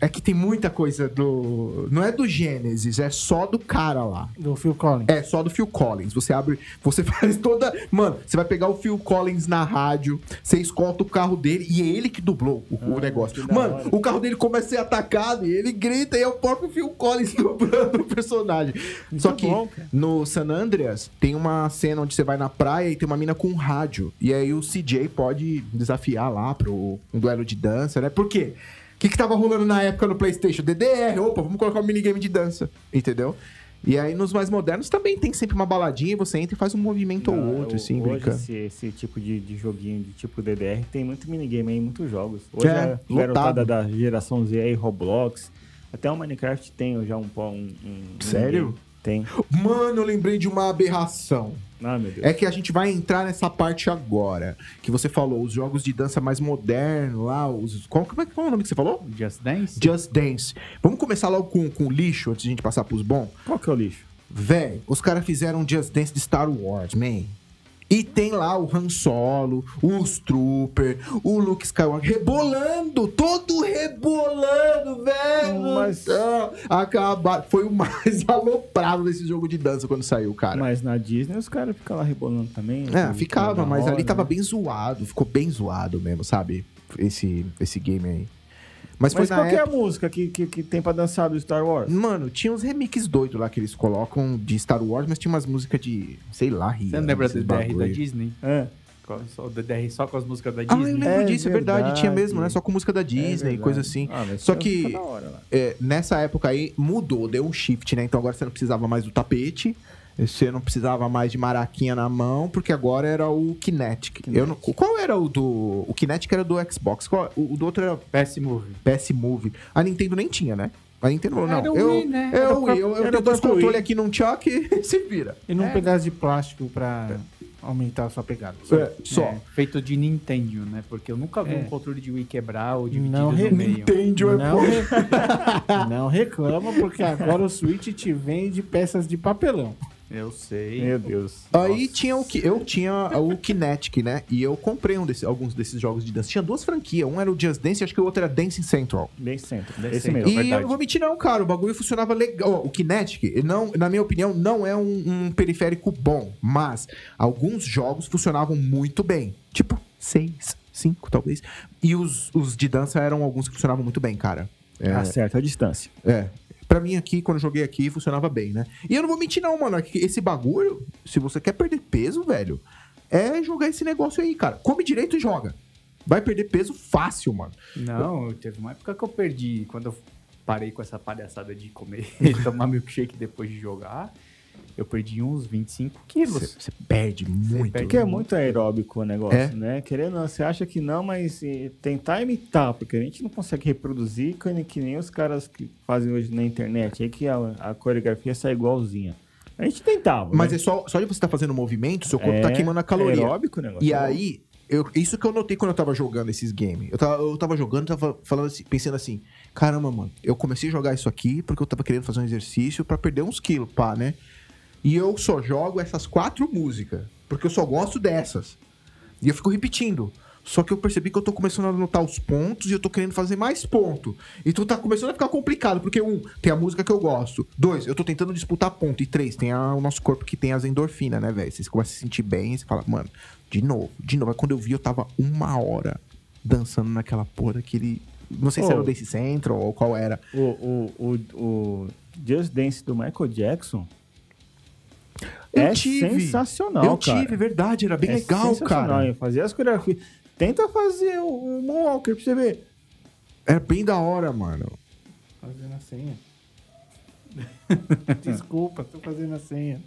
Speaker 3: é que tem muita coisa do... Não é do Gênesis, é só do cara lá.
Speaker 2: Do Phil Collins.
Speaker 3: É, só do Phil Collins. Você abre, você faz toda. Mano, você vai pegar o Phil Collins na rádio, você escolta o carro dele e é ele que dublou o, o
Speaker 1: Ah,
Speaker 3: negócio.
Speaker 1: que da
Speaker 3: Mano,
Speaker 1: hora.
Speaker 3: o carro dele começa a ser atacado e ele grita e é o próprio Phil Collins dublando o personagem. Só que
Speaker 1: bom, cara.
Speaker 3: no San Andreas tem uma cena onde você vai na praia e tem uma mina com um rádio. E aí o CJ pode desafiar lá pro um duelo de dança, né? Por quê? O que, que tava rolando na época no Playstation? DDR, opa, vamos colocar um minigame de dança, entendeu? E aí nos mais modernos também tem sempre uma baladinha e você entra e faz um movimento
Speaker 1: Não,
Speaker 3: ou outro,
Speaker 1: o-
Speaker 3: assim,
Speaker 1: hoje
Speaker 3: brincando.
Speaker 1: Esse, esse tipo de, de joguinho de tipo DDR tem muito minigame aí, em muitos jogos. Hoje
Speaker 3: É,
Speaker 1: a garotada
Speaker 3: lotado.
Speaker 1: da geração Z aí, Roblox. Até o Minecraft tem já um pó. Um, um- um
Speaker 3: Sério?
Speaker 1: minigame. Tem.
Speaker 3: Mano, eu lembrei de uma aberração.
Speaker 1: Ah, meu Deus.
Speaker 3: É que a gente vai entrar nessa parte agora. Que você falou, os jogos de dança mais modernos lá, os. Qual, como é, qual é o nome que você falou?
Speaker 4: Just Dance?
Speaker 3: Just Dance. Vamos começar logo com, com o lixo, antes de a gente passar pros bons?
Speaker 1: Qual que é o lixo?
Speaker 3: Véi, os caras fizeram um Just Dance de Star Wars, man. E tem lá o Han Solo, os Trooper, o Luke Skywalker rebolando, todo rebolando, velho.
Speaker 1: Mas-
Speaker 3: Ah, Acabar. Foi o mais aloprado desse jogo de dança quando saiu, cara.
Speaker 1: Mas na Disney os caras ficam lá rebolando também.
Speaker 3: É,
Speaker 1: assim,
Speaker 3: ficava,
Speaker 1: toda
Speaker 3: mas
Speaker 1: hora,
Speaker 3: ali tava
Speaker 1: né?
Speaker 3: bem zoado, ficou bem zoado mesmo, sabe? Esse, esse game aí. Mas,
Speaker 1: Mas,
Speaker 3: foi
Speaker 1: qual
Speaker 3: na
Speaker 1: que é
Speaker 3: época...
Speaker 1: a música que, que, que tem pra dançar do Star Wars?
Speaker 3: Mano, tinha uns remixes doidos lá que eles colocam de Star Wars, mas tinha umas músicas de, sei lá, Rihanna.
Speaker 4: Você não lembra do
Speaker 3: esses
Speaker 4: DDR da
Speaker 3: bagulho.
Speaker 4: Disney?
Speaker 1: Hã?
Speaker 4: Com- só- O DDR só com as músicas da
Speaker 3: Ah, eu
Speaker 4: Disney?
Speaker 3: lembro
Speaker 1: É
Speaker 3: disso, é verdade.
Speaker 1: verdade.
Speaker 3: Tinha mesmo, né? Só com música da
Speaker 1: É
Speaker 3: Disney,
Speaker 1: verdade.
Speaker 3: coisa assim.
Speaker 1: Ah, mas
Speaker 3: Só
Speaker 1: isso
Speaker 3: que-
Speaker 1: fica da hora lá.
Speaker 3: É, nessa época aí, mudou, deu um shift, né? Então agora você não precisava mais do tapete, você não precisava mais de maraquinha na mão, porque agora era o Kinetic. Eu não- qual era o do... O Kinetic era do Xbox, qual- o, o do outro era
Speaker 4: Péssimo.
Speaker 3: PS Move. A Nintendo nem tinha, né? A Nintendo falou, não,
Speaker 4: Era o
Speaker 3: eu,
Speaker 4: Wii, né?
Speaker 3: eu,
Speaker 4: Era
Speaker 3: eu,
Speaker 4: o
Speaker 1: era o
Speaker 3: eu, tenho dois
Speaker 1: próprio
Speaker 3: controles
Speaker 1: Wii.
Speaker 3: aqui num tchak e se vira.
Speaker 2: E num pedaço de plástico pra aumentar a sua pegada.
Speaker 3: É, só.
Speaker 4: É, feito de Nintendo, né? Porque eu nunca vi
Speaker 2: É.
Speaker 4: um controle de Wii quebrar ou dividido
Speaker 2: Não
Speaker 4: no
Speaker 2: re-
Speaker 4: meio.
Speaker 3: Nintendo é
Speaker 2: Não, re- não reclama, porque agora o Switch te vende peças de papelão.
Speaker 4: Eu sei.
Speaker 1: Meu Deus.
Speaker 3: Aí tinha o que eu tinha o Kinetic, né? E eu comprei um desse, alguns desses jogos de dança. Tinha duas franquias, um era o Just Dance e acho que o outro era Dancing Central.
Speaker 1: Bem centro.
Speaker 4: Bem
Speaker 1: Esse
Speaker 4: centro.
Speaker 1: mesmo.
Speaker 3: e eu
Speaker 4: verdade.
Speaker 3: não vou mentir não, cara, o bagulho funcionava legal. Ó, O Kinetic, ele não, na minha opinião, não é um, um periférico bom, mas alguns jogos funcionavam muito bem. Tipo, seis, cinco, talvez. E os, os de dança eram alguns que funcionavam muito bem, cara. É,
Speaker 1: Acerta a distância.
Speaker 3: é. Pra mim aqui, quando eu joguei aqui, funcionava bem, né? E eu não vou mentir não, mano. é que Esse bagulho, se você quer perder peso, velho, é jogar esse negócio aí, cara. Come direito e joga. Vai perder peso fácil, mano.
Speaker 4: Não, teve uma época que eu perdi. Quando eu parei com essa palhaçada de comer e tomar milkshake depois de jogar, eu perdi uns 25 quilos.
Speaker 3: Você perde muito.
Speaker 4: perde
Speaker 1: Porque é muito aeróbico o negócio,
Speaker 3: É.
Speaker 1: né? Querendo, ou não, você acha que não, mas eh, tentar imitar, porque a gente não consegue reproduzir que nem- que nem os caras que fazem hoje na internet. É que a, a coreografia sai igualzinha. A gente tentava.
Speaker 3: Mas
Speaker 1: né?
Speaker 3: é só, só de você tá fazendo movimento, seu corpo tá
Speaker 1: É,
Speaker 3: queimando a caloria.
Speaker 1: aeróbico o negócio.
Speaker 3: E aí, eu- isso que eu notei quando eu tava jogando esses games. Eu tava, eu tava jogando, tava falando assim, pensando assim, caramba, mano, eu comecei a jogar isso aqui porque eu tava querendo fazer um exercício pra perder uns quilos, pá, né? E eu só jogo essas quatro músicas, porque eu só gosto dessas. E eu fico repetindo. Só que eu percebi que eu tô começando a anotar os pontos e eu tô querendo fazer mais ponto. Então tá começando a ficar complicado, porque um, tem a música que eu gosto. Dois, eu tô tentando disputar ponto. E três, tem a- o nosso corpo que tem as endorfinas, né, velho? Você começa a se sentir bem e você fala, mano, de novo, de novo. Aí quando eu vi, eu tava uma hora dançando naquela porra daquele. Não sei se era
Speaker 1: Oh.
Speaker 3: o Dance Central ou qual era.
Speaker 1: O, o, o, o Just Dance do Michael Jackson
Speaker 3: Eu
Speaker 1: é
Speaker 3: tive.
Speaker 1: sensacional,
Speaker 3: eu
Speaker 1: cara.
Speaker 3: tive, é verdade, era bem
Speaker 1: É
Speaker 3: legal,
Speaker 1: sensacional,
Speaker 3: cara.
Speaker 1: Eu fazia as coreografias. Tenta fazer o, o Moonwalker pra você ver.
Speaker 3: Era bem da hora, mano.
Speaker 2: Fazendo a senha. Desculpa, tô fazendo a senha.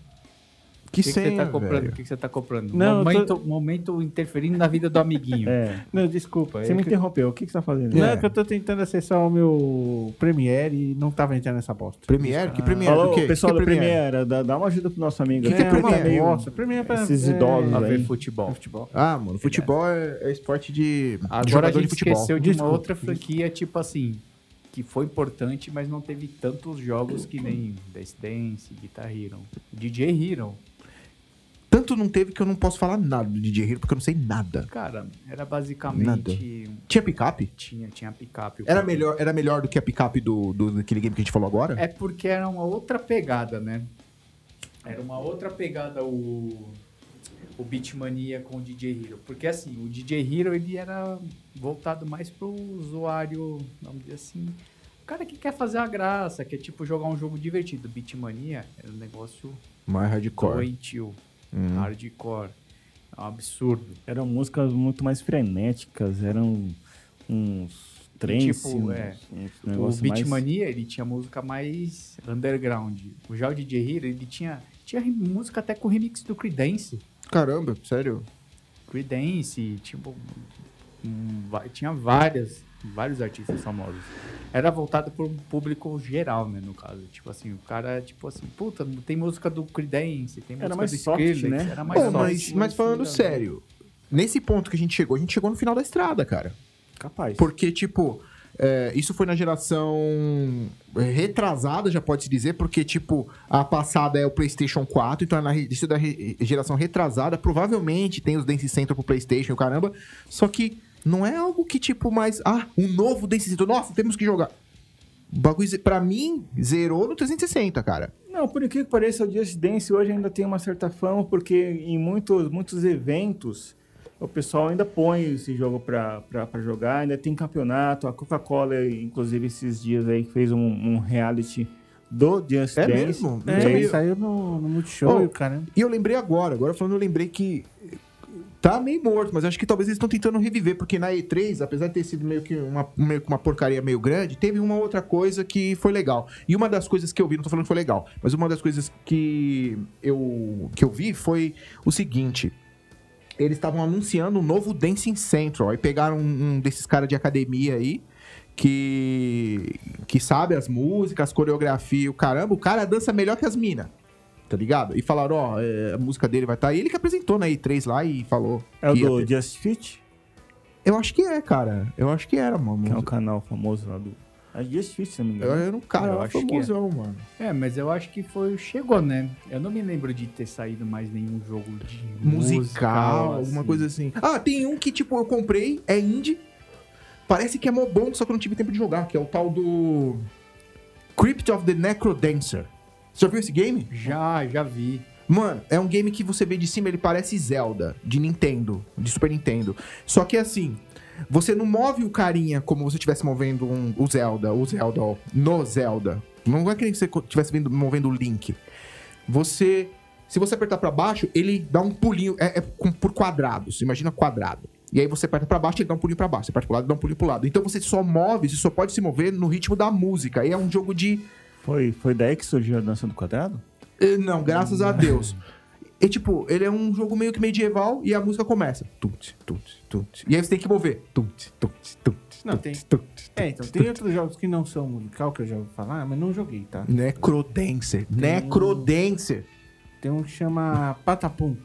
Speaker 3: Que,
Speaker 4: O que, que
Speaker 3: senha,
Speaker 4: você tá comprando?
Speaker 3: velho.
Speaker 4: O que, que você tá comprando?
Speaker 2: Não, eu
Speaker 4: momento,
Speaker 2: tô-
Speaker 4: momento interferindo na vida do amiguinho.
Speaker 1: É.
Speaker 2: Não, desculpa.
Speaker 1: Você
Speaker 2: é
Speaker 1: me
Speaker 2: que-
Speaker 1: interrompeu. O que, que você tá fazendo?
Speaker 2: Não,
Speaker 3: É.
Speaker 2: é que eu tô tentando acessar o meu Premiere e não tava entrando nessa bosta.
Speaker 3: Premiere? Que Premiere?
Speaker 1: Alô,
Speaker 3: do quê?
Speaker 1: pessoal
Speaker 3: que
Speaker 1: da
Speaker 3: Premiere?
Speaker 1: Premiere, dá, dá uma ajuda pro nosso amigo.
Speaker 3: Que
Speaker 1: aqui,
Speaker 3: que é
Speaker 1: ele tá
Speaker 3: Premiere?
Speaker 1: meio-
Speaker 2: Nossa, Premiere é pra...
Speaker 1: esses
Speaker 2: é,
Speaker 1: idosos
Speaker 4: A
Speaker 1: aí.
Speaker 4: ver futebol.
Speaker 2: Futebol.
Speaker 3: Ah, mano, futebol é, é esporte de de
Speaker 4: Agora a
Speaker 3: jogador
Speaker 4: gente
Speaker 3: de futebol.
Speaker 4: esqueceu de uma
Speaker 2: Desculpa.
Speaker 4: outra franquia, tipo assim, que foi importante, mas não teve tantos jogos que nem Dance Dance, Guitar Hero, DJ Hero.
Speaker 3: Tanto não teve que eu não posso falar nada do DJ Hero, porque eu não sei nada.
Speaker 4: Cara, era basicamente... um,
Speaker 3: Tinha picape?
Speaker 4: Tinha, tinha picape.
Speaker 3: Era melhor, era melhor do que a picape do, do, daquele game que a gente falou agora?
Speaker 4: É porque era uma outra pegada, né? Era uma outra pegada o, o Beatmania com o DJ Hero. Porque assim, o DJ Hero ele era voltado mais pro usuário, vamos dizer assim, o cara que quer fazer a graça, que é tipo jogar um jogo divertido. Beatmania era um negócio
Speaker 3: Mais hardcore.
Speaker 4: doentio,
Speaker 3: Hum.
Speaker 4: hardcore. É um absurdo.
Speaker 1: Eram músicas muito mais frenéticas, eram uns trens,
Speaker 4: Tipo,
Speaker 1: uns,
Speaker 4: é,
Speaker 1: uns
Speaker 4: o
Speaker 1: negócios Um mais...
Speaker 4: Beatmania, ele tinha música mais underground. O já o DJ Hero, ele tinha, tinha música até com remix do Creedence.
Speaker 3: Caramba, sério.
Speaker 4: Creedence, tipo, hum, va- tinha várias, vários artistas famosos. Era voltado para um público geral, né, no caso. Tipo assim, o cara, tipo assim, puta, tem música do Creedence, tem música
Speaker 1: Era mais
Speaker 4: do
Speaker 1: soft,
Speaker 4: Skrillex,
Speaker 1: né?
Speaker 4: era mais
Speaker 3: Mas, Pô,
Speaker 4: soft.
Speaker 3: mas, mas falando sério, nesse ponto que a gente chegou, a gente chegou no final da estrada, cara.
Speaker 1: Capaz.
Speaker 3: Porque, tipo, é, isso foi na geração é, retrasada, já pode-se dizer, porque, tipo, a passada é o PlayStation 4, então é na, re- isso é da re- geração retrasada. Provavelmente tem os Dance Center pro PlayStation, e o caramba. Só que não é algo que, tipo, mais. Ah, um novo Dance Center. Nossa, temos que jogar. O bagulho, ze- pra mim, zerou no 360, cara.
Speaker 1: Não, por incrível que pareça, o Just Dance hoje ainda tem uma certa fama, porque em muitos, muitos eventos o pessoal ainda põe esse jogo pra, pra, pra jogar, ainda tem campeonato. A Coca-Cola, inclusive, esses dias aí fez um, um reality do Just
Speaker 3: É
Speaker 1: Dance.
Speaker 3: mesmo?
Speaker 1: É,
Speaker 2: É,
Speaker 1: é
Speaker 2: ele
Speaker 1: isso.
Speaker 2: saiu no, no Multishow,
Speaker 3: Oh.
Speaker 2: cara.
Speaker 3: E eu lembrei agora, agora falando, eu lembrei que tá meio morto, mas acho que talvez eles estão tentando reviver, porque na E3, apesar de ter sido meio que uma, meio que uma porcaria meio grande, teve uma outra coisa que foi legal. E uma das coisas que eu vi, não tô falando que foi legal, mas uma das coisas que eu, que eu vi foi o seguinte. Eles estavam anunciando um novo Dancing Central. Aí pegaram um, um desses caras de academia aí, que, que sabe as músicas, as coreografia, o caramba, o cara dança melhor que as minas tá ligado? E falaram, ó, é, a música dele vai estar. Tá... E ele que apresentou na E3 lá e falou.
Speaker 1: É o
Speaker 3: que ia
Speaker 1: do
Speaker 3: ter-
Speaker 1: Just Fit,
Speaker 3: Eu acho que é, cara. Eu acho que era, mano.
Speaker 4: Então,
Speaker 1: que é um canal famoso lá do... É Just Fit, se não me
Speaker 3: Eu
Speaker 1: engano.
Speaker 3: era um cara
Speaker 4: Eu
Speaker 3: lá
Speaker 4: acho que
Speaker 3: famosão, mano.
Speaker 4: É, mas eu acho que foi, chegou, né? Eu não me lembro de ter saído mais nenhum jogo de
Speaker 3: Musical,
Speaker 4: musical
Speaker 3: alguma
Speaker 4: assim.
Speaker 3: coisa assim. Ah, tem um que, tipo, eu comprei, é indie. Parece que é mó bom, só que eu não tive tempo de jogar, que é o tal do. Crypt of the Necrodancer. Você já viu esse game?
Speaker 4: Já, já vi.
Speaker 3: Mano, é um game que você vê de cima, ele parece Zelda, de Nintendo, de Super Nintendo. Só que assim, você não move o carinha como você estivesse movendo um, o Zelda, o Zelda, ó, no Zelda. Não é que nem você estivesse vendo- movendo o Link. Você. Se você apertar pra baixo, ele dá um pulinho. É, é com- por quadrados. Imagina quadrado. E aí você aperta pra baixo, ele dá um pulinho pra baixo. Você aperta pro lado, ele dá um pulinho pro lado. Então você só move, você só pode se mover no ritmo da música. E é um jogo de
Speaker 1: Foi, foi daí que surgiu a dança do quadrado?
Speaker 3: eh, Não, graças a Deus. E tipo, ele é um jogo meio que medieval e a música começa. Tut, tut, tut. E aí você tem que mover. Tut, tut, tut.
Speaker 2: Não,
Speaker 3: tut,
Speaker 2: tem-
Speaker 3: tut.
Speaker 2: É, então, tem outros jogos que não são musical que eu já ouvi falar, mas não joguei, tá?
Speaker 3: Necrodancer. Necrodancer.
Speaker 2: Tem um que chama Patapum.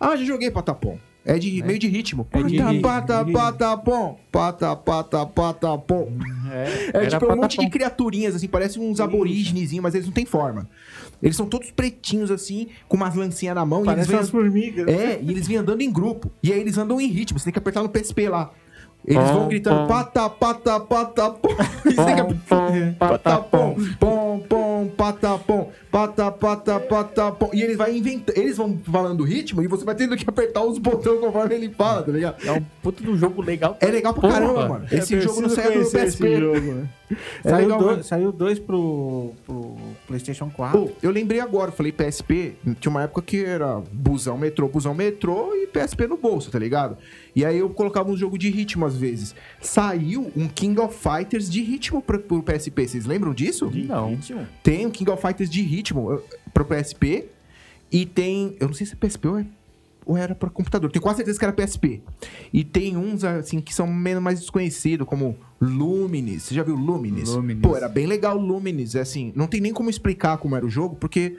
Speaker 3: Ah, já joguei patapom. É de meio de ritmo.
Speaker 4: É de
Speaker 3: Pata,
Speaker 4: ritmo, Hum,
Speaker 3: pata,
Speaker 2: de ritmo.
Speaker 3: patapom. Pata, pata, patapom. É
Speaker 4: era
Speaker 3: tipo um monte de
Speaker 4: patapom.
Speaker 3: criaturinhas, assim, parece uns aborígenezinhos, mas eles não têm forma. Eles são todos pretinhos, assim, com umas lancinhas na mão.
Speaker 2: Parece
Speaker 3: e
Speaker 2: umas
Speaker 3: eles vêm...
Speaker 2: formigas.
Speaker 3: É, e eles vêm andando em grupo. E aí eles andam em ritmo, você tem que apertar no PSP lá. Eles vão gritando pata, pata, pata, pom. E você tem que É,
Speaker 4: Pom,
Speaker 3: pata, pom, pom, pom, pata, pom, pata, pata, pata, pom. E eles, vai inventando, eles vão falando o ritmo e você vai tendo que apertar os botões conforme ele fala, tá ligado?
Speaker 4: É um puto de um jogo legal.
Speaker 3: É legal pra
Speaker 4: Porra.
Speaker 3: caramba, mano. Esse
Speaker 1: Eu
Speaker 3: jogo não
Speaker 1: É preciso
Speaker 3: saiu do
Speaker 1: conhecer esse
Speaker 3: PSP.
Speaker 1: jogo, né?
Speaker 3: É
Speaker 2: Saiu,
Speaker 3: legal,
Speaker 2: dois,
Speaker 3: mano.
Speaker 2: saiu dois pro, pro PlayStation 4.
Speaker 3: Pô, eu lembrei agora, eu falei PSP, tinha uma época que era busão, metrô, busão, metrô e PSP no bolso, tá ligado? E aí eu colocava um jogo de ritmo às vezes. Saiu um King of Fighters de ritmo pro, pro PSP, vocês lembram disso?
Speaker 4: Não.
Speaker 1: Ritmo.
Speaker 3: Tem um King of Fighters de ritmo eh, pro PSP e tem, eu não sei se é PSP ou, é- ou era pra computador, tenho quase certeza que era PSP. E tem uns assim que são menos mais desconhecidos, como Lumines. Você já viu Lumines?
Speaker 4: Lumines.
Speaker 3: Pô, era bem legal o Lumines, é assim, não tem nem como explicar como era o jogo, porque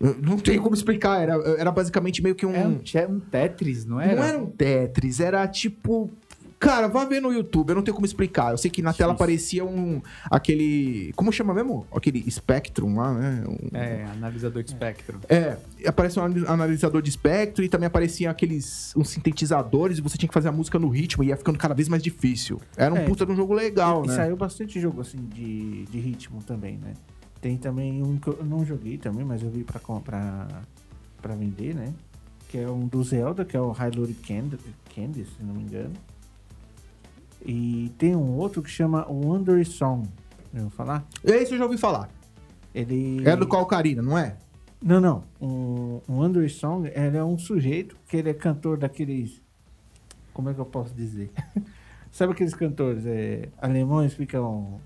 Speaker 3: eh, não tem como explicar, era, era basicamente meio que um
Speaker 4: É um, é um Tetris, não era?
Speaker 3: não era um Tetris, era tipo. Cara, vá ver no YouTube, eu não tenho como explicar. Eu sei que na tela aparecia um. aquele. Como chama mesmo? Aquele Spectrum lá, né? Um-
Speaker 4: É, analisador de espectro.
Speaker 3: é, aparecia um analis- analisador de espectro e também apareciam aqueles uns sintetizadores e você tinha que fazer a música no ritmo e ia ficando cada vez mais difícil. Era um
Speaker 2: É.
Speaker 3: puta de um jogo legal,
Speaker 2: e,
Speaker 3: né?
Speaker 2: e saiu bastante jogo assim de, de ritmo também, né? Tem também um que eu não joguei também, mas eu vi pra, com- pra, pra vender, né? Que é um do Zelda, que é o Hyrule Candy, Candy, se não me engano. E tem um outro que chama Wonder Song. Eu vou falar?
Speaker 3: Esse É eu já ouvi falar.
Speaker 2: Ele.
Speaker 3: Era do Calcarina, não é?
Speaker 2: Não, não. O, o Andrew Song ele é um sujeito que ele é cantor daqueles. Como é que eu posso dizer? sabe aqueles cantores é, alemães que ficam.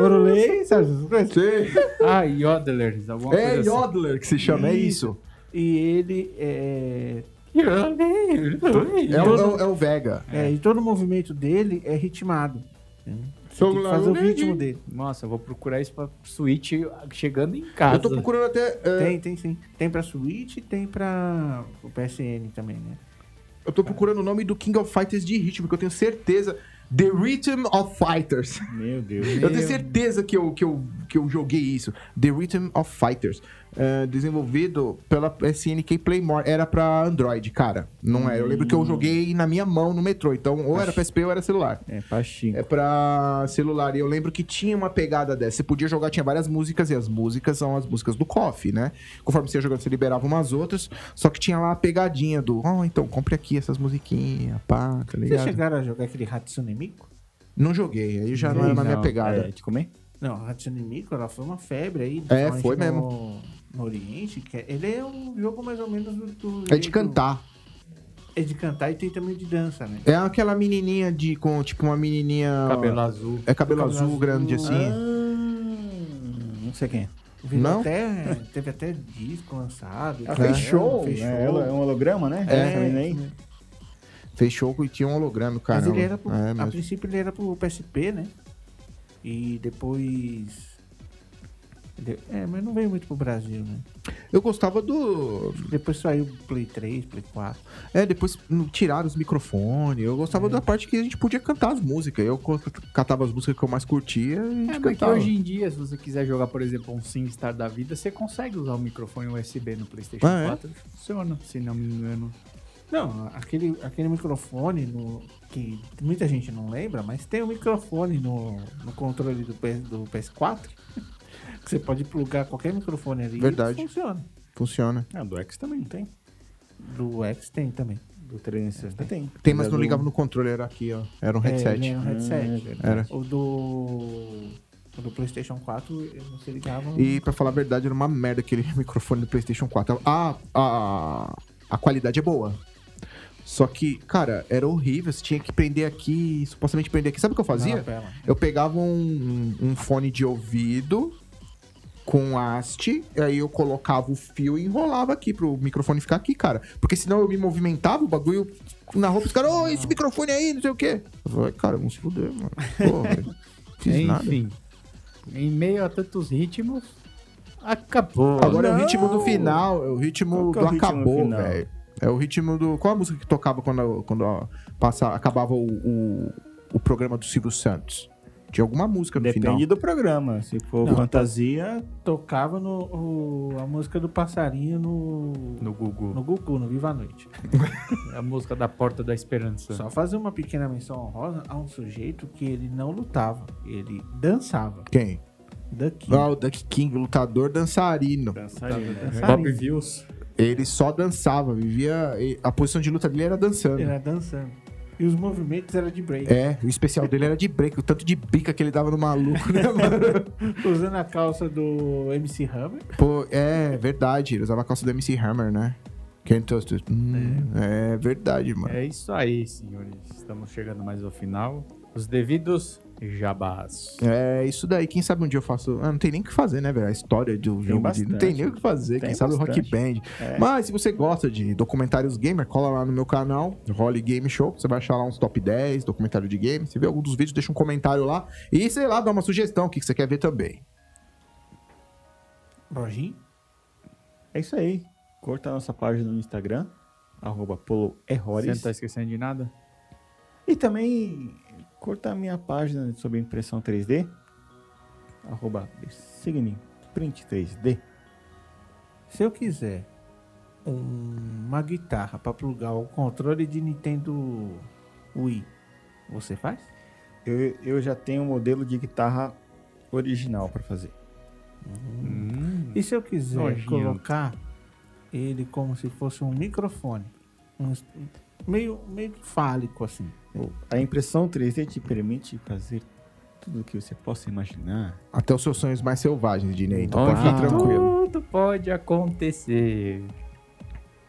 Speaker 2: Orolei, sabe essas coisas?
Speaker 3: Sim.
Speaker 4: Ah, Yodelers, alguma
Speaker 3: É
Speaker 4: coisa assim.
Speaker 3: Yodler que se chama, é isso.
Speaker 2: E ele é.
Speaker 4: Yodelers.
Speaker 3: É o, é o- é o Vega.
Speaker 2: é, E todo o movimento dele é ritmado. né? Você
Speaker 3: Sou
Speaker 2: tem que fazer o
Speaker 3: Laurel.
Speaker 2: ritmo dele.
Speaker 4: assim. Nossa, eu vou procurar isso pra Switch chegando em casa.
Speaker 3: Eu tô procurando até. é,
Speaker 2: Tem, tem sim. Tem pra Switch e tem pra o PSN também, né?
Speaker 3: Eu tô procurando o nome do King of Fighters de ritmo, que eu tenho certeza. The Rhythm of Fighters.
Speaker 1: Meu Deus.
Speaker 3: Eu tenho certeza que eu, que eu, que eu joguei isso. The Rhythm of Fighters. É, desenvolvido pela SNK Playmore. Era pra Android, cara. Não era. Eu lembro que eu joguei na minha mão no metrô. Então, ou era PSP ou era celular.
Speaker 1: É, Pachinko.
Speaker 3: É pra celular. E eu lembro que tinha uma pegada dessa. Você podia jogar, tinha várias músicas, e as músicas são as músicas do KOF, né? Conforme você ia jogando, você liberava umas outras. Só que tinha lá a pegadinha do, ó, então, compre aqui essas musiquinhas, pá, tá
Speaker 2: Vocês
Speaker 3: ligado?
Speaker 2: chegaram a jogar aquele Hatsune Miku?
Speaker 3: Não joguei, aí já não,
Speaker 1: Não, é,
Speaker 3: era na minha
Speaker 4: não,
Speaker 3: pegada.
Speaker 1: de comer?
Speaker 2: Não, a Hatsune Miku, ela foi uma febre aí.
Speaker 3: É,
Speaker 2: principalmente
Speaker 3: foi
Speaker 2: no-
Speaker 3: mesmo.
Speaker 2: No Oriente, que é- ele é um jogo mais ou menos do... do
Speaker 3: É, de
Speaker 2: jeito-
Speaker 3: cantar.
Speaker 2: É de cantar e tem também de dança, né?
Speaker 3: É aquela menininha de, com, tipo, uma menininha...
Speaker 4: Cabelo azul.
Speaker 3: É cabelo,
Speaker 2: Cabelo
Speaker 3: azul,
Speaker 2: azul.
Speaker 3: grande, assim.
Speaker 1: Ah, não sei quem é.
Speaker 2: Virou
Speaker 3: Não?
Speaker 2: Até, teve até disco lançado.
Speaker 3: Ah,
Speaker 1: Ela
Speaker 2: tá
Speaker 1: fez
Speaker 2: ligado?
Speaker 1: show.
Speaker 2: Fez show.
Speaker 1: É, ela é um holograma, né?
Speaker 2: É.
Speaker 1: Essa menina aí.
Speaker 3: Fechou e tinha um holograma, cara.
Speaker 2: mas ele era pro,
Speaker 3: É,
Speaker 2: A
Speaker 3: mas...
Speaker 2: princípio ele era pro PSP, né? E depois... ele- É, mas não veio muito pro Brasil, né?
Speaker 3: Eu gostava do...
Speaker 2: Depois saiu Play 3, Play 4.
Speaker 3: É, depois hum, tiraram os microfones. Eu gostava da parte que a gente podia cantar as músicas. Eu co- catava as músicas que eu mais curtia e a gente
Speaker 4: É, porque
Speaker 3: cantava.
Speaker 4: hoje em dia, se você quiser jogar, por exemplo, um SingStar da vida, você consegue usar o microfone USB no PlayStation
Speaker 3: Ah, é?
Speaker 4: 4. Funciona, se não me engano.
Speaker 2: Não, aquele, aquele microfone no- que muita gente não lembra, mas tem um microfone no, no controle do, PS, do PS4 que você pode plugar qualquer microfone ali
Speaker 3: Verdade.
Speaker 2: e funciona.
Speaker 3: Funciona.
Speaker 1: Ah, do X também tem.
Speaker 2: Do X tem também.
Speaker 1: Do 360 tem.
Speaker 3: Tem, mas não ligava no controle, era aqui, ó. Era um
Speaker 2: É, ele
Speaker 3: headset.
Speaker 2: é um headset.
Speaker 1: verdade.
Speaker 3: Era.
Speaker 2: o do, o do PlayStation 4 eu não se ligava.
Speaker 3: E pra falar a verdade, era uma merda aquele microfone do PlayStation 4. A, a, a qualidade é boa. Só que, cara, era horrível. Você tinha que prender aqui, supostamente prender aqui. Sabe o que eu fazia?
Speaker 2: lapela.
Speaker 3: Eu pegava um, um fone de ouvido com haste, aí eu colocava o fio e enrolava aqui pro microfone ficar aqui, cara. Porque senão eu me movimentava, o bagulho na roupa, os caras, ô, esse microfone aí, não sei o quê. Eu falei, cara, vamos se fuder, mano. Porra, velho. fiz nada.
Speaker 4: Enfim, em meio a tantos ritmos, acabou.
Speaker 3: Agora é o
Speaker 1: Não.
Speaker 3: ritmo do final, é o
Speaker 1: Qual
Speaker 3: ritmo
Speaker 1: que
Speaker 3: do
Speaker 1: é o ritmo
Speaker 3: acabou,
Speaker 1: final?
Speaker 3: velho. É o ritmo do. Qual a música que tocava quando, quando ó, passa, acabava o, o, o programa do Silvio Santos? Tinha alguma música no
Speaker 1: Depende
Speaker 3: final.
Speaker 1: do programa. Se for
Speaker 2: Não,
Speaker 1: fantasia,
Speaker 2: Tocava no, o- a música do passarinho no,
Speaker 4: No Google. É
Speaker 2: no Gugu, no Viva a Noite.
Speaker 4: A música da Porta da Esperança.
Speaker 2: Só fazer uma pequena menção honrosa a um sujeito que ele não lutava, ele dançava.
Speaker 3: Quem?
Speaker 2: Daqui.
Speaker 3: Ah, o Duck King, lutador dançarino.
Speaker 1: dançarina.
Speaker 4: Tá, Bob
Speaker 2: dançarino.
Speaker 4: Views.
Speaker 3: Ele só dançava, vivia. e A posição de luta dele era dançando.
Speaker 2: Ele era dançando. E os movimentos eram de break.
Speaker 3: É, o especial dele era de break, o tanto de bica que ele dava no maluco, né, mano?
Speaker 2: Usando a calça do MC Hammer.
Speaker 3: Pô, é verdade, ele usava a calça do MC Hammer, né? Can't touch it. Hum, é. verdade, mano.
Speaker 4: É isso aí, senhores. Estamos chegando mais ao final. Os devidos jabás.
Speaker 3: É isso daí, quem sabe um dia eu faço. Ah, não tem nem o que fazer, né, velho? A história do jogo de. Não
Speaker 1: bastante.
Speaker 3: tem nem o que fazer,
Speaker 1: Tem É.
Speaker 3: quem sabe o Rock Band. Mas se você gosta de documentários gamer, cola lá no meu canal, Holly Game Show. Você vai achar lá uns top 10, documentário de game. Se vê algum dos vídeos, deixa um comentário lá. E sei lá, dá uma sugestão, o que que você quer ver também.
Speaker 2: Lojinho.
Speaker 1: É isso aí. Curta a nossa página no Instagram, arroba poloerrores.
Speaker 4: Você não tá esquecendo de nada?
Speaker 1: E também curta a minha página sobre impressão 3D, arroba Print 3D.
Speaker 2: Se eu quiser um- uma guitarra pra plugar o controle de Nintendo Wii, você faz?
Speaker 1: Eu, eu já tenho um modelo de guitarra original pra fazer.
Speaker 4: Hum.
Speaker 2: E se eu quiser
Speaker 4: Nojento.
Speaker 2: colocar ele como se fosse um microfone? Um es- meio, meio fálico assim.
Speaker 1: A impressão 3D te permite fazer tudo o que você possa imaginar.
Speaker 3: Até os seus sonhos mais selvagens, Dinei. Então
Speaker 4: Onde
Speaker 3: pode ficar tranquilo.
Speaker 4: tudo pode acontecer.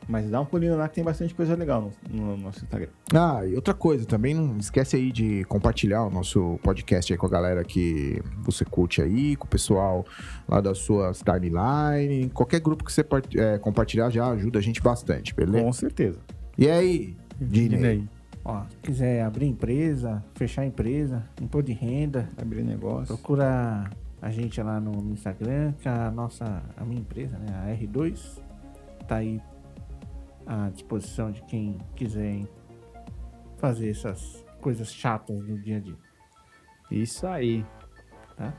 Speaker 1: Mas dá um pulinho lá que tem bastante coisa legal no, no nosso Instagram.
Speaker 3: Ah, e outra coisa, também não esquece aí de compartilhar o nosso podcast aí com a galera que você curte aí, com o pessoal lá das suas timeline. Qualquer grupo que você part- eh, compartilhar já ajuda a gente bastante, beleza?
Speaker 1: Com certeza.
Speaker 3: E aí, Dinei?
Speaker 4: Dinei.
Speaker 2: Ó, se quiser abrir empresa, fechar empresa, impor de renda,
Speaker 1: Abrir negócio.
Speaker 2: Procura a gente lá no no Instagram, que a nossa, a minha empresa, né, a R2, tá aí à disposição de quem quiser fazer essas coisas chatas no dia a dia.
Speaker 4: Isso aí. Tá?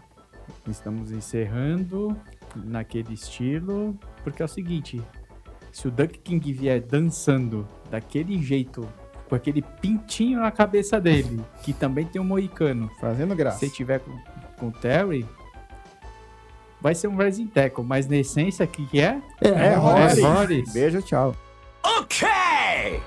Speaker 4: Estamos encerrando naquele estilo, porque é o seguinte: se o Duck King vier dançando daquele jeito, com aquele pintinho na cabeça dele, que também tem um moicano,
Speaker 1: Fazendo graça.
Speaker 4: se tiver com, com o Terry, vai ser um Rising Tackle, mas na essência, o que, que é?
Speaker 1: É,
Speaker 4: Rollins.
Speaker 1: Beijo, tchau.
Speaker 5: Okay!